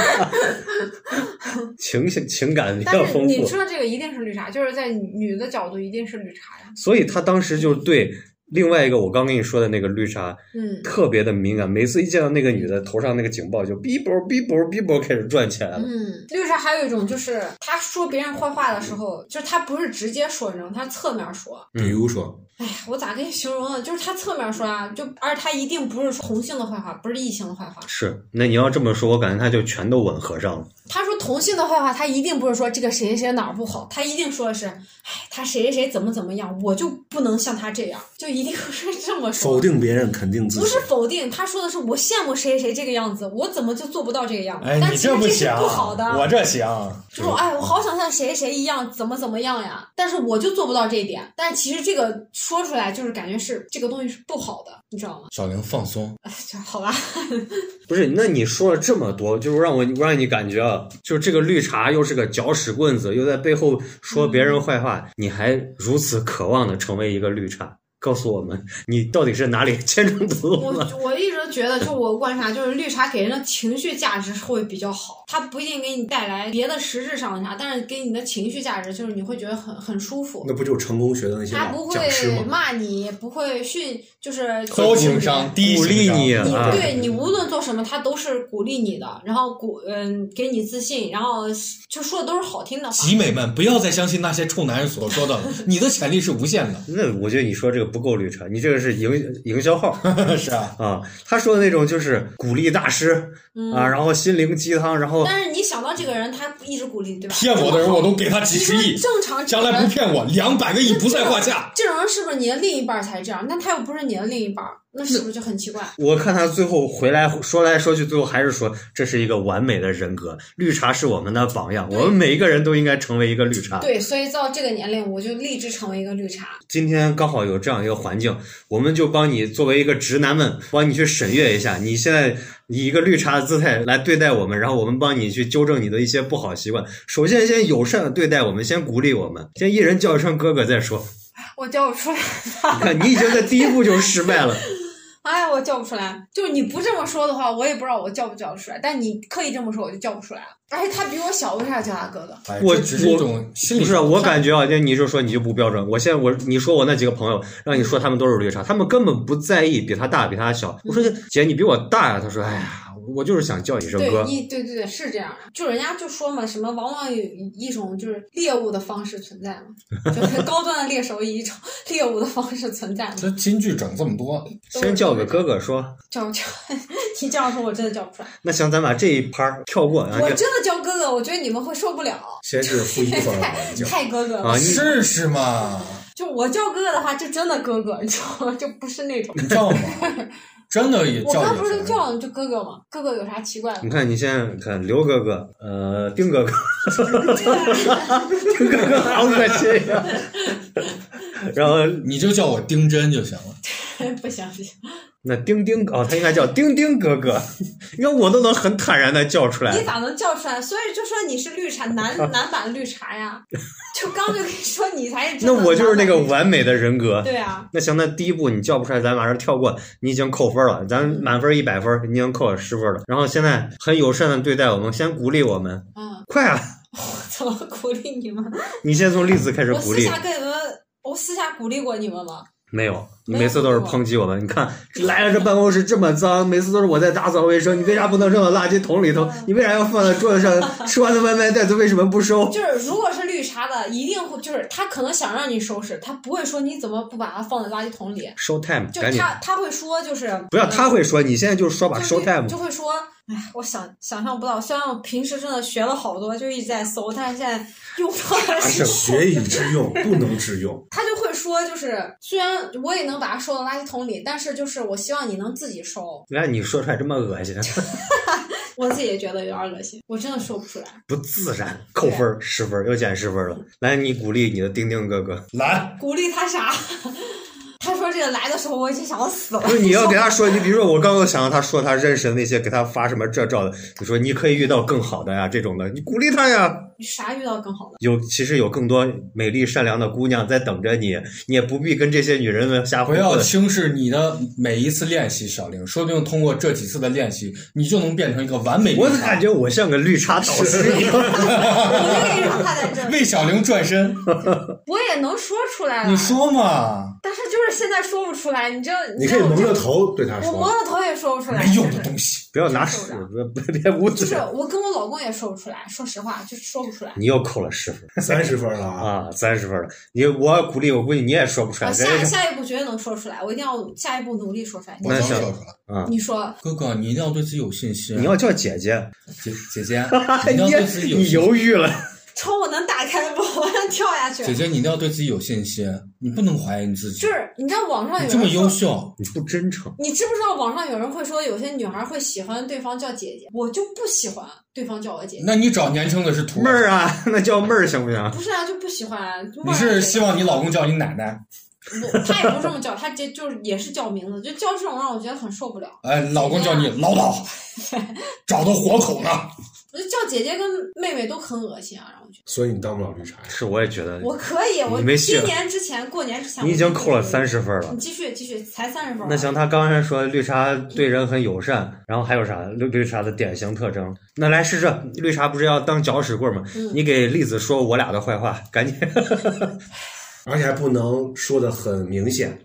[SPEAKER 1] 情绪情感比较
[SPEAKER 4] 但是
[SPEAKER 1] 丰
[SPEAKER 4] 你
[SPEAKER 1] 富，
[SPEAKER 4] 说这个一定是绿茶，就是在女的角度一定是绿茶呀，
[SPEAKER 1] 所以他当时就对另外一个我刚跟你说的那个绿茶
[SPEAKER 4] 嗯。
[SPEAKER 1] 特别的敏感。每次一见到那个女的，头上那个警报就哔啵哔啵哔啵开始转起来了。
[SPEAKER 4] 嗯，绿茶还有一种就是，他说别人坏话的时候，就是他不是直接说那种，他侧面说，
[SPEAKER 1] 嗯
[SPEAKER 3] 比如说，
[SPEAKER 4] 哎呀，我咋跟你形容呢？就是他侧面说啊，就而且他一定不是说同性的坏话，不是异性的坏话。
[SPEAKER 1] 是，那你要这么说，我感觉他就全都吻合上了。
[SPEAKER 4] 他说同性的坏话，他一定不是说这个谁谁谁哪儿不好，他一定说的是，哎，他谁谁谁怎么怎么样，我就不能像他这样，就一定是这么说。
[SPEAKER 3] 否定别人，肯定自
[SPEAKER 4] 不
[SPEAKER 3] 己
[SPEAKER 4] 是。否定，他说的是我羡慕谁谁谁这个样子，我怎么就做不到这个样子？
[SPEAKER 2] (laughs) 哎，
[SPEAKER 4] 但
[SPEAKER 2] 你
[SPEAKER 4] 其实
[SPEAKER 2] 不
[SPEAKER 4] 这
[SPEAKER 2] 行
[SPEAKER 4] 是，不好的。
[SPEAKER 2] 我这行。啊
[SPEAKER 4] 就是我哎，我好想像谁谁一样，怎么怎么样呀？但是我就做不到这一点。但其实这个说出来，就是感觉是这个东西是不好的，你知道吗？ (laughs)
[SPEAKER 2] 小玲放松，
[SPEAKER 4] 哎，就好吧。
[SPEAKER 1] 不是，那你说了这么多，就是让我让你感觉啊，就是这个绿茶又是个搅屎棍子，又在背后说别人坏话，你还如此渴望的成为一个绿茶，告诉我们你到底是哪里牵中毒了？
[SPEAKER 4] (laughs) 我我一直觉得，就我观察，就是绿茶给人的情绪价值会比较好，它不一定给你带来别的实质上的啥，但是给你的情绪价值就是你会觉得很很舒服
[SPEAKER 3] 那。不就成功学的那些
[SPEAKER 4] 它
[SPEAKER 3] 老
[SPEAKER 4] 不
[SPEAKER 3] 讲师
[SPEAKER 4] 会
[SPEAKER 3] 吗？
[SPEAKER 4] 骂你，不会训，就是
[SPEAKER 2] 高情商，。低
[SPEAKER 1] 鼓励
[SPEAKER 2] 情商
[SPEAKER 1] 你
[SPEAKER 4] 你
[SPEAKER 1] 啊！
[SPEAKER 4] 对你无论做什么，他都是鼓励你的，然后鼓嗯给你自信，然后就说的都是好听的话。
[SPEAKER 2] 集美们，不要再相信那些臭男人所说的
[SPEAKER 4] (laughs)
[SPEAKER 2] 了，你的潜力是无限
[SPEAKER 1] 那我觉得你说这个不够绿茶，你这个是营营销号
[SPEAKER 2] 的， (laughs) 是啊。
[SPEAKER 1] 啊！他说的那种就是鼓励大师
[SPEAKER 4] 嗯，
[SPEAKER 1] 啊，然后心灵鸡汤，然后
[SPEAKER 4] 但是你想到这个人，他一直鼓励，对吧？
[SPEAKER 2] 骗我的人，我都给他几
[SPEAKER 4] 其
[SPEAKER 2] 十亿
[SPEAKER 4] 实，正常，
[SPEAKER 2] 将来不骗我，两百个亿不在话下。
[SPEAKER 4] 这种人是不是你的另一半才这样？那他又不是你的另一半，那是不是就很奇怪？
[SPEAKER 1] 我看他最后回来说来说去，最后还是说这是一个完美的人格，绿茶是我们的榜样，
[SPEAKER 4] 对
[SPEAKER 1] 我们每一个人都应该成为一个绿茶。
[SPEAKER 4] 对，所以到这个年龄，我就立志成为一个绿茶。
[SPEAKER 1] 今天刚好有这样一个环境，我们就帮你作为一个直男们，帮你去审阅一下，你现在以一个绿茶的姿态来对待我们，然后我们帮你去纠正你的一些不好习惯。首先先友善的对待我们，先鼓励我们，先一人叫一声哥哥再说。
[SPEAKER 4] 我叫不出来，
[SPEAKER 1] 你看，你已经在第一步就失败了。
[SPEAKER 4] 哎，我叫不出来。就是你不这么说的话，我也不知道我叫不叫得出来。但你刻意这么说，我就叫不出来了。而且他比我小，为啥叫他啊哥哥？
[SPEAKER 2] 哎
[SPEAKER 1] 我
[SPEAKER 2] 这只是一
[SPEAKER 1] 我
[SPEAKER 2] 种心
[SPEAKER 1] 不
[SPEAKER 2] 理
[SPEAKER 1] 是，我感觉啊，就你就说你就不标准。我现在我你说我那几个朋友，让你说他们都是绿茶，他们根本不在意比他大比他小。我说姐，你比我大呀、他说，哎呀，我就是想叫你声
[SPEAKER 4] 对，
[SPEAKER 1] 哥。
[SPEAKER 4] 一对对对，是这样的。就人家就说嘛，什么往往有一种就是猎物的方式存在嘛，就是高端的猎手以一种 (laughs) 猎物的方式存在嘛。
[SPEAKER 2] 这金句整这么多，
[SPEAKER 4] 啊
[SPEAKER 1] 先叫个哥哥说，
[SPEAKER 4] 叫叫， (laughs) 你这样说我真的叫不出来，
[SPEAKER 1] 那行，咱把这一拍儿跳过啊。
[SPEAKER 4] 我
[SPEAKER 1] 这
[SPEAKER 4] 真的叫哥哥，我觉得你们会受不了，
[SPEAKER 3] 先是负一分儿，
[SPEAKER 4] (laughs)
[SPEAKER 3] 我讲
[SPEAKER 4] 太哥哥了。
[SPEAKER 1] 啊，你
[SPEAKER 2] 试试嘛，
[SPEAKER 4] 就我叫哥哥的话，就真的哥哥，你知道吗？就不是那种。
[SPEAKER 2] 你叫
[SPEAKER 4] (laughs)
[SPEAKER 2] 嘛，真的也
[SPEAKER 4] 我
[SPEAKER 2] 叫
[SPEAKER 4] 刚
[SPEAKER 2] 也
[SPEAKER 4] 不是
[SPEAKER 2] 行
[SPEAKER 4] 就叫你就哥哥吗？哥哥有啥奇怪的？
[SPEAKER 1] 你看，你现在看刘哥哥，呃，丁哥哥，丁哥哥好恶心呀。然后
[SPEAKER 2] 你就叫我丁真就行了。
[SPEAKER 1] 嗯
[SPEAKER 4] (laughs) 不行不行，
[SPEAKER 1] 那丁丁哦，他应该叫丁丁哥哥，你看我都能很坦然的叫出来
[SPEAKER 4] 你。咋能叫出来？所以就说你是绿茶，
[SPEAKER 1] (laughs)
[SPEAKER 4] 男男版绿茶呀。就刚就跟你说你才是真
[SPEAKER 1] 那
[SPEAKER 4] 的
[SPEAKER 1] 我就是那个
[SPEAKER 4] 男版绿茶
[SPEAKER 1] 完美的人格。
[SPEAKER 4] 对啊，
[SPEAKER 1] 那行，那第一步你叫不出来，咱马上跳过，你已经扣分了。咱满分一百分，你已经扣了十分了。然后现在很友善的对待我们，先鼓励我们，
[SPEAKER 4] 嗯，
[SPEAKER 1] 快啊！
[SPEAKER 4] 怎么鼓励你们？
[SPEAKER 1] 你先从栗子开始
[SPEAKER 4] 我
[SPEAKER 1] 鼓
[SPEAKER 4] 私
[SPEAKER 1] 励。
[SPEAKER 4] 下跟你们，我私下鼓励过你们吗？
[SPEAKER 1] 没有，你
[SPEAKER 4] 没有
[SPEAKER 1] 每次都是抨击我们。你看来了，这办公室这么脏，每次都是我在打扫卫生，你为啥不能扔到垃圾桶里头？
[SPEAKER 4] 嗯
[SPEAKER 1] 你为啥要放在桌子
[SPEAKER 4] (laughs)
[SPEAKER 1] 上？吃完的外卖袋子为什么不收？
[SPEAKER 4] 就是如果是绿茶的，一定会就是他可能想让你收拾，他不会说你怎么不把它放在垃圾桶里。
[SPEAKER 1] 收 time，
[SPEAKER 4] 就
[SPEAKER 1] 赶紧
[SPEAKER 4] 他他会说就是嗯
[SPEAKER 1] 不要，他会说你现在就是说吧，
[SPEAKER 4] 就是
[SPEAKER 1] 收 time
[SPEAKER 4] 就。会说，哎，我想想象不到，虽然我平时真的学了好多，就一直在搜，但是现在用不到的
[SPEAKER 3] 但
[SPEAKER 4] 时
[SPEAKER 3] 是
[SPEAKER 4] 候，
[SPEAKER 3] 学以致用，不能致用。
[SPEAKER 4] (laughs) 他就会说，就是虽然我也能把它收到垃圾桶里，但是就是我希望你能自己收。
[SPEAKER 1] 原来你说出来这么恶心，
[SPEAKER 4] 我自己也觉得有点恶心，我真的说不出来。
[SPEAKER 1] 不自然，扣分儿十分儿，又减十分儿
[SPEAKER 4] 嗯
[SPEAKER 1] 了。来，你鼓励你的丁丁哥哥，
[SPEAKER 2] 来，
[SPEAKER 4] 鼓励他啥？ (laughs) 他说这个来的时候，我已经想要死了
[SPEAKER 1] 不。是你要给他说，你比如说我刚刚想到他说他认识的那些给他发什么这照的，你说你可以遇到更好的呀，这种的，你鼓励他呀。
[SPEAKER 4] 你啥遇到更好的？
[SPEAKER 1] 有其实有更多美丽善良的姑娘在等着你，你也不必跟这些女人们瞎
[SPEAKER 2] 不
[SPEAKER 1] 混
[SPEAKER 2] 要
[SPEAKER 1] 混。
[SPEAKER 2] 轻视你的每一次练习，小玲，说不定通过这几次的练习，你就能变成一个完美。
[SPEAKER 1] 我感觉我像个绿茶导师
[SPEAKER 4] (laughs)
[SPEAKER 1] 一样。
[SPEAKER 4] 我就跟你说他在这
[SPEAKER 2] (laughs)
[SPEAKER 4] 儿，
[SPEAKER 2] 为小玲
[SPEAKER 1] (laughs)
[SPEAKER 2] 转身，
[SPEAKER 4] 我也能说出来了
[SPEAKER 2] 你，说嘛，
[SPEAKER 4] 但是就是现在说不出来。你这
[SPEAKER 3] 你可以
[SPEAKER 4] 这
[SPEAKER 3] 蒙
[SPEAKER 4] 我
[SPEAKER 3] 着头对他
[SPEAKER 4] 我蒙
[SPEAKER 3] 说，
[SPEAKER 4] 着头也说不出来，
[SPEAKER 2] 没用
[SPEAKER 4] 就
[SPEAKER 2] 的
[SPEAKER 4] 是
[SPEAKER 2] 东西。
[SPEAKER 1] 不要 (laughs) 拿屎，别别捂
[SPEAKER 4] 就
[SPEAKER 1] 嘴
[SPEAKER 4] 是。我跟我老公也说不出来，说实话就是说不出
[SPEAKER 2] 嗯
[SPEAKER 4] 来。
[SPEAKER 1] 你又扣了十分
[SPEAKER 3] (laughs) 三十分了啊！
[SPEAKER 1] 啊，三十分了。你我鼓励，我估计你也说不出来。
[SPEAKER 4] 我
[SPEAKER 1] 咱
[SPEAKER 4] 下下一步绝对能说出来，我一定要下一步努力说出来。
[SPEAKER 1] (laughs)
[SPEAKER 2] 我
[SPEAKER 1] 那
[SPEAKER 2] 能
[SPEAKER 1] 小
[SPEAKER 2] 说出来，
[SPEAKER 4] 你说，
[SPEAKER 2] 哥哥，你一定要对自己有信心。
[SPEAKER 1] 你要叫姐姐，
[SPEAKER 2] 姐姐姐，你一定要对自己
[SPEAKER 1] (laughs) 你
[SPEAKER 2] 有信
[SPEAKER 1] 你
[SPEAKER 2] 心。
[SPEAKER 1] 犹豫了。
[SPEAKER 4] 窗户能打开不？我要跳下去。
[SPEAKER 2] 姐姐，你一定要对自己有信心，你不能怀疑你自己。
[SPEAKER 4] 就是你知道网上有人
[SPEAKER 2] 你这么
[SPEAKER 4] 说
[SPEAKER 2] 优秀，
[SPEAKER 1] 你不真诚，
[SPEAKER 4] 你知不知道网上有人会说有些女孩会喜欢对方叫姐姐，我就不喜欢对方叫我姐姐。
[SPEAKER 2] 那你找年轻的是图
[SPEAKER 1] 妹儿啊， (laughs) 那叫妹儿行不行？
[SPEAKER 4] 不是啊，就不喜欢啊。
[SPEAKER 2] 嗯你是希望你老公叫你奶奶？
[SPEAKER 4] 我他也不是这么叫，他这就是也是叫名字，就叫这种让我觉得很受不了。
[SPEAKER 2] 哎，老公叫你唠叨，
[SPEAKER 1] (laughs)
[SPEAKER 2] 找到活口呢。
[SPEAKER 4] 我就叫姐姐跟妹妹都很恶心啊，让我觉得。
[SPEAKER 3] 所以你当不了绿茶呀。
[SPEAKER 1] 是，我也觉得
[SPEAKER 4] 我可以，我
[SPEAKER 1] 你没戏了
[SPEAKER 4] 今年之前过年之前
[SPEAKER 1] 你已经
[SPEAKER 4] 我就
[SPEAKER 1] 扣了
[SPEAKER 4] 可以
[SPEAKER 1] 三十分了。
[SPEAKER 4] 你继续继续，才三十分。啊
[SPEAKER 1] 那，行，他刚才说绿茶对人很友善，然后还有啥绿绿茶的典型特征？那来试试，绿茶不是要当搅屎棍吗？
[SPEAKER 4] 嗯
[SPEAKER 1] 你给栗子说我俩的坏话，赶紧 (laughs)
[SPEAKER 3] 而且还不能说的很明
[SPEAKER 1] (laughs)
[SPEAKER 3] 显。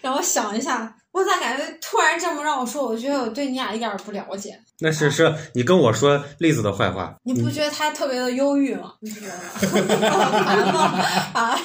[SPEAKER 4] 让我想一下，我咋感觉突然这么让我说，我觉得我对你俩一点儿不了解。
[SPEAKER 1] 那是是你跟我说栗子的坏话，
[SPEAKER 4] 你不觉得他特别的忧郁吗？ (laughs) 你不觉得吗？烦吗？ (laughs) 啊，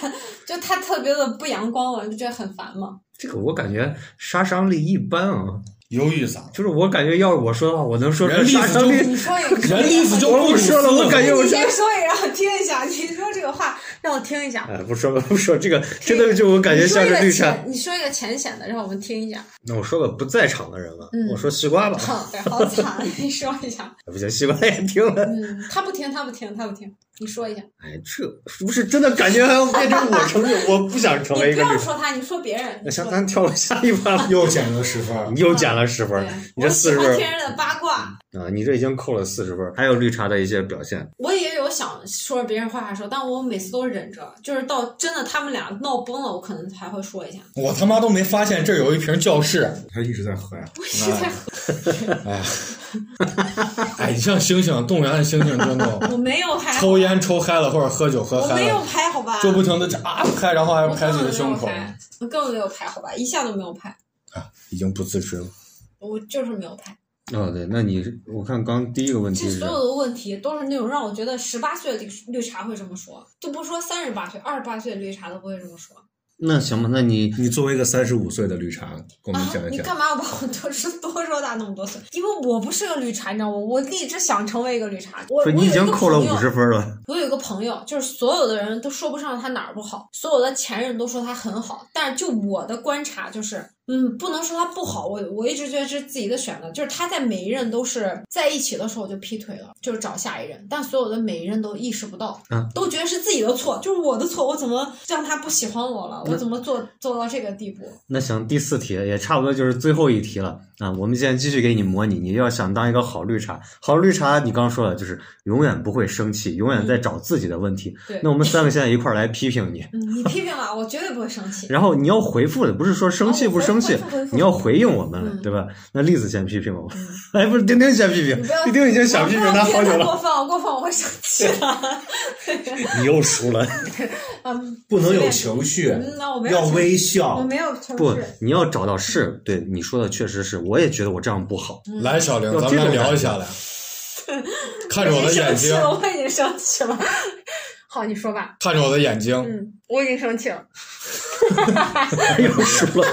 [SPEAKER 4] 就他特别的不阳光嘛，你不觉得很烦吗？
[SPEAKER 1] 这个我感觉杀伤力一般啊。
[SPEAKER 2] 犹豫啥？
[SPEAKER 1] 就是我感觉要是我说的话，我能说出来
[SPEAKER 2] 人栗
[SPEAKER 1] 杀
[SPEAKER 2] 子
[SPEAKER 1] 伤
[SPEAKER 2] 就
[SPEAKER 1] 力。
[SPEAKER 4] 你说一个，
[SPEAKER 2] 人意思就
[SPEAKER 1] 我不说了，我感觉我
[SPEAKER 4] 你
[SPEAKER 1] 这
[SPEAKER 4] 先说一个，让我听一下。你说这个话让我听一下。
[SPEAKER 1] 哎，不说了，不说这个，真的就我感觉像是绿茶。
[SPEAKER 4] 你说一个浅你说一个浅显的，让我们听一下。 (laughs)
[SPEAKER 1] 那我说个不在场的人了，
[SPEAKER 4] 嗯
[SPEAKER 1] 我说西瓜吧，哎
[SPEAKER 4] 好的，好惨，你说一下。
[SPEAKER 1] 不行，西瓜也听了。
[SPEAKER 4] 嗯，他不听，他不听，他不听。你说一下，
[SPEAKER 1] 哎，这是不是真的感觉还要变成我成为？我不想成
[SPEAKER 4] 你
[SPEAKER 1] 为一
[SPEAKER 4] 不
[SPEAKER 1] 个
[SPEAKER 4] 要
[SPEAKER 1] 绿茶。
[SPEAKER 4] 说他，你说别人。
[SPEAKER 1] 那
[SPEAKER 4] 你说
[SPEAKER 1] 行，咱跳了下一
[SPEAKER 3] (laughs)
[SPEAKER 1] 趴吧。
[SPEAKER 2] 又减了十分儿。
[SPEAKER 1] (laughs) 你又减了十分
[SPEAKER 4] 对，
[SPEAKER 1] 你这
[SPEAKER 4] 我
[SPEAKER 1] 四
[SPEAKER 4] 喜
[SPEAKER 1] 十
[SPEAKER 4] 欢
[SPEAKER 1] 分
[SPEAKER 4] 天然的八卦，
[SPEAKER 1] 啊，你这已经扣了四十分。还有绿茶的一些表现，
[SPEAKER 4] 我也有想说别人坏话说，但我每次都忍着，就是到真的他们俩闹崩了，我可能才会说一下。
[SPEAKER 2] 我他妈都没发现这儿有一瓶教室，
[SPEAKER 3] 他一直在喝呀。
[SPEAKER 4] 我实在
[SPEAKER 2] 哎， (laughs) 哎，你像星星，动物园的星星真的，
[SPEAKER 4] 我没有拍，
[SPEAKER 2] 抽烟抽嗨了或者喝酒喝
[SPEAKER 4] 我
[SPEAKER 2] 嗨
[SPEAKER 4] 没有
[SPEAKER 2] 了，
[SPEAKER 4] 拍，好吧？
[SPEAKER 2] 就不停的啊拍，然后还
[SPEAKER 4] 我
[SPEAKER 2] 拍
[SPEAKER 4] 根
[SPEAKER 2] 自
[SPEAKER 4] 本
[SPEAKER 2] 己的
[SPEAKER 4] 没
[SPEAKER 2] 胸
[SPEAKER 4] 有
[SPEAKER 2] 口，
[SPEAKER 4] 拍，我根本没有拍，好吧？一下都没有拍，
[SPEAKER 2] 已经不自知了。
[SPEAKER 4] 我就是没有拍。
[SPEAKER 1] 哦，对，那你我看刚第一个问
[SPEAKER 4] 这
[SPEAKER 1] 题是
[SPEAKER 4] 所，有的问题都是那种让我觉得十八岁的绿绿茶会这么说，就不说三十八岁、二十八岁的绿茶都不会这么说。
[SPEAKER 1] 那行吧，那你
[SPEAKER 3] 你作为一个三十五岁的绿茶，给我们
[SPEAKER 4] 啊
[SPEAKER 3] 讲，一
[SPEAKER 1] (laughs)
[SPEAKER 4] 你
[SPEAKER 3] 讲。
[SPEAKER 4] 干嘛要把我 (laughs) 多说多说大那么多岁？因为我不是个绿茶，你知道吗？我一直想成为一个绿茶。我
[SPEAKER 1] 说
[SPEAKER 4] 我
[SPEAKER 1] 你已
[SPEAKER 4] 有一
[SPEAKER 1] 经
[SPEAKER 4] 个
[SPEAKER 1] 扣了
[SPEAKER 4] 朋友
[SPEAKER 1] 五十分了，
[SPEAKER 4] 我有一个朋友，就是所有的人都说不上他哪儿不好，所有的前任都说他很好，但是就我的观察就是，嗯，不能说他不好，我我一直觉得是自己的选择，就是他在每一任都是在一起的时候就劈腿了，就是找下一任，但所有的每一任都意识不到，
[SPEAKER 1] 啊
[SPEAKER 4] 都觉得是自己的错，就是我的错，我怎么让他不喜欢我了，我怎么做做到这个地步？
[SPEAKER 1] 那行，第四题也差不多就是最后一题了啊！我们现在继续给你模拟，你要想当一个好绿茶，好绿茶，你刚刚说了就是永远不会生气，永远在找自己的问题。
[SPEAKER 4] 对
[SPEAKER 1] 那我们三个现在一块儿来批评你，
[SPEAKER 4] 嗯，你批评了，我绝对不会生
[SPEAKER 2] (laughs)
[SPEAKER 4] 气。
[SPEAKER 1] 然后你要回复的不是说生气
[SPEAKER 4] 哦
[SPEAKER 1] 不生气
[SPEAKER 4] 回复回，复
[SPEAKER 1] 你要回应我们，
[SPEAKER 4] 嗯
[SPEAKER 1] 对吧？那栗子先批评我们，(laughs)
[SPEAKER 4] 嗯
[SPEAKER 1] 哎，不是丁丁先批评
[SPEAKER 4] 你不要，
[SPEAKER 1] 丁丁已经想
[SPEAKER 4] 哦
[SPEAKER 1] 批评他好久
[SPEAKER 4] 我不要觉得太
[SPEAKER 1] 了，
[SPEAKER 4] 过分，我过分我会生气的。
[SPEAKER 1] 你又输了。
[SPEAKER 4] (laughs) 嗯，
[SPEAKER 3] 不能有情绪，
[SPEAKER 4] (laughs) 嗯那我没有
[SPEAKER 3] 要
[SPEAKER 4] 情绪
[SPEAKER 3] 微
[SPEAKER 4] 我
[SPEAKER 3] 笑。
[SPEAKER 4] 没有同
[SPEAKER 1] 不
[SPEAKER 4] 事，
[SPEAKER 1] 你要找到是对你说的确实是，我也觉得我这样不好。
[SPEAKER 4] 嗯
[SPEAKER 2] 来，小玲
[SPEAKER 1] 有，
[SPEAKER 2] 咱
[SPEAKER 1] 这
[SPEAKER 2] 们来
[SPEAKER 1] 种
[SPEAKER 2] 聊
[SPEAKER 1] 感
[SPEAKER 2] 一
[SPEAKER 1] 觉
[SPEAKER 4] (laughs)
[SPEAKER 2] 下来，看着我的眼睛，
[SPEAKER 4] 我已经生气了。 (laughs) 好，你说吧。
[SPEAKER 2] 看着我的眼睛，
[SPEAKER 4] 嗯，我已经生气了。
[SPEAKER 1] 又输了，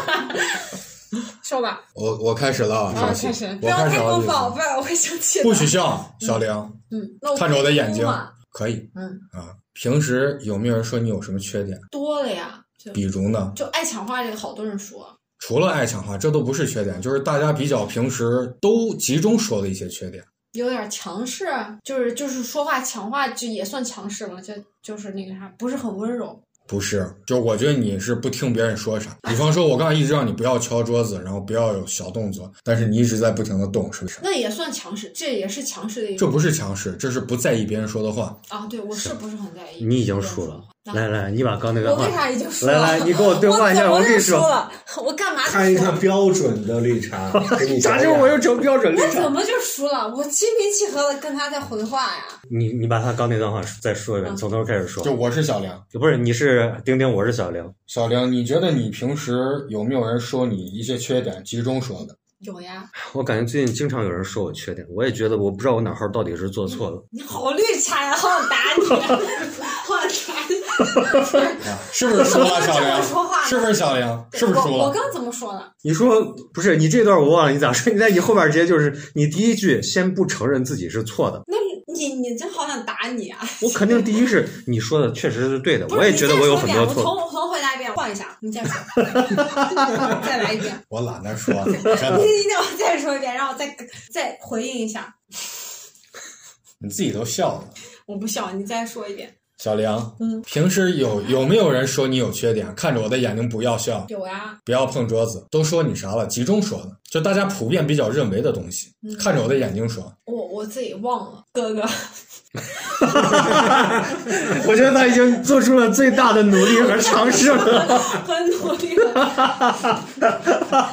[SPEAKER 4] 说吧。
[SPEAKER 2] 我我开始了啊，
[SPEAKER 4] 啊，
[SPEAKER 2] 上期
[SPEAKER 4] 开始，不
[SPEAKER 2] 我
[SPEAKER 4] 要
[SPEAKER 2] 开始
[SPEAKER 4] 太
[SPEAKER 2] 了
[SPEAKER 4] 过
[SPEAKER 2] 就是
[SPEAKER 4] 分，不然我会生气的。
[SPEAKER 2] 不许笑，小玲，
[SPEAKER 4] 嗯，那我
[SPEAKER 2] 看着我的眼睛
[SPEAKER 4] 哭嘛，
[SPEAKER 2] 可以
[SPEAKER 4] 嗯，
[SPEAKER 2] 啊。平时有没有人说你有什么缺点？
[SPEAKER 4] 多了呀，就
[SPEAKER 2] 比如呢？
[SPEAKER 4] 就爱抢话这个，好多人说。
[SPEAKER 2] 除了爱强化，这都不是缺点，就是大家比较平时都集中说的一些缺点。
[SPEAKER 4] 有点强势，就是就是说话强化，就也算强势嘛，就就是那个啥，不是很温柔。
[SPEAKER 2] 不是，就是我觉得你是不听别人说啥。比方说，我刚才一直让你不要敲桌子，然后不要有小动作，但是你一直在不停的动，是不是？
[SPEAKER 4] 那也算强势，这也是强势的一
[SPEAKER 2] 这
[SPEAKER 4] 种
[SPEAKER 2] 不是强势，这是不在意别人说的话。
[SPEAKER 4] 啊。对，我是不是很在意？
[SPEAKER 1] 你已经输了。来来，你把刚那个
[SPEAKER 4] 啊我
[SPEAKER 1] 话
[SPEAKER 4] 为啥已经输
[SPEAKER 1] 来
[SPEAKER 4] 了？ (laughs)
[SPEAKER 1] 来，你给我对话一下，
[SPEAKER 4] 我
[SPEAKER 1] 我跟你
[SPEAKER 4] 说
[SPEAKER 1] 说，
[SPEAKER 4] 了，我干嘛就
[SPEAKER 3] 看一
[SPEAKER 4] 输了
[SPEAKER 3] 看标准的绿
[SPEAKER 4] (laughs)
[SPEAKER 3] 茶，给你
[SPEAKER 1] 咋
[SPEAKER 3] 讲
[SPEAKER 1] 就
[SPEAKER 3] 讲
[SPEAKER 1] 我又成标准绿
[SPEAKER 4] 我
[SPEAKER 1] 茶
[SPEAKER 4] 怎？么就输了？我心平气和的跟他在回话呀。
[SPEAKER 1] 你你把他刚那段话再说一遍，
[SPEAKER 4] 嗯
[SPEAKER 1] 从头开始说
[SPEAKER 2] 就。我是小梁，
[SPEAKER 1] 不是，你是丁丁，我是小玲。
[SPEAKER 2] 小梁，你觉得你平时有没有人说你一些缺点，集中说的？
[SPEAKER 4] 有呀，
[SPEAKER 1] 我感觉最近经常有人说我缺点，我也觉得我不知道我哪号到底是做错了。
[SPEAKER 4] 你好绿茶呀，好想打你，啊 (laughs) 好想打你。
[SPEAKER 1] (laughs)
[SPEAKER 2] 啊、是不是输了，小
[SPEAKER 4] 我这么 (laughs) 说话
[SPEAKER 2] 梁？
[SPEAKER 4] 呢
[SPEAKER 2] 是不是小梁？是不是输
[SPEAKER 4] 我我
[SPEAKER 2] 了？
[SPEAKER 4] 刚怎么说了？
[SPEAKER 1] 你说不是？你这段我忘了你咋说？你 (laughs) 在你后边直接就是你第一句先不承认自己是错的，
[SPEAKER 4] 那你你真好想打你啊！
[SPEAKER 1] 我肯定第一是你说的确实是对的，
[SPEAKER 4] 不是
[SPEAKER 1] 我也觉得
[SPEAKER 4] 你再
[SPEAKER 1] 我有
[SPEAKER 4] 说一
[SPEAKER 1] 很多
[SPEAKER 4] 遍我
[SPEAKER 1] 错。
[SPEAKER 4] 重重回答一遍，换一下，你再说，
[SPEAKER 1] (laughs)
[SPEAKER 4] 再来一遍。
[SPEAKER 2] 我懒得说，真
[SPEAKER 4] 你
[SPEAKER 2] 的，
[SPEAKER 4] 你让我再说一遍，让我再再回应一下。
[SPEAKER 2] 你自己都笑了。
[SPEAKER 4] 我不笑，你再说一遍。
[SPEAKER 2] 小梁，
[SPEAKER 4] 嗯，
[SPEAKER 2] 平时有有没有人说你有缺点？看着我的眼睛不要笑，
[SPEAKER 4] 有呀，
[SPEAKER 2] 不要碰桌子，都说你啥了？集中说的，就大家普遍比较认为的东西。
[SPEAKER 4] 嗯
[SPEAKER 2] 看着我的眼睛说，
[SPEAKER 4] 我我自己忘了，哥哥。 (laughs)
[SPEAKER 1] 我觉得他已经做出了最大的努力和尝试
[SPEAKER 4] (laughs)
[SPEAKER 1] 了。
[SPEAKER 4] 很努力了。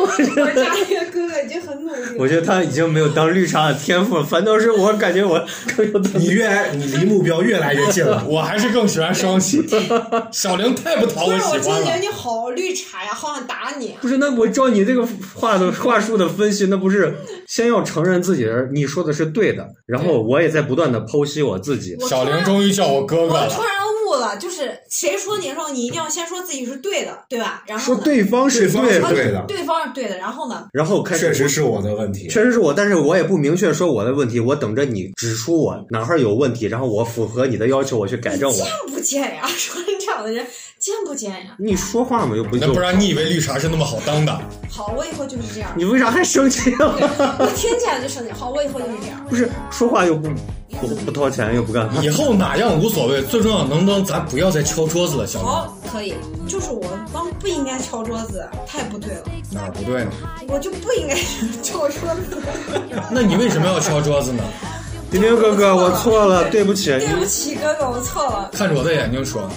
[SPEAKER 4] 我家那个哥哥已经很努力
[SPEAKER 1] 我
[SPEAKER 4] 了。
[SPEAKER 1] 觉得他已经没有当绿茶的天赋了，反倒是我感觉我更有
[SPEAKER 3] 你越来你离目标越来越近
[SPEAKER 1] (laughs)
[SPEAKER 3] 了。
[SPEAKER 2] 我还是更喜欢双喜。 (laughs) 小玲太不讨
[SPEAKER 4] 不
[SPEAKER 2] 我
[SPEAKER 4] 是，我
[SPEAKER 2] 喜
[SPEAKER 4] 真的
[SPEAKER 2] 欢啊
[SPEAKER 4] 觉得
[SPEAKER 2] 了。
[SPEAKER 4] 你好绿茶呀，好想打你啊。
[SPEAKER 1] 不是，那我照你这个话的话术的分析，那不是先要承认自己的你说的是对的，然后我也在不断的剖析我自己。
[SPEAKER 4] 我
[SPEAKER 2] 小玲终于叫我哥哥啊
[SPEAKER 4] 我
[SPEAKER 2] 了
[SPEAKER 4] 突。然悟了，就是谁说你的时候，你一定要先说自己是对的，对吧？然后
[SPEAKER 1] 说
[SPEAKER 4] 呢，
[SPEAKER 1] 对方是
[SPEAKER 3] 对方是
[SPEAKER 1] 对
[SPEAKER 4] 啊
[SPEAKER 1] 的，
[SPEAKER 3] 对的
[SPEAKER 4] 对方是对的，然后呢，
[SPEAKER 1] 然后开始
[SPEAKER 3] 确实是我的问题。
[SPEAKER 1] 确实是我，但是我也不明确说我的问题，我等着你指出我哪儿有问题，然后我符合你的要求，我去改正我。
[SPEAKER 4] 贱不贱呀？ (laughs) 说你这样的人贱不贱呀？
[SPEAKER 1] 你说话嘛又不
[SPEAKER 2] 那
[SPEAKER 1] 就
[SPEAKER 2] 不然你以为绿茶是那么好当的？
[SPEAKER 4] 好，我以后就是这样。
[SPEAKER 1] 你为啥还生气啊？
[SPEAKER 4] 我听起来就生气。好，我以后就是这样。
[SPEAKER 1] (laughs) 不是说话又不不不掏钱又不干嘛
[SPEAKER 2] 以？后哪样无所谓，最重要能不能咱不要再敲桌子了，小明。
[SPEAKER 4] 好，哦可以。就是我刚不应该敲桌子，太不对了，
[SPEAKER 2] 哪儿不对呢？
[SPEAKER 4] 我就不应该敲桌子。
[SPEAKER 2] 那你为什么要敲桌子呢？
[SPEAKER 1] 丁丁哥哥，我错了，对不起。
[SPEAKER 4] 对不起，哥哥，我错了。
[SPEAKER 2] 看着我的眼睛说，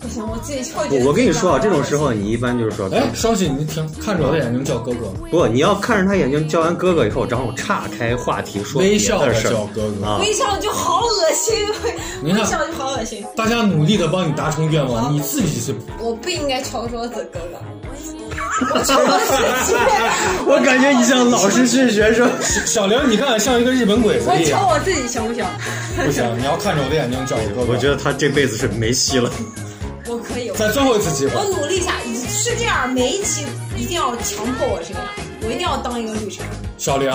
[SPEAKER 4] 不行，我自己错觉。
[SPEAKER 1] 我我跟你说啊，这种时候你一般就是说，
[SPEAKER 2] 哎，稍息，你听，看着我的眼睛叫哥哥，
[SPEAKER 1] 不，你要看着他眼睛叫完哥哥以后，然后岔开话题说别
[SPEAKER 2] 微笑
[SPEAKER 1] 的
[SPEAKER 2] 的
[SPEAKER 1] 事儿
[SPEAKER 2] 叫哥哥。
[SPEAKER 1] 啊。
[SPEAKER 4] 微笑就好恶
[SPEAKER 1] (laughs)
[SPEAKER 4] 心，
[SPEAKER 2] 你看
[SPEAKER 4] 微笑就好恶心。
[SPEAKER 2] 大家努力的帮你达成愿望，你自己是
[SPEAKER 4] 我不应该敲桌子，哥哥。我觉得我自己，
[SPEAKER 1] (laughs) 我感觉你像老师训学生，
[SPEAKER 2] 小玲，你看像一个日本鬼子
[SPEAKER 4] 我
[SPEAKER 2] 一
[SPEAKER 4] 敲
[SPEAKER 2] 样。
[SPEAKER 4] 我自己行不行？
[SPEAKER 2] (laughs) 不行，你要看着我的眼睛叫我哥哥。
[SPEAKER 1] 我觉得他这辈子是没戏了。
[SPEAKER 4] 我
[SPEAKER 1] (laughs)
[SPEAKER 4] 可以。我
[SPEAKER 2] 在最后一次机会
[SPEAKER 4] 我，努力一下，是这样，每一期一定要强迫我这个样，我一定要当一个绿茶。
[SPEAKER 2] 小玲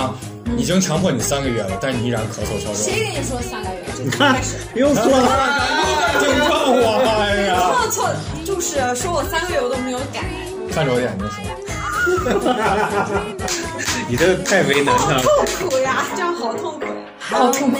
[SPEAKER 2] 已经强迫你三个月了，但你依然咳嗽敲桌子。
[SPEAKER 4] 谁跟你说三个月就开始？ (laughs)
[SPEAKER 1] 又
[SPEAKER 2] (laughs)
[SPEAKER 1] 错了。
[SPEAKER 2] 警告我！哎呀，
[SPEAKER 4] 错错，就是说我三个月我都没有改，
[SPEAKER 2] 看着我的眼睛说，
[SPEAKER 1] 你这太为难他了。
[SPEAKER 4] 痛苦呀，这样好痛苦呀。Oh,
[SPEAKER 5] 好痛苦。